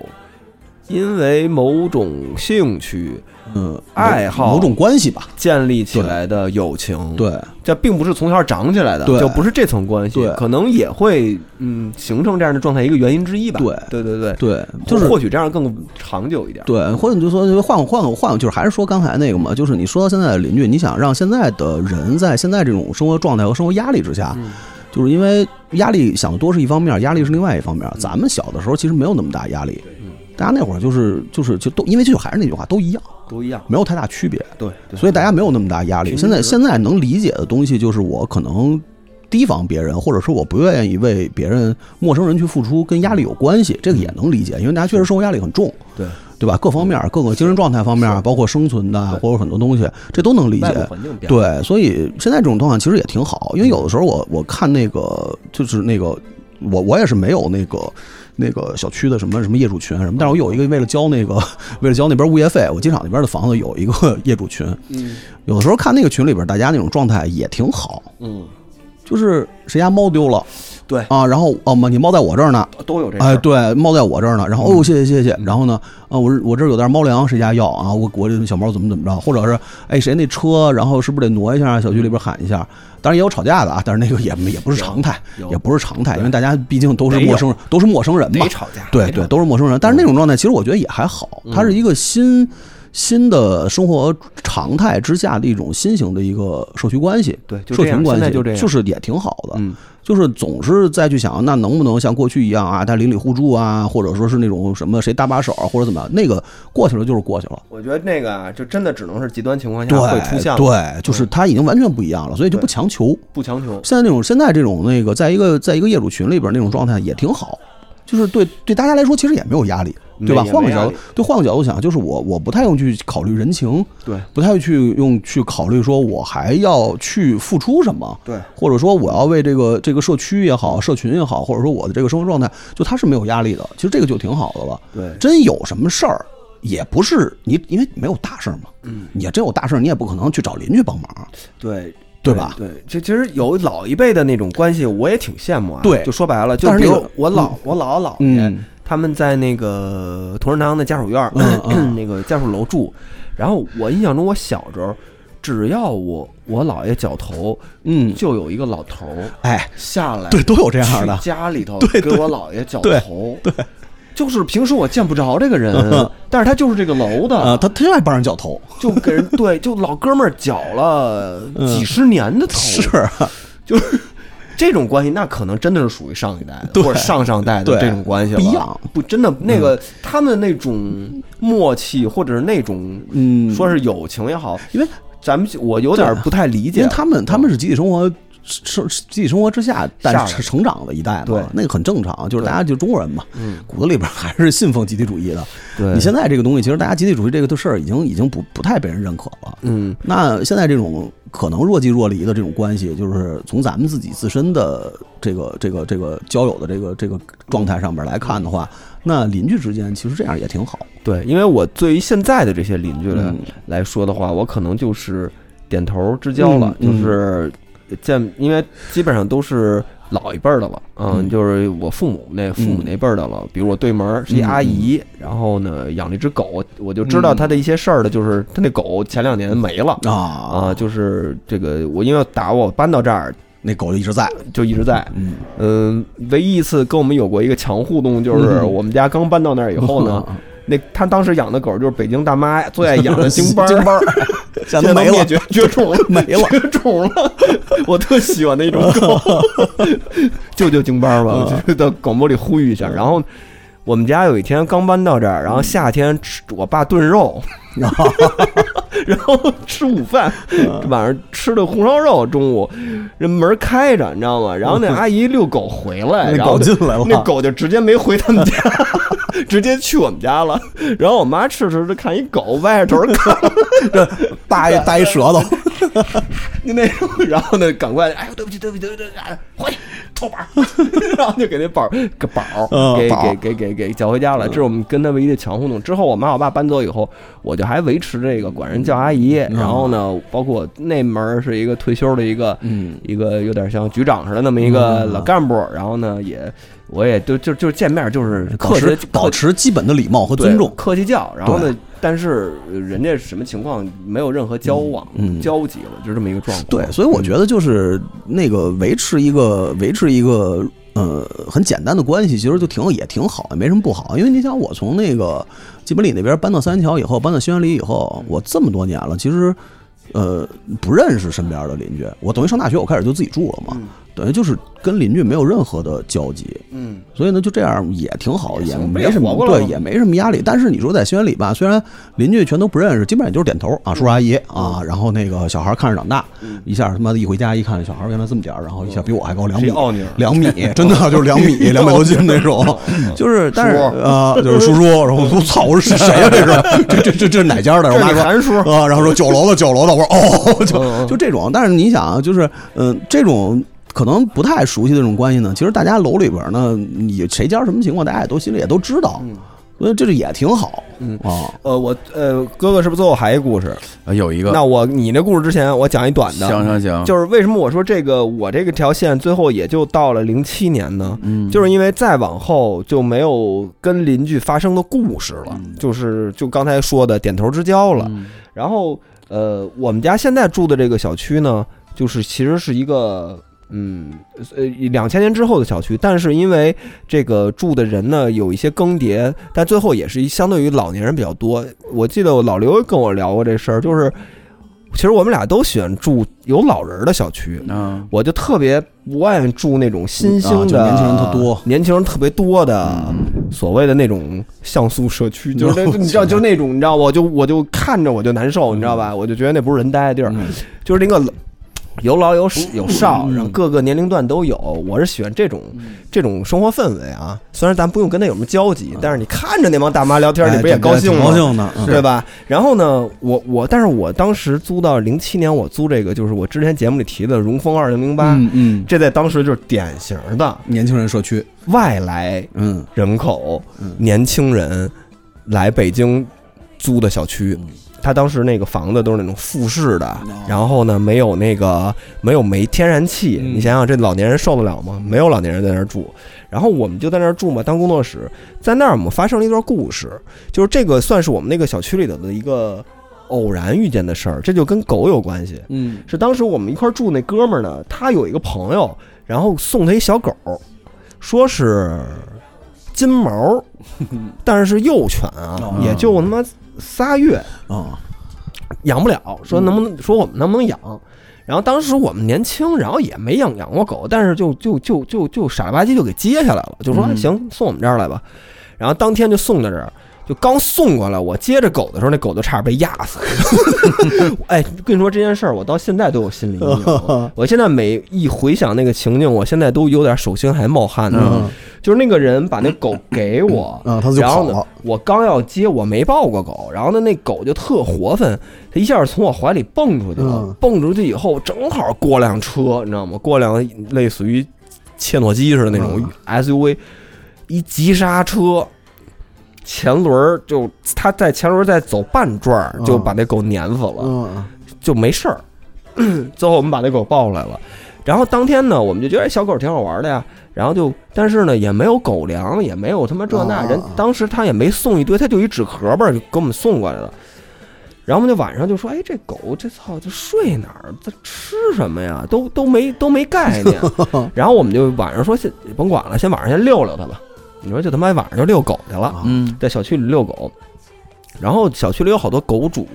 [SPEAKER 3] 因为某种兴趣
[SPEAKER 4] 嗯，
[SPEAKER 3] 爱好嗯
[SPEAKER 4] 某种关系吧，
[SPEAKER 3] 建立起来的友情。
[SPEAKER 4] 对，
[SPEAKER 3] 这并不是从小长起来的，
[SPEAKER 4] 对
[SPEAKER 3] 就不是这层关系
[SPEAKER 4] 对，
[SPEAKER 3] 可能也会嗯形成这样的状态一个原因之一吧。
[SPEAKER 4] 对
[SPEAKER 3] 对对对，
[SPEAKER 4] 对，就是
[SPEAKER 3] 或许这样更长久一点。
[SPEAKER 4] 对，或者你就说就换个换个换个，就是还是说刚才那个嘛，就是你说到现在的邻居，你想让现在的人在现在这种生活状态和生活压力之下，就是因为压力想的多是一方面，压力是另外一方面。咱们小的时候其实没有那么大压力，大家那会儿就是就是就都因为就还是那句话，都一样，
[SPEAKER 3] 都一样。
[SPEAKER 4] 没有太大区别，
[SPEAKER 3] 对，对
[SPEAKER 4] 所以大家没有那么大压力。现在现在能理解的东西就是我可能。提防别人，或者说我不愿意为别人、陌生人去付出，跟压力有关系，这个也能理解，因为大家确实生活压力很重。
[SPEAKER 3] 对
[SPEAKER 4] 对吧？各方
[SPEAKER 3] 嗯
[SPEAKER 4] 面儿、各个精神状态方面儿，包括生存的，或者很多东西，这都能理
[SPEAKER 3] 外部
[SPEAKER 4] 解。
[SPEAKER 3] 环境变化，
[SPEAKER 4] 对，所以现在这种状况其实也挺好，因为有的时候我我看那个就是那个我我也是没有那个那个小区的什么什么业主群啊什么，但是我有一个为了交那个为了交那边物业费，我机场那边的房子有一个 业主群，
[SPEAKER 3] 嗯
[SPEAKER 4] 有的时候看那个群里边大家那种状态也挺好，
[SPEAKER 3] 嗯，
[SPEAKER 4] 就是谁家猫丢了
[SPEAKER 3] 对，
[SPEAKER 4] 啊，然后哦妈你猫在我这儿呢，
[SPEAKER 3] 都有这事儿嗯
[SPEAKER 4] 哎，对，猫在我这儿呢。然后哦，谢谢谢谢。然后呢，啊，我我这儿有袋猫粮，谁家要啊？我我这小猫怎么怎么着？或者是哎，谁那车，然后是不是得挪一下？小区里边喊一下。当然也有吵架的啊，但是那个也也不是常态，
[SPEAKER 3] 有
[SPEAKER 4] 也不是常态，因为大家毕竟都是陌生人，都是陌生人嘛
[SPEAKER 3] 没。吵架，
[SPEAKER 4] 对
[SPEAKER 3] 没吵
[SPEAKER 4] 对，
[SPEAKER 3] 架，
[SPEAKER 4] 都是陌生人。但
[SPEAKER 3] 嗯
[SPEAKER 4] 是那种状态，其实我觉得也还好，它是一个新新的生活常态之下的一种新型的一个社区关系，
[SPEAKER 3] 对就
[SPEAKER 4] 社
[SPEAKER 3] 这样
[SPEAKER 4] 群关
[SPEAKER 3] 现
[SPEAKER 4] 系，
[SPEAKER 3] 在就这样
[SPEAKER 4] 是也挺好的。
[SPEAKER 3] 嗯，
[SPEAKER 4] 就是总是再去想，那能不能像过去一样啊，他邻里互助啊，或者说是那种什么谁搭把手啊或者怎么样，那个过去了就是过去了。
[SPEAKER 3] 我觉得那个啊，就真的只能是极端情况下
[SPEAKER 4] 对，
[SPEAKER 3] 会出现，，嗯
[SPEAKER 4] 对，就是他已经完全不一样了，所以就不
[SPEAKER 3] 对
[SPEAKER 4] 强求。
[SPEAKER 3] 不强求，
[SPEAKER 4] 现在那种现在这种那个，在一个在一个业主群里边那种状态也挺好，就是对对大家来说其实也没有压力，对吧？
[SPEAKER 3] 那也
[SPEAKER 4] 换个
[SPEAKER 3] 没
[SPEAKER 4] 角
[SPEAKER 3] 压
[SPEAKER 4] 度
[SPEAKER 3] 力，
[SPEAKER 4] 对，换个角度想，就是我我不太用去考虑人情，
[SPEAKER 3] 对，
[SPEAKER 4] 不太去用去考虑说我还要去付出什么，
[SPEAKER 3] 对，
[SPEAKER 4] 或者说我要为这个这个社区也好，社群也好，或者说我的这个生活状态，就它是没有压力的。其实这个就挺好的了。
[SPEAKER 3] 对
[SPEAKER 4] 真有什么事儿，也不是你，因为没有大事儿嘛，嗯，你真有大事儿，你也不可能去找邻居帮忙，
[SPEAKER 3] 对
[SPEAKER 4] 对吧？
[SPEAKER 3] 对，这其实有老一辈的那种关系，我也挺羡慕啊。
[SPEAKER 4] 对
[SPEAKER 3] 就说白了，就
[SPEAKER 4] 但是
[SPEAKER 3] 比
[SPEAKER 4] 那
[SPEAKER 3] 如
[SPEAKER 4] 个
[SPEAKER 3] 我老我姥姥姥爷
[SPEAKER 4] 嗯
[SPEAKER 3] 他们在那个同仁堂的家属院儿
[SPEAKER 4] 嗯嗯
[SPEAKER 3] 那个家属楼住，然后我印象中我小时候，只要我我姥爷脚头，
[SPEAKER 4] 嗯，
[SPEAKER 3] 就有一个老头儿
[SPEAKER 4] 哎，
[SPEAKER 3] 下来，
[SPEAKER 4] 对，都有这样的
[SPEAKER 3] 去，家里头给我姥爷脚头，对，就是平时我见不着这个人，
[SPEAKER 4] 嗯
[SPEAKER 3] 但是他就是这个楼的，
[SPEAKER 4] 呃，他他就爱帮人绞头，
[SPEAKER 3] 就给人对，就老哥们儿绞了几十年的头，
[SPEAKER 4] 嗯是啊，
[SPEAKER 3] 就是这种关系，那可能真的是属于上一代的或者上上代的
[SPEAKER 4] 对
[SPEAKER 3] 这种关系了，
[SPEAKER 4] 不一样，嗯
[SPEAKER 3] 不真的那个他们那种默契或者是那种
[SPEAKER 4] 嗯，
[SPEAKER 3] 说是友情也好，
[SPEAKER 4] 因为啊
[SPEAKER 3] 咱们我有点不太理
[SPEAKER 4] 因
[SPEAKER 3] 解啊嗯
[SPEAKER 4] 为他们他们是集体生活。生集体生活之下
[SPEAKER 3] 下
[SPEAKER 4] 但
[SPEAKER 3] 来
[SPEAKER 4] 是成长的一代嘛，
[SPEAKER 3] 对
[SPEAKER 4] 那个很正常，就是大家就中国人嘛，
[SPEAKER 3] 嗯
[SPEAKER 4] 骨子里边还是信奉集体主义的。
[SPEAKER 3] 对
[SPEAKER 4] 你现在这个东西，其实大家集体主义这个事儿已经已经不不太被人认可了。
[SPEAKER 3] 嗯
[SPEAKER 4] 那现在这种可能若即若离的这种关系，就是从咱们自己自身的这个这个这个交友的这个这个状态上面来看的话，那邻居之间其实这样也挺好。
[SPEAKER 3] 对，因为我对于现在的这些邻居来、
[SPEAKER 4] 嗯
[SPEAKER 3] 来说的话，我可能就是点头之交了，
[SPEAKER 4] 嗯嗯
[SPEAKER 3] 就是见，因为基本上都是老一辈儿的了，嗯，
[SPEAKER 4] 嗯
[SPEAKER 3] 就是我父母那父母那辈儿的了。比如我对门儿是一阿姨，
[SPEAKER 4] 嗯
[SPEAKER 3] 然后呢养了一只狗，我就知道她的一些事儿的，就是她那狗前两年没了。
[SPEAKER 4] 啊，
[SPEAKER 3] 啊，就是这个，我因为打我搬到这儿
[SPEAKER 4] 那狗就一直在，
[SPEAKER 3] 就一直在，
[SPEAKER 4] 嗯，
[SPEAKER 3] 嗯，唯一一次跟我们有过一个强互动，就是
[SPEAKER 4] 嗯
[SPEAKER 3] 我们家刚搬到那儿以后呢，那他当时养的狗就是北京大妈最爱养的京巴儿，
[SPEAKER 4] 京巴儿，现在没了
[SPEAKER 3] 灭，绝 绝种了，
[SPEAKER 4] 没了
[SPEAKER 3] 绝种了。我特喜欢那种 狗，救救京巴儿吧！
[SPEAKER 4] 啊
[SPEAKER 3] 我就在广播里呼吁一下。然后我们家有一天刚搬到这儿，
[SPEAKER 4] 嗯
[SPEAKER 3] 然后夏天吃我爸炖肉， 然后吃午饭，
[SPEAKER 4] 啊
[SPEAKER 3] 晚上吃的红烧肉，中午人门开着，你知道吗？然后那阿姨遛狗回来，
[SPEAKER 4] 嗯那
[SPEAKER 3] 然后
[SPEAKER 4] 狗进来了啊
[SPEAKER 3] 那狗就直接没回他们家， 直接去我们家了。然后我妈吃着吃着看一狗歪着头看，
[SPEAKER 4] 大一大一舌 头，
[SPEAKER 3] 就那种，然后呢，赶快，哎呦，对不起，对不起，对不起，对不起哎回去偷 板儿，然后就给那宝儿给宝儿
[SPEAKER 4] 嗯
[SPEAKER 3] 给
[SPEAKER 4] 宝儿
[SPEAKER 3] 给给给给叫回家了。这是我们跟他唯一的强互动。之后我妈我爸搬走以后，我就还维持这个管人叫阿姨。
[SPEAKER 4] 嗯
[SPEAKER 3] 然后呢，包括那门儿是一个退休的一个
[SPEAKER 4] 嗯
[SPEAKER 3] 一个有点像局长似的那么一个老干部，然后呢也我也就就就见面就是
[SPEAKER 4] 保
[SPEAKER 3] 客气
[SPEAKER 4] 持
[SPEAKER 3] 客
[SPEAKER 4] 保持基本的礼貌和
[SPEAKER 3] 对
[SPEAKER 4] 尊重。
[SPEAKER 3] 客气叫，然后呢，但是呃人家什么情况没有任何交往、
[SPEAKER 4] 嗯嗯
[SPEAKER 3] 交集了，就这么一个状况。
[SPEAKER 4] 对，所以我觉得就是那个维持一个维持一个呃很简单的关系，其实就挺也挺好，也没什么不好。因为你想，我从那个基本里那边搬到三元桥以后，搬到新源里以后，我这么多年了，其实呃不认识身边的邻居。我等于上大学，我开始就自己住了嘛，等于就是跟邻居没有任何的交集。
[SPEAKER 3] 嗯，
[SPEAKER 4] 所以呢，就这样也挺好，
[SPEAKER 3] 也
[SPEAKER 4] 也
[SPEAKER 3] 行
[SPEAKER 4] 没什
[SPEAKER 3] 也活
[SPEAKER 4] 么
[SPEAKER 3] 过来
[SPEAKER 4] 对，
[SPEAKER 3] 了
[SPEAKER 4] 也没什么压力。但是你说在新源里吧，虽然邻居全都不认识，基本上也就是点头
[SPEAKER 3] 嗯
[SPEAKER 4] 啊，叔叔阿姨啊，然后那个小孩看着长大，一下他妈的一回家一看，小孩原来这么点儿，然后一下比我还高两
[SPEAKER 3] 嗯是一
[SPEAKER 4] 米
[SPEAKER 3] 奥尼尔，
[SPEAKER 4] 两米，真的就是两米，两百多斤那种，
[SPEAKER 3] 嗯
[SPEAKER 4] 就是但是啊，就是叔叔，然后我操，我说是谁呀？这是这这这这是哪家的？我
[SPEAKER 3] 这
[SPEAKER 4] 妈
[SPEAKER 3] 是
[SPEAKER 4] 说
[SPEAKER 3] 韩叔
[SPEAKER 4] 啊，然后 说九楼的九楼的，我说哦，
[SPEAKER 3] 嗯
[SPEAKER 4] 就就这种。但是你想啊，就是嗯、这种可能不太熟悉的这种关系呢，其实大家楼里边呢，你谁家什么情况，大家也都心里也都知道，
[SPEAKER 3] 嗯
[SPEAKER 4] 所以这是也挺好，嗯啊，
[SPEAKER 3] 呃，我呃，哥哥是不是最后还一故事？
[SPEAKER 5] 呃有一个
[SPEAKER 3] 那我你那故事之前，我讲一短的。
[SPEAKER 5] 行行行，
[SPEAKER 3] 就是为什么我说这个我这个条线最后也就到了零七年呢？
[SPEAKER 5] 嗯
[SPEAKER 3] 就是因为再往后就没有跟邻居发生的故事了，
[SPEAKER 5] 嗯
[SPEAKER 3] 就是就刚才说的点头之交了。
[SPEAKER 5] 嗯
[SPEAKER 3] 然后呃，我们家现在住的这个小区呢，就是其实是一个。嗯，呃，两千年之后的小区，但是因为这个住的人呢有一些更迭，但最后也是一相对于老年人比较多。我记得我老刘跟我聊过这事儿，就是其实我们俩都喜欢住有老人的小区，
[SPEAKER 5] 嗯
[SPEAKER 3] 我就特别不爱住那种新兴
[SPEAKER 4] 啊就
[SPEAKER 3] 的、
[SPEAKER 4] 年轻人特多嗯
[SPEAKER 3] 年轻人特别多的、所谓的那种像素社区，就是 那你知道，就是那种你
[SPEAKER 4] 嗯
[SPEAKER 3] 知道，我就我就看着我就难受，你知道吧？我就觉得那不是人待的地儿，就是那个老有老有少有少，
[SPEAKER 4] 嗯
[SPEAKER 3] 然后各个年龄段都有。我是喜欢这种这种生活氛围啊。虽然咱不用跟他有什么交
[SPEAKER 4] 嗯
[SPEAKER 3] 集，但是你看着那帮大妈聊
[SPEAKER 4] 哎
[SPEAKER 3] 天，你不也高兴吗？
[SPEAKER 4] 高兴的，嗯
[SPEAKER 3] 对吧？然后呢，我我，但是我当时租到零七年，我租这个就是我之前节目里提的荣丰二零零八，
[SPEAKER 4] 嗯嗯，
[SPEAKER 3] 这在当时就是典型的
[SPEAKER 4] 年轻人社区，
[SPEAKER 3] 外来
[SPEAKER 4] 嗯
[SPEAKER 3] 人口、
[SPEAKER 4] 嗯
[SPEAKER 3] 年轻人来北京租的小区。
[SPEAKER 4] 嗯
[SPEAKER 3] 他当时那个房子都是那种复式的，
[SPEAKER 4] 哦
[SPEAKER 3] 然后呢，没有那个没有煤天然气，
[SPEAKER 4] 嗯
[SPEAKER 3] 你想想这老年人受得了吗？没有老年人在那儿住，然后我们就在那儿住嘛，当工作室，在那儿我们发生了一段故事，就是这个算是我们那个小区里头的一个偶然遇见的事儿，这就跟狗有关系，
[SPEAKER 4] 嗯
[SPEAKER 3] 是当时我们一块儿住那哥们儿呢，他有一个朋友，然后送他一小狗，说是金毛， 但是是幼犬啊
[SPEAKER 4] 哦，
[SPEAKER 3] 也就他妈仨月，
[SPEAKER 4] 啊
[SPEAKER 3] 养不了，说
[SPEAKER 4] 嗯
[SPEAKER 3] 能不能说我们能不能养？然后当时我们年轻，然后也没养养过狗，但是就就就就就傻了吧唧就给接下来了，就说、哎
[SPEAKER 4] 嗯
[SPEAKER 3] 行送我们这儿来吧。然后当天就送到这儿，就刚送过来，我接着狗的时候，那狗就差点被压死。 哎，跟你说这件事儿，我到现在都有心理阴 影。我现在每一回想那个情景，我现在都有点手心还冒汗呢。
[SPEAKER 4] 嗯
[SPEAKER 3] 就是那个人把那狗给我，
[SPEAKER 4] 啊，他就
[SPEAKER 3] 然
[SPEAKER 4] 跑
[SPEAKER 3] 后呢
[SPEAKER 4] 了，，
[SPEAKER 3] 我刚要接，我没抱过狗，然后呢，那狗就特活泛，它一下从我怀里蹦出去了，
[SPEAKER 4] 嗯
[SPEAKER 3] 蹦出去以后正好过辆车，你知道吗？过辆类似于切诺基似的那种 SUV，、一急刹车，前轮儿就它在前轮儿再走半转儿
[SPEAKER 4] 嗯
[SPEAKER 3] 就把那狗碾死了，
[SPEAKER 4] 嗯
[SPEAKER 3] 就没事儿。最后我们把那狗抱来了，然后当天呢，我们就觉得哎小狗挺好玩的呀，然后就但是呢也没有狗粮，也没有他妈这那
[SPEAKER 4] 啊
[SPEAKER 3] 人，当时他也没送一堆，他就一纸壳儿吧儿就给我们送过来了。然后我们就晚上就说，哎，这狗这操，这睡哪儿？它吃什么呀？都都没都没概念。然后我们就晚上说，先甭管了，先晚上先遛遛它吧。你说就他妈晚上就遛狗去了，
[SPEAKER 5] 嗯
[SPEAKER 3] 在小区里遛狗，然后小区里有好多狗主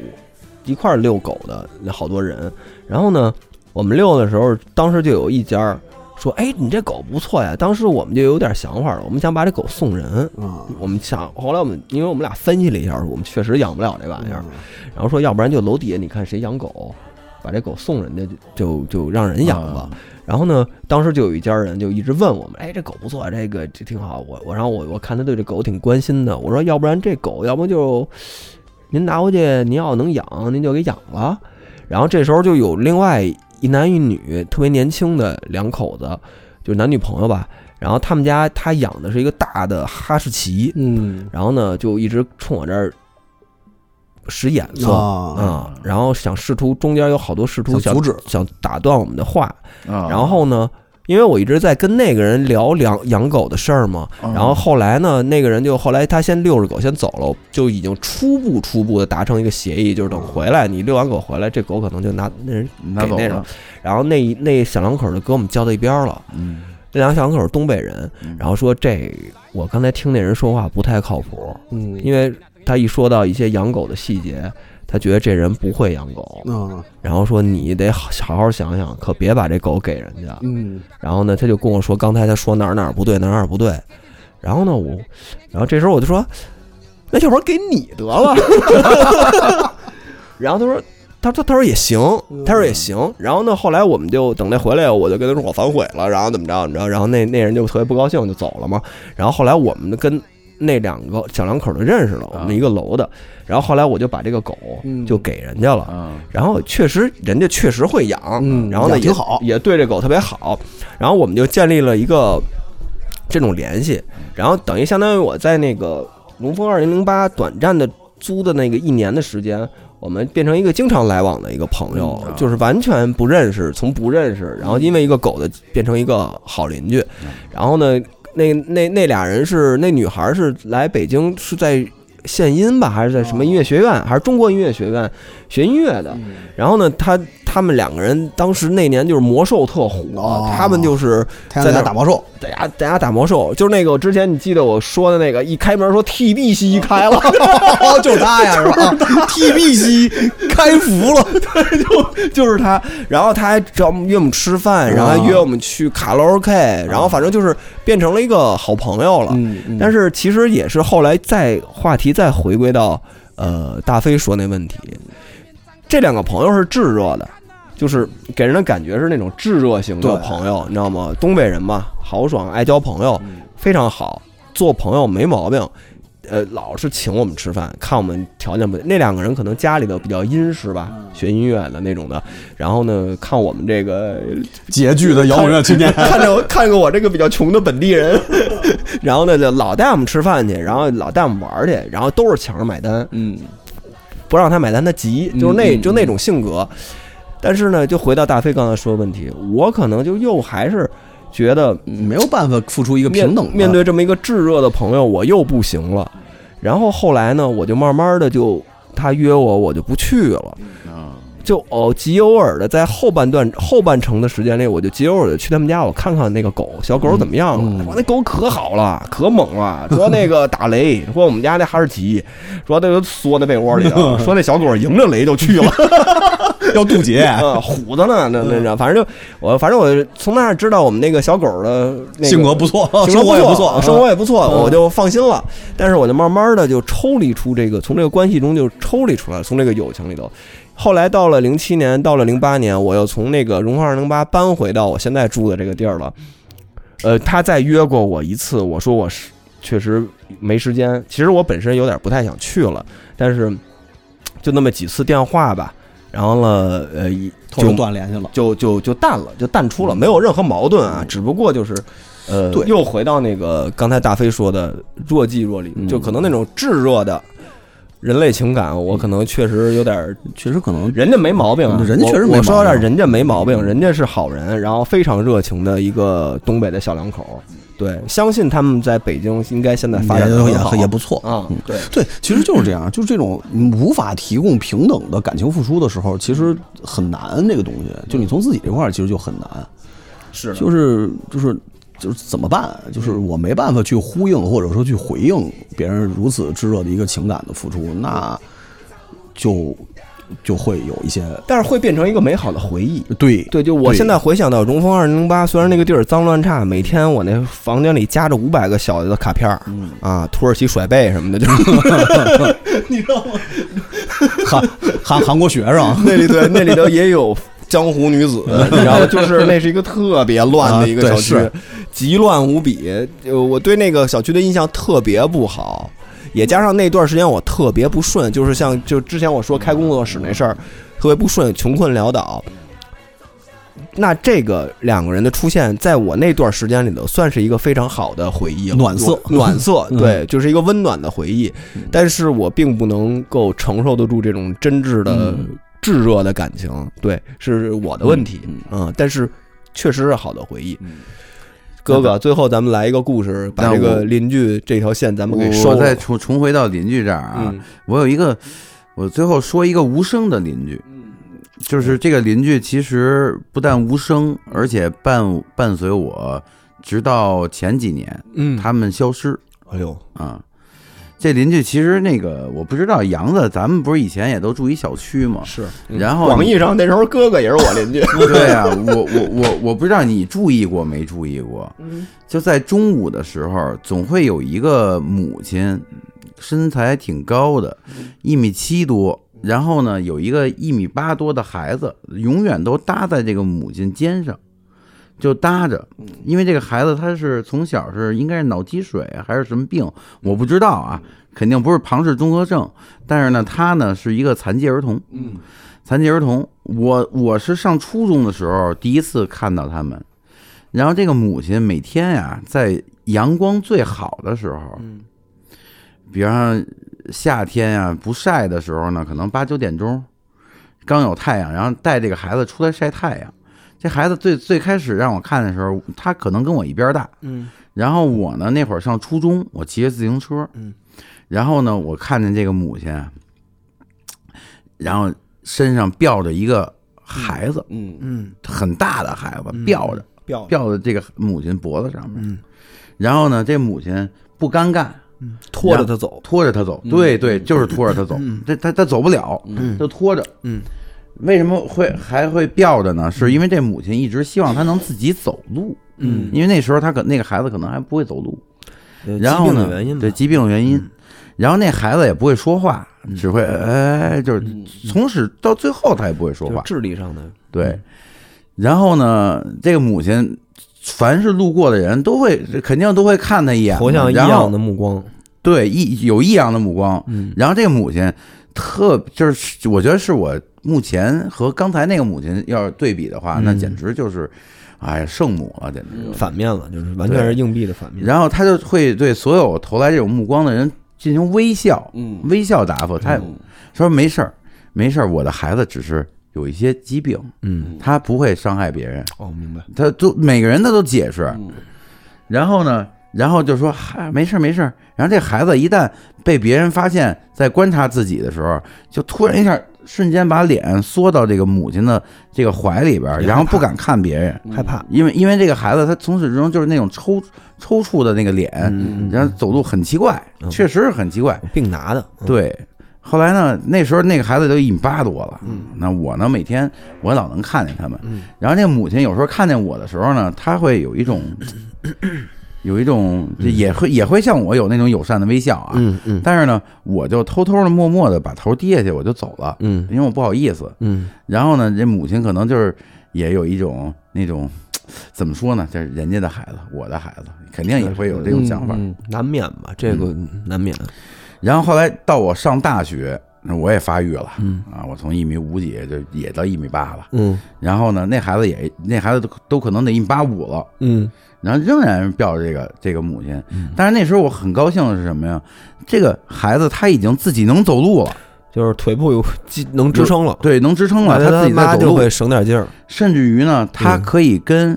[SPEAKER 3] 一块儿遛狗的，好多人。然后呢，我们遛的时候，当时就有一家儿说：“哎，你这狗不错呀。”当时我们就有点想法了，我们想把这狗送人。
[SPEAKER 4] 啊，
[SPEAKER 3] 我们想，后来我们因为我们俩分析了一下，我们确实养不了这玩意儿，
[SPEAKER 4] 嗯
[SPEAKER 3] 然后说要不然就楼底下你看谁养狗，把这狗送人家就就就让人养
[SPEAKER 5] 啊
[SPEAKER 3] 吧。然后呢，当时就有一家人就一直问我们，哎，这狗不错，这个这挺好。啊我我然后我我看他对这狗挺关心的，我说要不然这狗，要不就您拿回去，您要能养，您就给养了。然后这时候就有另外一男一女特别年轻的两口子，就是男女朋友吧。然后他们家他养的是一个大的哈士奇，
[SPEAKER 4] 嗯
[SPEAKER 3] 然后呢就一直冲我这儿使眼色
[SPEAKER 4] 啊，
[SPEAKER 3] 啊、然后想试图中间有好多试图
[SPEAKER 4] 想
[SPEAKER 3] 想
[SPEAKER 4] 阻止
[SPEAKER 3] 想打断我们的话，
[SPEAKER 5] 啊，
[SPEAKER 3] 然后呢，因为我一直在跟那个人聊养养狗的事儿嘛，
[SPEAKER 5] 嗯
[SPEAKER 3] 然后后来呢，那个人就后来他先遛着狗先走了，就已经初步初步的达成一个协议，就是等回来你遛完狗回来，这狗可能就拿那人，
[SPEAKER 5] 啊拿走
[SPEAKER 3] 给那
[SPEAKER 5] 了
[SPEAKER 3] 种，然后那那小两口就给我们叫到一边儿了。
[SPEAKER 5] 嗯，
[SPEAKER 3] 那两个小两口是东北人，
[SPEAKER 5] 嗯
[SPEAKER 3] 然后说这我刚才听那人说话不太靠谱，
[SPEAKER 4] 嗯
[SPEAKER 3] 因为他一说到一些养狗的细节，他觉得这人不会养狗，
[SPEAKER 4] 啊
[SPEAKER 3] 然后说你得好好好想想，可别把这狗给人家。
[SPEAKER 4] 嗯
[SPEAKER 3] 然后呢，他就跟我说刚才他说哪儿哪儿不对，哪儿哪儿不对。然后呢，我，然后这时候我就说，那要不然给你得了。 然后他说，他说他说也行，他说也行。然后呢，后来我们就等他回来，我就跟他说我反悔了，然后怎么着怎么着。然后那那人就特别不高兴，就走了嘛。然后后来我们跟那两个小两口就认识了，我们一个楼的。然后后来我就把这个狗
[SPEAKER 4] 嗯
[SPEAKER 3] 就给人家了。
[SPEAKER 5] 啊，
[SPEAKER 3] 然后确实人家确实会养，
[SPEAKER 4] 嗯
[SPEAKER 3] 然后呢
[SPEAKER 4] 养
[SPEAKER 3] 也
[SPEAKER 4] 挺好
[SPEAKER 3] 也对这狗特别好，然后我们就建立了一个这种联系，然后等于相当于我在那个龙峰二零零八短暂的租的那个一年的时间。我们变成一个经常来往的一个朋友，
[SPEAKER 5] 嗯啊
[SPEAKER 3] 就是完全不认识，从不认识，然后因为一个狗的变成一个好邻居，然后呢，那那那俩人是那女孩是来北京是在献音吧，还是在什么音乐学院，还是中国音乐学院学音乐的。然后呢，他他们两个人当时那年就是魔兽特火
[SPEAKER 4] 哦，
[SPEAKER 3] 他们就是
[SPEAKER 4] 太阳
[SPEAKER 3] 在那
[SPEAKER 4] 底
[SPEAKER 3] 儿
[SPEAKER 4] 下打魔兽，
[SPEAKER 3] 大家大家打魔兽，就是那个之前你记得我说的那个，一开门说 TB 西开了，
[SPEAKER 4] 哦， 就是他呀，是吧？TB 西开 服了，
[SPEAKER 3] 就是他，然后他还找我们约我们吃饭，然后还约我们去卡拉 OK，然后反正就是变成了一个好朋友了。
[SPEAKER 4] 啊嗯
[SPEAKER 3] 但是其实也是后来再话题再回归到呃大飞说那问题，这两个朋友是炙热的，就是给人的感觉是那种炙热型的
[SPEAKER 4] 对
[SPEAKER 3] 朋友，你知道吗？东北人嘛，豪爽，爱交朋友，
[SPEAKER 4] 嗯
[SPEAKER 3] 非常好，做朋友没毛病。呃，老是请我们吃饭，看我们条件不那两个人可能家里头比较殷实吧，
[SPEAKER 4] 嗯
[SPEAKER 3] 学音乐的那种的。然后呢，看我们这个
[SPEAKER 4] 拮据的摇滚乐青年，
[SPEAKER 3] 看着我看着我这个比较穷的本地人， 然后呢就老带我们吃饭去，然后老带我们玩儿去，然后都是抢着买单，
[SPEAKER 4] 嗯，
[SPEAKER 3] 不让他买单他急，就是那就那种性格。但是呢，就回到大飞刚才说的问题，我可能就又还是觉得
[SPEAKER 4] 没有办法付出一个
[SPEAKER 3] 嗯面
[SPEAKER 4] 平等的
[SPEAKER 3] 面对这么一个炙热的朋友，我又不行了。然后后来呢，我就慢慢的就他约我，我就不去了。就哦，极偶尔的在后半段后半程的时间内，我就极偶尔的去他们家，我看看那个狗小狗怎么样
[SPEAKER 4] 嗯
[SPEAKER 3] 了。哇，那狗可好了，可猛了。说那个打 雷，说我们家那哈士奇，说那都缩在被窝里 了，说那小狗迎着雷就去了。
[SPEAKER 4] 要渡劫，
[SPEAKER 3] 啊，虎子呢？那那那，反正就我，反正我从那儿知道我们那个小狗的、那个、
[SPEAKER 4] 性格不错，
[SPEAKER 3] 哦生
[SPEAKER 4] 生活
[SPEAKER 3] 活
[SPEAKER 4] 也不
[SPEAKER 3] 错，啊
[SPEAKER 4] 错，嗯啊
[SPEAKER 3] 生活也不错，我就放心了。但是我就慢慢的就抽离出这个，从这个关系中就抽离出来，从这个友情里头。后来到了零七年，到了零八年，我又从那个荣华二零八搬回到我现在住的这个地儿了。呃，他再约过我一次，我说我是确实没时间。其实我本身有点不太想去了，但是就那么几次电话吧。然后呢，呃，一
[SPEAKER 4] 嗯就
[SPEAKER 3] 就
[SPEAKER 4] 断联系了。
[SPEAKER 3] 就就就淡了，就淡出了，没有任何矛盾啊，只不过就是，呃，
[SPEAKER 4] 嗯对
[SPEAKER 3] 又回到那个刚才大飞说的若即若离，
[SPEAKER 4] 嗯
[SPEAKER 3] 就可能那种炙热的人类情感，我可能确实有点儿，
[SPEAKER 4] 确实可能
[SPEAKER 3] 人家没毛病啊，
[SPEAKER 4] 嗯人家确实
[SPEAKER 3] 我
[SPEAKER 4] 没
[SPEAKER 3] 我说有
[SPEAKER 4] 毛病嗯
[SPEAKER 3] 点人家没毛病，人家是好人，然后非常热情的一个东北的小两口，对，相信他们在北京应该现在发展得
[SPEAKER 4] 也
[SPEAKER 3] 很好
[SPEAKER 4] 也也不错嗯
[SPEAKER 3] 啊，对，
[SPEAKER 4] 对，其实就是这样，就是这种无法提供平等的感情付出的时候，其实很难。这个东西，就你从自己这块儿，其实就很难。
[SPEAKER 3] 是的
[SPEAKER 4] 就是就是就是怎么办？就是我没办法去呼应，或者说去回应别人如此炙热的一个情感的付出，那就就会有一些
[SPEAKER 3] 但是会变成一个美好的回忆，
[SPEAKER 4] 对
[SPEAKER 3] 对，就我
[SPEAKER 4] 对
[SPEAKER 3] 现在回想到荣丰二零零八，虽然那个地儿脏乱差，每天我那房间里夹着五百个小的卡片儿，啊，土耳其甩背什么的，就是
[SPEAKER 4] 韩韩韩国学生
[SPEAKER 3] 那里头那里头也有江湖女 子，然后就是那是一个特别乱的一个小
[SPEAKER 4] 啊对
[SPEAKER 3] 区，
[SPEAKER 4] 是
[SPEAKER 3] 极乱无比。就我对那个小区的印象特别不好，也加上那段时间我特别不顺，就是像就之前我说开工作室那事儿，特别不顺，穷困潦倒。那这个两个人的出现，在我那段时间里头，算是一个非常好的回忆了，
[SPEAKER 4] 暖色
[SPEAKER 3] 暖暖色，
[SPEAKER 4] 嗯
[SPEAKER 3] 对，就是一个温暖的回忆。但是我并不能够承受得住这种真挚的、
[SPEAKER 4] 嗯
[SPEAKER 3] 炙热的感情，对，是我的问题，嗯，但是确实是好的回忆。哥哥，最后咱们来一个故事，把
[SPEAKER 5] 那
[SPEAKER 3] 这个
[SPEAKER 5] 我
[SPEAKER 3] 邻居这条线咱们给
[SPEAKER 5] 我
[SPEAKER 3] 收
[SPEAKER 5] 我再
[SPEAKER 3] 了。
[SPEAKER 5] 重重回到邻居这儿啊，
[SPEAKER 3] 嗯
[SPEAKER 5] 我有一个，我最后说一个无声的邻居，
[SPEAKER 3] 嗯
[SPEAKER 5] 就是这个邻居其实不但无声，
[SPEAKER 3] 嗯
[SPEAKER 5] 而且伴伴随我直到前几年，
[SPEAKER 3] 嗯
[SPEAKER 5] 他们消失
[SPEAKER 3] 哎呦，
[SPEAKER 5] 啊。这邻居其实那个我不知道，杨子，咱们不是以前也都住一小区吗？
[SPEAKER 3] 是
[SPEAKER 5] 然后
[SPEAKER 3] 广义上那时候哥哥也是我邻居，
[SPEAKER 5] 对啊，我我我我不知道你注意过没注意过，就在中午的时候，总会有一个母亲，身材挺高的，一米七多，然后呢有一个一米八多的孩子，永远都搭在这个母亲肩上。就搭着，因为这个孩子他是从小是应该是脑积水啊还是什么病，我不知道啊，肯定不是庞氏综合症。但是呢，他呢是一个残疾儿童，嗯，残疾儿童，我我是上初中的时候第一次看到他们，然后这个母亲每天呀、在阳光最好的时候，嗯，比方夏天呀、不晒的时候呢，可能八九点钟刚有太阳，然后带这个孩子出来晒太阳。这孩子最最开始让我看的时候，他可能跟我一边大，
[SPEAKER 3] 嗯，
[SPEAKER 5] 然后我呢那会儿上初中，我骑着自行车，
[SPEAKER 3] 嗯，
[SPEAKER 5] 然后呢我看见这个母亲，啊然后身上吊着一个孩子，
[SPEAKER 4] 嗯，
[SPEAKER 3] 嗯，
[SPEAKER 5] 很大的孩子吊着，
[SPEAKER 3] 彪
[SPEAKER 5] 吊在这个母亲脖子上面。然后呢，这母亲不尴尬，
[SPEAKER 3] 拖着他走，嗯
[SPEAKER 5] 拖着他走。对对，就是拖着他走，这他他走不了，就拖着。
[SPEAKER 3] 嗯，
[SPEAKER 5] 为什么会还会吊着呢？是因为这母亲一直希望他能自己走路。嗯，因为那时候他可那个孩子可能还不会走路，
[SPEAKER 3] 呃
[SPEAKER 5] 然后呢，对疾病原因。
[SPEAKER 3] 嗯
[SPEAKER 5] 然后那孩子也不会说话，只会哎，就是从始到最后他也不会说
[SPEAKER 3] 嗯就
[SPEAKER 5] 话
[SPEAKER 3] 是，智力上的，嗯
[SPEAKER 5] 对。然后呢，这个母亲，凡是路过的人都会肯定都会看他一眼，
[SPEAKER 6] 投向异
[SPEAKER 5] 然
[SPEAKER 6] 样
[SPEAKER 5] 后
[SPEAKER 6] 的目光，
[SPEAKER 5] 对异有异样的目光。
[SPEAKER 6] 嗯
[SPEAKER 5] 然后这个母亲特就是，我觉得是我目前和刚才那个母亲要是对比的话，那
[SPEAKER 6] 嗯
[SPEAKER 5] 简直就是，哎呀，圣母了，简
[SPEAKER 3] 嗯
[SPEAKER 5] 直就。
[SPEAKER 6] 反面了，就是完全
[SPEAKER 5] 对
[SPEAKER 6] 是硬币的反面。
[SPEAKER 5] 然后他就会对所有投来这种目光的人进行微笑，
[SPEAKER 4] 嗯
[SPEAKER 5] 微笑答复。他
[SPEAKER 6] 嗯
[SPEAKER 5] 说没事儿，没事儿，我的孩子只是有一些疾病，
[SPEAKER 6] 嗯，
[SPEAKER 5] 他不会伤害别人。
[SPEAKER 6] 哦，明白。
[SPEAKER 5] 他都每个人他都解释，
[SPEAKER 6] 嗯
[SPEAKER 5] 然后呢，然后就说嗨，没事儿没事儿。然后这孩子一旦被别人发现，在观察自己的时候，就突然一下瞬间把脸缩到这个母亲的这个怀里边儿，然后不敢看别人，
[SPEAKER 6] 害怕，
[SPEAKER 5] 因为因为这个孩子他从始至终就是那种抽抽搐的那个脸，
[SPEAKER 6] 嗯，
[SPEAKER 5] 然后走路很奇怪，
[SPEAKER 6] 嗯
[SPEAKER 5] 确实是很奇怪。
[SPEAKER 6] 并拿的，嗯，
[SPEAKER 5] 对，后来呢，那时候那个孩子都一米八多了，
[SPEAKER 6] 嗯
[SPEAKER 5] 那我呢每天我老能看见他们，然后那个母亲有时候看见我的时候呢，她会有 一种，有一种就也会也会像我有那种友善的微笑啊，
[SPEAKER 6] 嗯嗯
[SPEAKER 5] 但是呢，我就偷偷的默默的把头低下去，我就走了，
[SPEAKER 6] 嗯
[SPEAKER 5] 因为我不好意思。
[SPEAKER 6] 嗯，
[SPEAKER 5] 然后呢，这母亲可能就是也有一种那种。怎么说呢？这是人家的孩子，我的孩子，肯定也会有
[SPEAKER 6] 嗯
[SPEAKER 5] 这种想法。
[SPEAKER 3] 嗯
[SPEAKER 6] 难免吧，这个难免。
[SPEAKER 5] 然后后来到我上大学，那我也发育了，
[SPEAKER 6] 嗯
[SPEAKER 5] 啊，我从一米五几就也到一米八了。
[SPEAKER 6] 嗯
[SPEAKER 5] 然后呢，那孩子也那孩子都都可能得一米八五了，
[SPEAKER 6] 嗯
[SPEAKER 5] 然后仍然吊着这个这个母亲。但是那时候我很高兴的是什么呀？这个孩子他已经自己能走路了，
[SPEAKER 6] 就是腿部有肌能支撑了，
[SPEAKER 5] 对，能支撑了，
[SPEAKER 6] 哦那
[SPEAKER 5] 他自己
[SPEAKER 6] 妈
[SPEAKER 5] 在走
[SPEAKER 6] 就
[SPEAKER 5] 路
[SPEAKER 6] 会，省点劲儿。
[SPEAKER 5] 甚至于呢，他
[SPEAKER 6] 嗯
[SPEAKER 5] 可以跟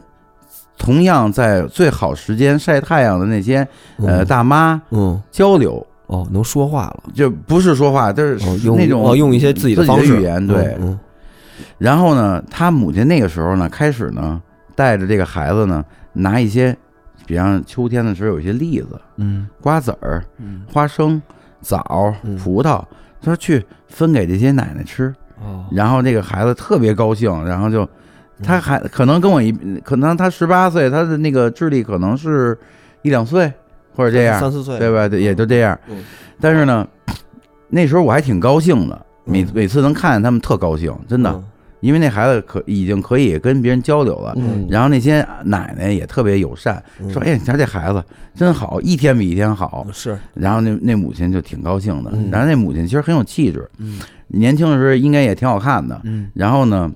[SPEAKER 5] 同样在最好时间晒太阳的那些呃
[SPEAKER 6] 嗯
[SPEAKER 5] 大妈
[SPEAKER 6] 嗯，
[SPEAKER 5] 交流。
[SPEAKER 6] 哦，能说话了，
[SPEAKER 5] 就不是说话，就是
[SPEAKER 6] 哦，用
[SPEAKER 5] 那种
[SPEAKER 6] 哦用一些自己的方式
[SPEAKER 5] 语言，对，
[SPEAKER 6] 嗯
[SPEAKER 5] 然后呢，他母亲那个时候呢，开始呢，带着这个孩子呢，拿一些，比方秋天的时候有一些栗子、
[SPEAKER 6] 嗯
[SPEAKER 5] 瓜子儿、
[SPEAKER 6] 嗯
[SPEAKER 5] 花生、枣
[SPEAKER 6] 嗯、
[SPEAKER 5] 葡萄，他说去分给这些奶奶吃。
[SPEAKER 6] 哦
[SPEAKER 5] 然后这个孩子特别高兴，然后就，他还可能跟我一，可能他十八岁，他的那个智力可能是一两岁或者这样，
[SPEAKER 6] 三四岁，
[SPEAKER 5] 对吧？对也就这样
[SPEAKER 6] 嗯。
[SPEAKER 5] 但是呢，那时候我还挺高兴的，每
[SPEAKER 6] 嗯
[SPEAKER 5] 每次能看见他们特高兴，真的。
[SPEAKER 6] 嗯
[SPEAKER 5] 因为那孩子可已经可以跟别人交流了，
[SPEAKER 4] 嗯
[SPEAKER 5] 然后那些奶奶也特别友善，
[SPEAKER 6] 嗯
[SPEAKER 5] 说：“哎，你瞧这孩子真好，一天比一天好。
[SPEAKER 6] 是”
[SPEAKER 5] 然后那那母亲就挺高兴的
[SPEAKER 6] 嗯，
[SPEAKER 5] 然后那母亲其实很有气质
[SPEAKER 6] 嗯，
[SPEAKER 5] 年轻的时候应该也挺好看的，
[SPEAKER 6] 嗯
[SPEAKER 5] 然后呢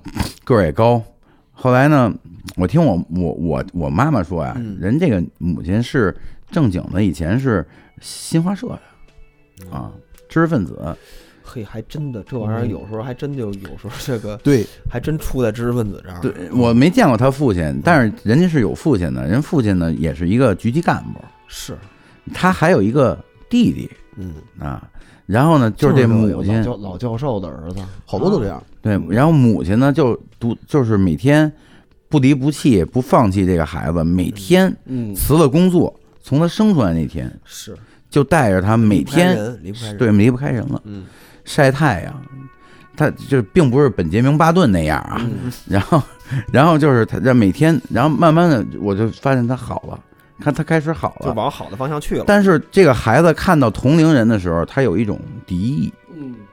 [SPEAKER 5] 个儿也高。后来呢，我听我我我我妈妈说呀、啊
[SPEAKER 6] 嗯
[SPEAKER 5] 人这个母亲是正经的，以前是新华社的啊，知识分子。
[SPEAKER 6] 嘿，还真的这玩意儿有时候还真就有时候这个
[SPEAKER 4] 对，
[SPEAKER 6] 还真出在知识分子这儿。
[SPEAKER 5] 对，我没见过他父亲，但是人家是有父亲的，人父亲呢也是一个局级干部，
[SPEAKER 6] 是，
[SPEAKER 5] 他还有一个弟弟
[SPEAKER 6] 嗯，
[SPEAKER 5] 啊。然后呢，就是这母亲，
[SPEAKER 7] 老教老教授的儿子，
[SPEAKER 4] 好多都这样。
[SPEAKER 6] 啊
[SPEAKER 5] 对，然后母亲呢就独就是每天不离不弃，不放弃这个孩子，每天
[SPEAKER 4] 嗯
[SPEAKER 5] 辞了工作，从他生出来那天
[SPEAKER 6] 是
[SPEAKER 5] 就带着他每
[SPEAKER 6] 离不开
[SPEAKER 5] 天
[SPEAKER 6] 人离不开人，
[SPEAKER 5] 对离不开人了，
[SPEAKER 6] 嗯
[SPEAKER 5] 晒太阳。他就并不是本杰明巴顿那样啊，
[SPEAKER 6] 嗯
[SPEAKER 5] 然后，然后就是他这每天，然后慢慢的我就发现他好了，看他开始好
[SPEAKER 6] 就
[SPEAKER 5] 了。
[SPEAKER 6] 往好的方向去了。
[SPEAKER 5] 但是这个孩子看到同龄人的时候，他有一种敌意，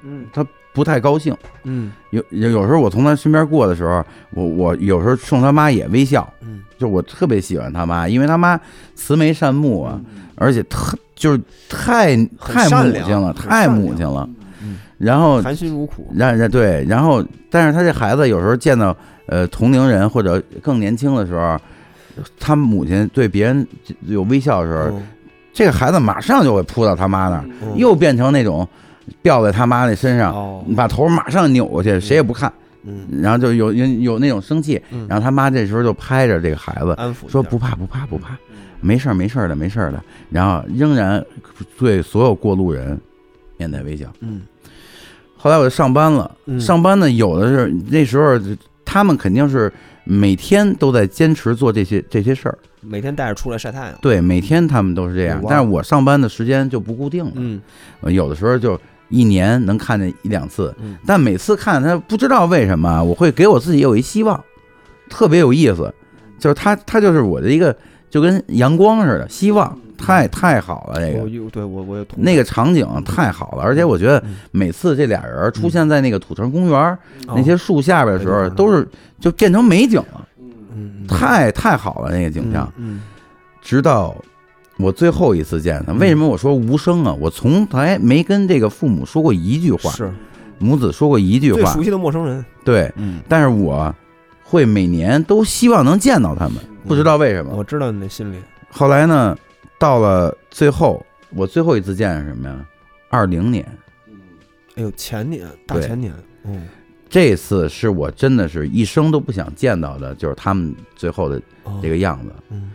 [SPEAKER 6] 嗯
[SPEAKER 5] 他不太高兴。
[SPEAKER 6] 嗯
[SPEAKER 5] 有有有时候我从他身边过的时候，我我有时候冲他妈也微笑，
[SPEAKER 6] 嗯
[SPEAKER 5] 就我特别喜欢他妈，因为他妈慈眉善目啊，而且特就是太太
[SPEAKER 6] 嗯很善
[SPEAKER 5] 母
[SPEAKER 6] 良
[SPEAKER 5] 亲了，
[SPEAKER 6] 很
[SPEAKER 5] 太
[SPEAKER 6] 善
[SPEAKER 5] 母
[SPEAKER 6] 良
[SPEAKER 5] 亲了
[SPEAKER 6] 嗯。
[SPEAKER 5] 然后
[SPEAKER 6] 含辛茹苦，
[SPEAKER 5] 然然对，然后但是他这孩子有时候见到呃同龄人或者更年轻的时候，他母亲对别人有微笑的时候，
[SPEAKER 6] 嗯
[SPEAKER 5] 这个孩子马上就会扑到他妈那儿，
[SPEAKER 6] 嗯
[SPEAKER 5] 又嗯变成那种吊在他妈那身上，
[SPEAKER 6] 哦
[SPEAKER 5] 你把头马上扭过去，谁也不看，
[SPEAKER 6] 嗯，
[SPEAKER 5] 然后就有有有那种生气，
[SPEAKER 6] 嗯啊
[SPEAKER 5] 然后他妈这时候就拍着这个孩子。
[SPEAKER 6] 安抚一
[SPEAKER 5] 说
[SPEAKER 6] 下嗯
[SPEAKER 5] 不怕不怕不怕，没事儿没事儿的没事儿的，然后仍然对所有过路人面带微笑。
[SPEAKER 6] 嗯
[SPEAKER 5] 后来我就上班了，
[SPEAKER 6] 嗯
[SPEAKER 5] 上班呢，有的是那时候就他们肯定是每天都在坚持做这些这些事儿，
[SPEAKER 6] 每天带着出来晒太阳，
[SPEAKER 5] 对，每天他们都是这样
[SPEAKER 6] 哇。
[SPEAKER 5] 但是我上班的时间就不固定了，
[SPEAKER 6] 嗯
[SPEAKER 5] 呃有的时候就一年能看见一两次
[SPEAKER 6] 嗯，
[SPEAKER 5] 但每次看他不知道为什么，我会给我自己有一希望，特别有意思，就是他他就是我的一个就跟阳光似的希望，太太好了，这个
[SPEAKER 3] 嗯我有对我我也同嗯
[SPEAKER 5] 那个场景太好了，而且我觉得每次这俩人出现在那个土城公园儿那些树下边的时候，都是就变成美景了，
[SPEAKER 3] 哦嗯
[SPEAKER 5] 太太好了那个景象。
[SPEAKER 3] 嗯
[SPEAKER 5] 直到我最后一次见他，为什么我说无声啊？我从来没跟这个父母说过一句话，
[SPEAKER 3] 是
[SPEAKER 5] 母子说过一句
[SPEAKER 3] 最
[SPEAKER 5] 话
[SPEAKER 3] 熟，悉的陌生人，
[SPEAKER 5] 对。
[SPEAKER 8] 嗯，
[SPEAKER 5] 但是我会每年都希望能见到他们，不知道为什么。
[SPEAKER 3] 嗯我知道你的心里
[SPEAKER 5] 后来呢，到了最后，我最后一次见是什么呀？二零年，
[SPEAKER 3] 哎呦，前年大
[SPEAKER 5] 对
[SPEAKER 3] 前年，嗯
[SPEAKER 5] 这次是我真的是一生都不想见到的，就是他们最后的
[SPEAKER 3] 哦
[SPEAKER 5] 这个样子。
[SPEAKER 3] 嗯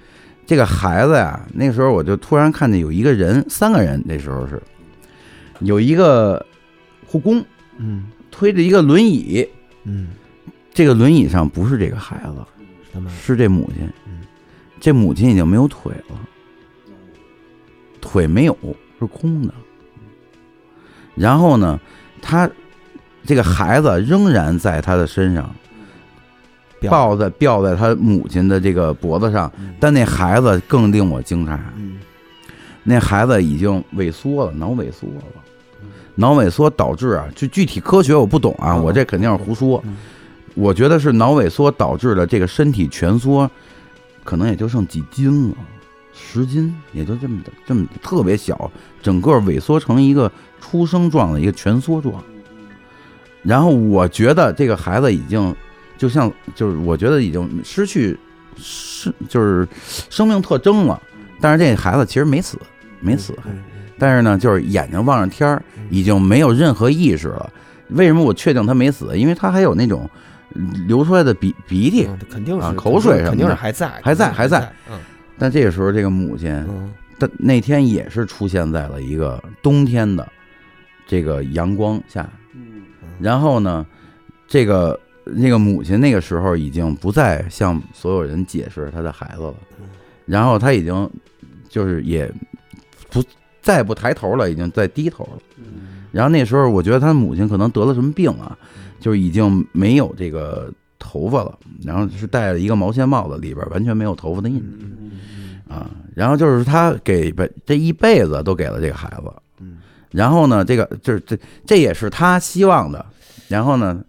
[SPEAKER 5] 这个孩子呀，那个时候我就突然看见有一个人，三个人，那时候是有一个护工
[SPEAKER 3] 嗯
[SPEAKER 5] 推着一个轮椅，
[SPEAKER 3] 嗯，
[SPEAKER 5] 这个轮椅上不是这个孩子，
[SPEAKER 3] 什么？
[SPEAKER 5] 是这母亲
[SPEAKER 3] 嗯。
[SPEAKER 5] 这母亲已经没有腿了，腿没有，是空的。然后呢，他这个孩子仍然在他的身上，
[SPEAKER 3] 表
[SPEAKER 5] 抱在吊在他母亲的这个脖子上，但那孩子更令我惊诧，那孩子已经萎缩了，脑萎缩了，脑萎缩导致啊，就具体科学我不懂啊，我这肯定是胡说，我觉得是脑萎缩导致的这个身体蜷缩，可能也就剩几斤了。十斤也就这么的，这么特别小，整个萎缩成一个出生状的一个蜷缩状。然后我觉得这个孩子已经就像就是我觉得已经失去是就是生命特征了，但是这孩子其实没死，没死，
[SPEAKER 3] 嗯
[SPEAKER 5] 但是呢，就是眼睛望着天儿，已经没有任何意识了。为什么我确定他没死？因为他还有那种嗯流出来的鼻鼻涕。
[SPEAKER 3] 嗯肯定
[SPEAKER 5] 啊
[SPEAKER 3] 是
[SPEAKER 5] 口水什么的
[SPEAKER 3] 肯定是还在，
[SPEAKER 5] 还在
[SPEAKER 3] 肯定是
[SPEAKER 5] 还在
[SPEAKER 3] 在，嗯
[SPEAKER 5] 但这个时候，这个母亲，
[SPEAKER 3] 嗯
[SPEAKER 5] 她那天也是出现在了一个冬天的这个阳光下，然后呢，这个那个母亲那个时候已经不再向所有人解释她的孩子了，然后她已经就是也不再不抬头了，已经在低头了。然后那时候我觉得她母亲可能得了什么病啊，就是已经没有这个头发了，然后是戴了一个毛线帽子，里边完全没有头发的印子啊。然后就是她给把这一辈子都给了这个孩子，然后呢，这个就是这这也是她希望的。然后呢，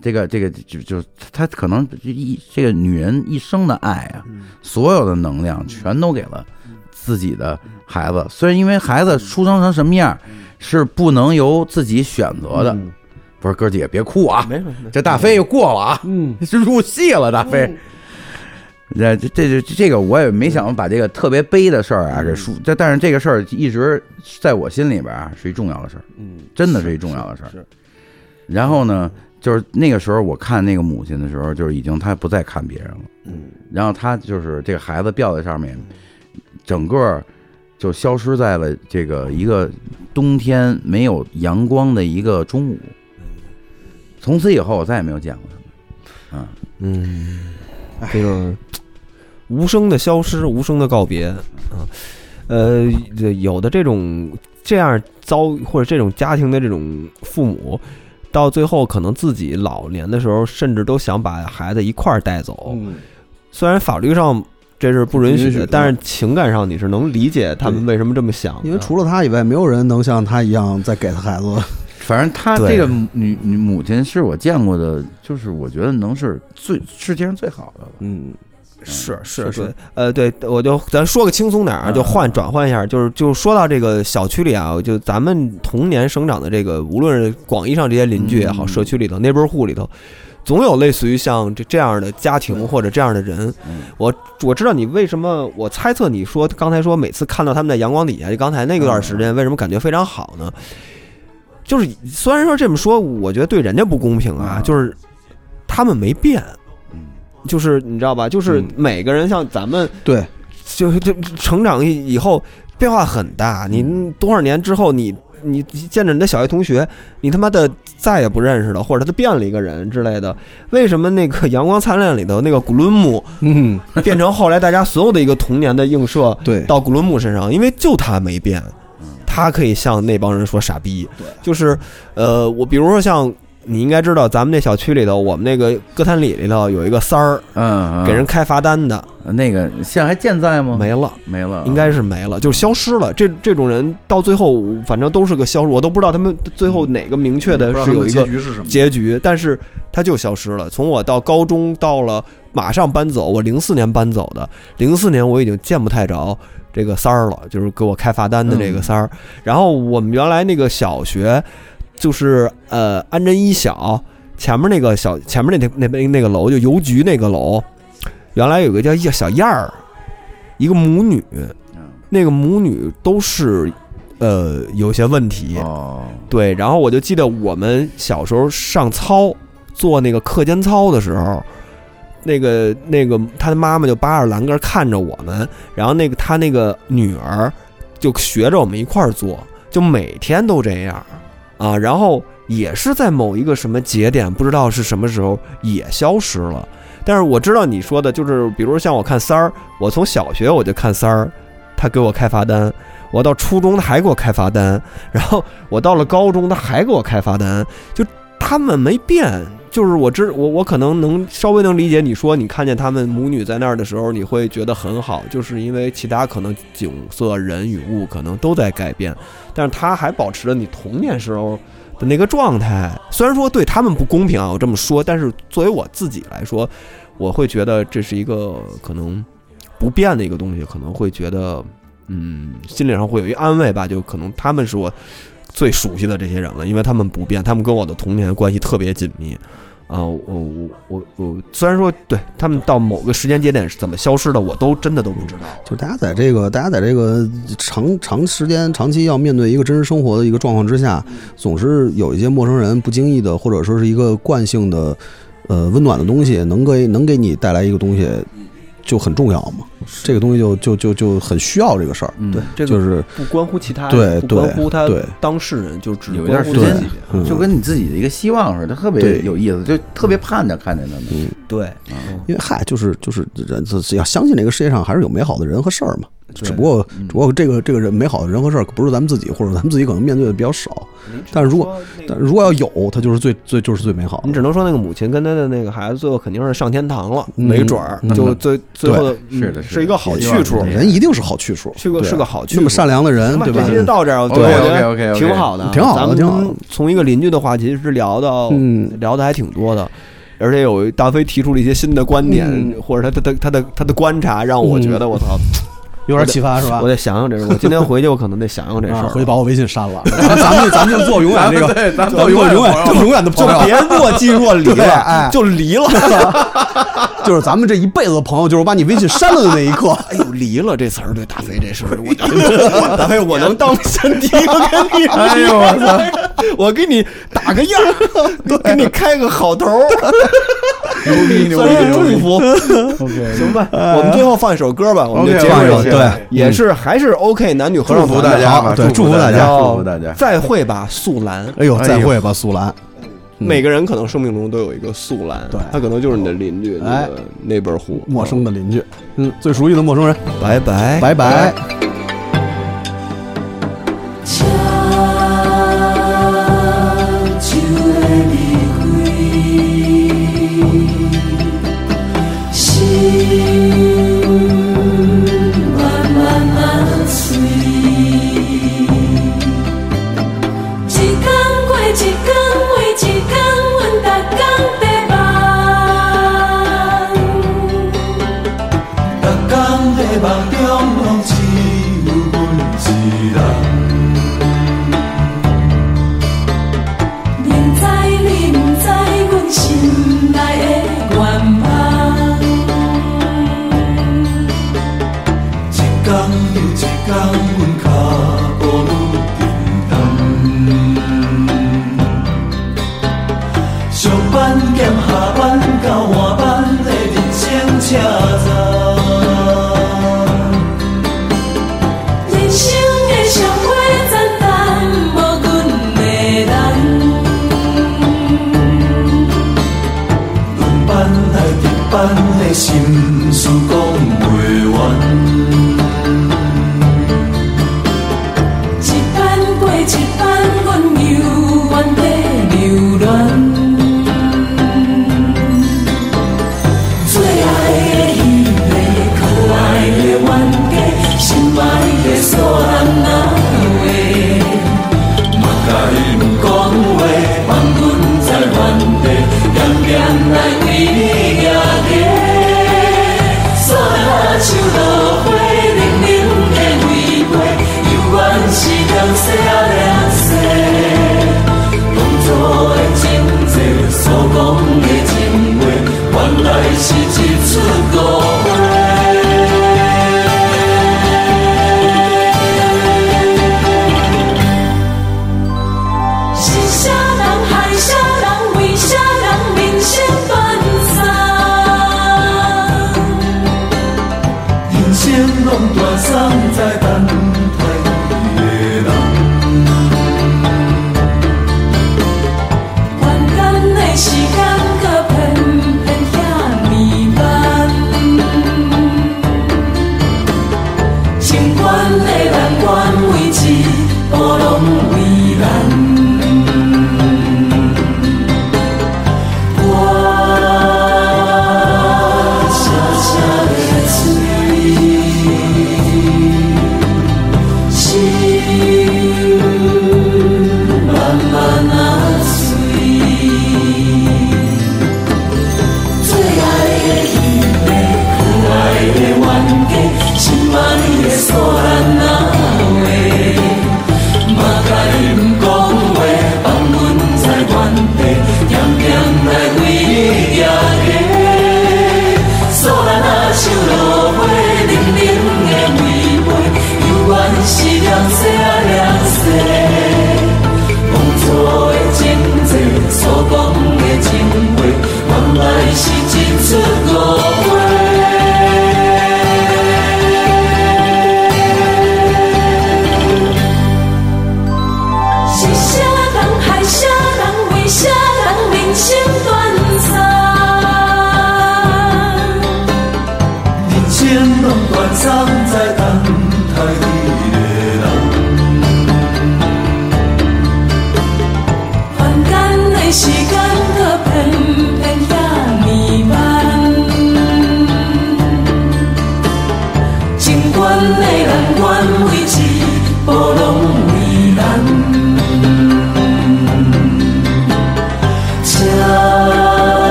[SPEAKER 5] 这个这个就就她可能这一这个女人一生的爱啊，所有的能量全都给了自己的孩子。虽然因为孩子出生成什么样是不能由自己选择的，不是哥几个别哭啊，
[SPEAKER 3] 嗯没什么没什么
[SPEAKER 5] 这大飞又过了啊，
[SPEAKER 4] 嗯，
[SPEAKER 5] 这 入戏了，大飞。这呃这这这这个我也没想把这个特别悲的事儿啊给
[SPEAKER 8] 嗯
[SPEAKER 5] 说，这但是这个事儿一直在我心里边啊是一重要的事儿，
[SPEAKER 8] 嗯，
[SPEAKER 5] 真的是一重要的事儿。
[SPEAKER 8] 是
[SPEAKER 5] 然后呢，就是那个时候我看那个母亲的时候，就是已经她不再看别人了，
[SPEAKER 8] 嗯，
[SPEAKER 5] 然后她就是这个孩子吊在上面，整个就消失在了这个一个冬天没有阳光的一个中午。
[SPEAKER 8] 嗯
[SPEAKER 5] 从此以后，我再也没有见过他们。
[SPEAKER 3] 嗯，这种无声的消失，无声的告别啊，呃，这有的这种这样遭遇或者这种家庭的这种父母，到最后可能自己老年的时候，甚至都想把孩子一块儿带走。虽然法律上这是不允
[SPEAKER 4] 嗯不
[SPEAKER 3] 许
[SPEAKER 4] 允许
[SPEAKER 3] 的，
[SPEAKER 4] 嗯
[SPEAKER 3] 但是情感上你是能理解他们为什么这么想的。
[SPEAKER 4] 因为除了他以外，没有人能像他一样再给他孩子。
[SPEAKER 5] 反正她
[SPEAKER 3] 对
[SPEAKER 5] 这个女女母亲是我见过的，就是我觉得能是最世界上最好的了。
[SPEAKER 4] 嗯，
[SPEAKER 3] 是
[SPEAKER 4] 是
[SPEAKER 3] 是
[SPEAKER 4] 是
[SPEAKER 3] 对，呃，对，我就咱说个轻松点儿啊，
[SPEAKER 5] 嗯
[SPEAKER 3] 就换转换一下，就是就说到这个小区里啊，就咱们童年生长的这个，无论是广义上这些邻居也好，
[SPEAKER 5] 嗯
[SPEAKER 3] 社区里头、neighborhood 里头，总有类似于像这这样的家庭或者这样的人。
[SPEAKER 5] 嗯
[SPEAKER 3] 我我知道你为什么，我猜测你说刚才说每次看到他们在阳光底下，就刚才那
[SPEAKER 5] 嗯
[SPEAKER 3] 段时间，为什么感觉非常好呢？就是虽然说这么说，我觉得对人家不公平啊，
[SPEAKER 5] 嗯
[SPEAKER 3] 就是他们没变。
[SPEAKER 5] 嗯
[SPEAKER 3] 就是你知道吧？就是
[SPEAKER 4] 嗯
[SPEAKER 3] 每个人像咱们
[SPEAKER 4] 对，
[SPEAKER 3] 就是就成长以以后变化很大，你多少年之后你。你见着你的小学同学，你他妈的再也不认识了，或者他变了一个人之类的。为什么那个《阳光灿烂》里头那个古伦姆
[SPEAKER 4] 嗯，
[SPEAKER 3] 变成后来大家所有的一个童年的映射
[SPEAKER 4] 对，
[SPEAKER 3] 到古伦姆身上？因为就他没变，他可以向那帮人说傻逼。就是呃，我比如说像你应该知道，咱们那小区里头，我们那个哥谭里里头有一个三儿，
[SPEAKER 5] 嗯，嗯
[SPEAKER 3] 给人开罚单的，
[SPEAKER 5] 那个现在还健在吗？
[SPEAKER 3] 没了，
[SPEAKER 5] 没了，
[SPEAKER 3] 应该是没了，就消失了。这这种人到最后，反正都是个消失，我都不知道他们最后哪个明确的
[SPEAKER 4] 嗯不知道
[SPEAKER 3] 是
[SPEAKER 4] 他们
[SPEAKER 3] 有
[SPEAKER 4] 的
[SPEAKER 3] 一
[SPEAKER 4] 结
[SPEAKER 3] 个
[SPEAKER 4] 局是什么？
[SPEAKER 3] 结局，但是他就消失了。从我到高中到了马上搬走，我零四年搬走的，零四年我已经见不太着这个三儿了，就是给我开罚单的这个
[SPEAKER 4] 嗯
[SPEAKER 3] 三儿。然后我们原来那个小学，就是呃安贞一小前面那个小前面那那那那个楼，就邮局那个楼，原来有个叫一小燕儿，一个母女，
[SPEAKER 4] 嗯
[SPEAKER 3] 那个母女都是呃有些问题。
[SPEAKER 5] 哦，
[SPEAKER 3] 对，然后我就记得我们小时候上操做那个课间操的时候，那个那个他的妈妈就扒着栏杆看着我们，然后那个他那个女儿就学着我们一块儿做，就每天都这样啊，然后也是在某一个什么节点，不知道是什么时候也消失了。但是我知道你说的，就是比如像我看三儿，我从小学我就看三儿，他给我开罚单，我到初中他还给我开罚单，然后我到了高中，他还给我开罚单，就他们没变。就是我知我我可能能稍微能理解你说你看见他们母女在那儿的时候，你会觉得很好，就是因为其他可能景色、人与物可能都在改变，但是他还保持着你童年时候的那个状态。虽然说对他们不公平啊，我这么说，但是作为我自己来说，我会觉得这是一个可能不变的一个东西，可能会觉得嗯，心理上会有一安慰吧，就可能他们是我最熟悉的这些人了，因为他们不变，他们跟我的童年关系特别紧密。啊、我我我我，虽然说对他们到某个时间节点是怎么消失的，我都真的都不知道。
[SPEAKER 4] 就是大家在这个，大家在这个长长时间、长期要面对一个真实生活的一个状况之下，总是有一些陌生人不经意的，或者说是一个惯性的，呃，温暖的东西，能给能给你带来一个东西，就很重要嘛。这个东西就就就就很需要这个事儿，
[SPEAKER 5] 嗯
[SPEAKER 4] 对，
[SPEAKER 3] 这个
[SPEAKER 4] 就是
[SPEAKER 3] 不关乎其他
[SPEAKER 4] 对
[SPEAKER 3] 人，不关乎他
[SPEAKER 4] 对对
[SPEAKER 3] 当事人，就只
[SPEAKER 5] 有一
[SPEAKER 3] 关
[SPEAKER 5] 段
[SPEAKER 3] 乎
[SPEAKER 5] 时
[SPEAKER 3] 自
[SPEAKER 5] 间
[SPEAKER 3] 己。
[SPEAKER 4] 嗯
[SPEAKER 5] 就跟你自己的一个希望似的，特别
[SPEAKER 4] 对
[SPEAKER 5] 有意思，就特别盼着看见他们。
[SPEAKER 3] 对，
[SPEAKER 4] 因为嗨，就是就是人，这这要相信这个世界上还是有美好的人和事儿嘛。只不过，只不过这个这个人美好的人和事儿，不是咱们自己，或者咱们自己可能面对的比较少。但是如果但如果要有，它就是最最就是最美好
[SPEAKER 3] 你
[SPEAKER 4] 的。
[SPEAKER 3] 只能说那个母亲跟他的那个孩子，最后肯定是上天堂了，
[SPEAKER 4] 嗯
[SPEAKER 3] 没准儿
[SPEAKER 4] 嗯
[SPEAKER 3] 就最最后的嗯
[SPEAKER 5] 是的是的
[SPEAKER 3] 是一个好
[SPEAKER 5] 也
[SPEAKER 3] 去
[SPEAKER 5] 希望
[SPEAKER 3] 处
[SPEAKER 5] 是，
[SPEAKER 4] 人一定是好去处，
[SPEAKER 3] 是个
[SPEAKER 4] 对啊
[SPEAKER 3] 是个好去处。
[SPEAKER 4] 那么善良的人，对吧
[SPEAKER 3] 这？期就到这儿，我觉得
[SPEAKER 5] OK，OK，OK，OK
[SPEAKER 3] 挺好的，啊
[SPEAKER 4] 挺好的
[SPEAKER 3] 咱们
[SPEAKER 4] 挺好的
[SPEAKER 3] 从一个邻居的话题是聊到，
[SPEAKER 4] 嗯
[SPEAKER 3] 聊的还挺多的。而且有大飞提出了一些新的观点，
[SPEAKER 4] 嗯
[SPEAKER 3] 或者他他他他的他的观察，让我觉得我操，
[SPEAKER 4] 有点启发是吧
[SPEAKER 3] 我？得想想这事儿。我今天回去，我可能得想想这事
[SPEAKER 4] 啊，
[SPEAKER 3] 儿。
[SPEAKER 4] 回去把我微信删了，咱们就咱们就做永远这个，
[SPEAKER 5] 对，咱
[SPEAKER 4] 做永远做永远的朋
[SPEAKER 3] 就
[SPEAKER 4] 友，
[SPEAKER 3] 别若即若离
[SPEAKER 4] 对
[SPEAKER 3] 了
[SPEAKER 4] 哎，
[SPEAKER 3] 就离了，
[SPEAKER 4] 就是咱们这一辈子的朋友，就是我把你微信删了的那一刻。
[SPEAKER 3] 哎呦，离了这词儿对大飞这事儿， 我 大飞哎我能当前提，我跟你，哎呦我操，我给你打个样儿，给你开个好头儿，
[SPEAKER 5] 牛逼 牛
[SPEAKER 3] 算是个
[SPEAKER 5] 逼牛
[SPEAKER 3] 祝
[SPEAKER 5] 逼
[SPEAKER 3] 福。
[SPEAKER 5] ，OK，
[SPEAKER 3] 行吧，我们最后放一首歌吧，我们就
[SPEAKER 5] OK，
[SPEAKER 3] 结束了。
[SPEAKER 5] OK，
[SPEAKER 3] 对
[SPEAKER 5] 嗯，
[SPEAKER 3] 也是还是 OK 男女合唱
[SPEAKER 5] 祝福大家吧，
[SPEAKER 4] 对祝福大家
[SPEAKER 5] 祝福大家。
[SPEAKER 3] 再会吧，素兰。
[SPEAKER 4] 哎呦，再会吧，素兰。
[SPEAKER 3] 每个人可能生命中都有一个素兰，
[SPEAKER 4] 对
[SPEAKER 3] 他可能就是你的邻居，你
[SPEAKER 4] 哎
[SPEAKER 3] 的 neighborhood，
[SPEAKER 4] 陌生的邻居，嗯，最熟悉的陌生人，
[SPEAKER 3] 拜哎拜
[SPEAKER 4] 拜拜。
[SPEAKER 2] 将手的离开，心慢慢啊碎，一天过一天，每一天，阮逐天在梦。
[SPEAKER 7] 逐天的梦中，拢只有阮一人。
[SPEAKER 2] 明知你不知阮心内的愿望，
[SPEAKER 7] 一天又一天，阮脚步愈沉重。上班兼下班到晚班的人生车站。
[SPEAKER 2] 人生的上花赞叹无阮的人，
[SPEAKER 7] 轮班来值班的心事讲袂完。在等待月亮。
[SPEAKER 2] 怨咱的时间，搁偏偏遐弥漫。情愿的难关，为一步拢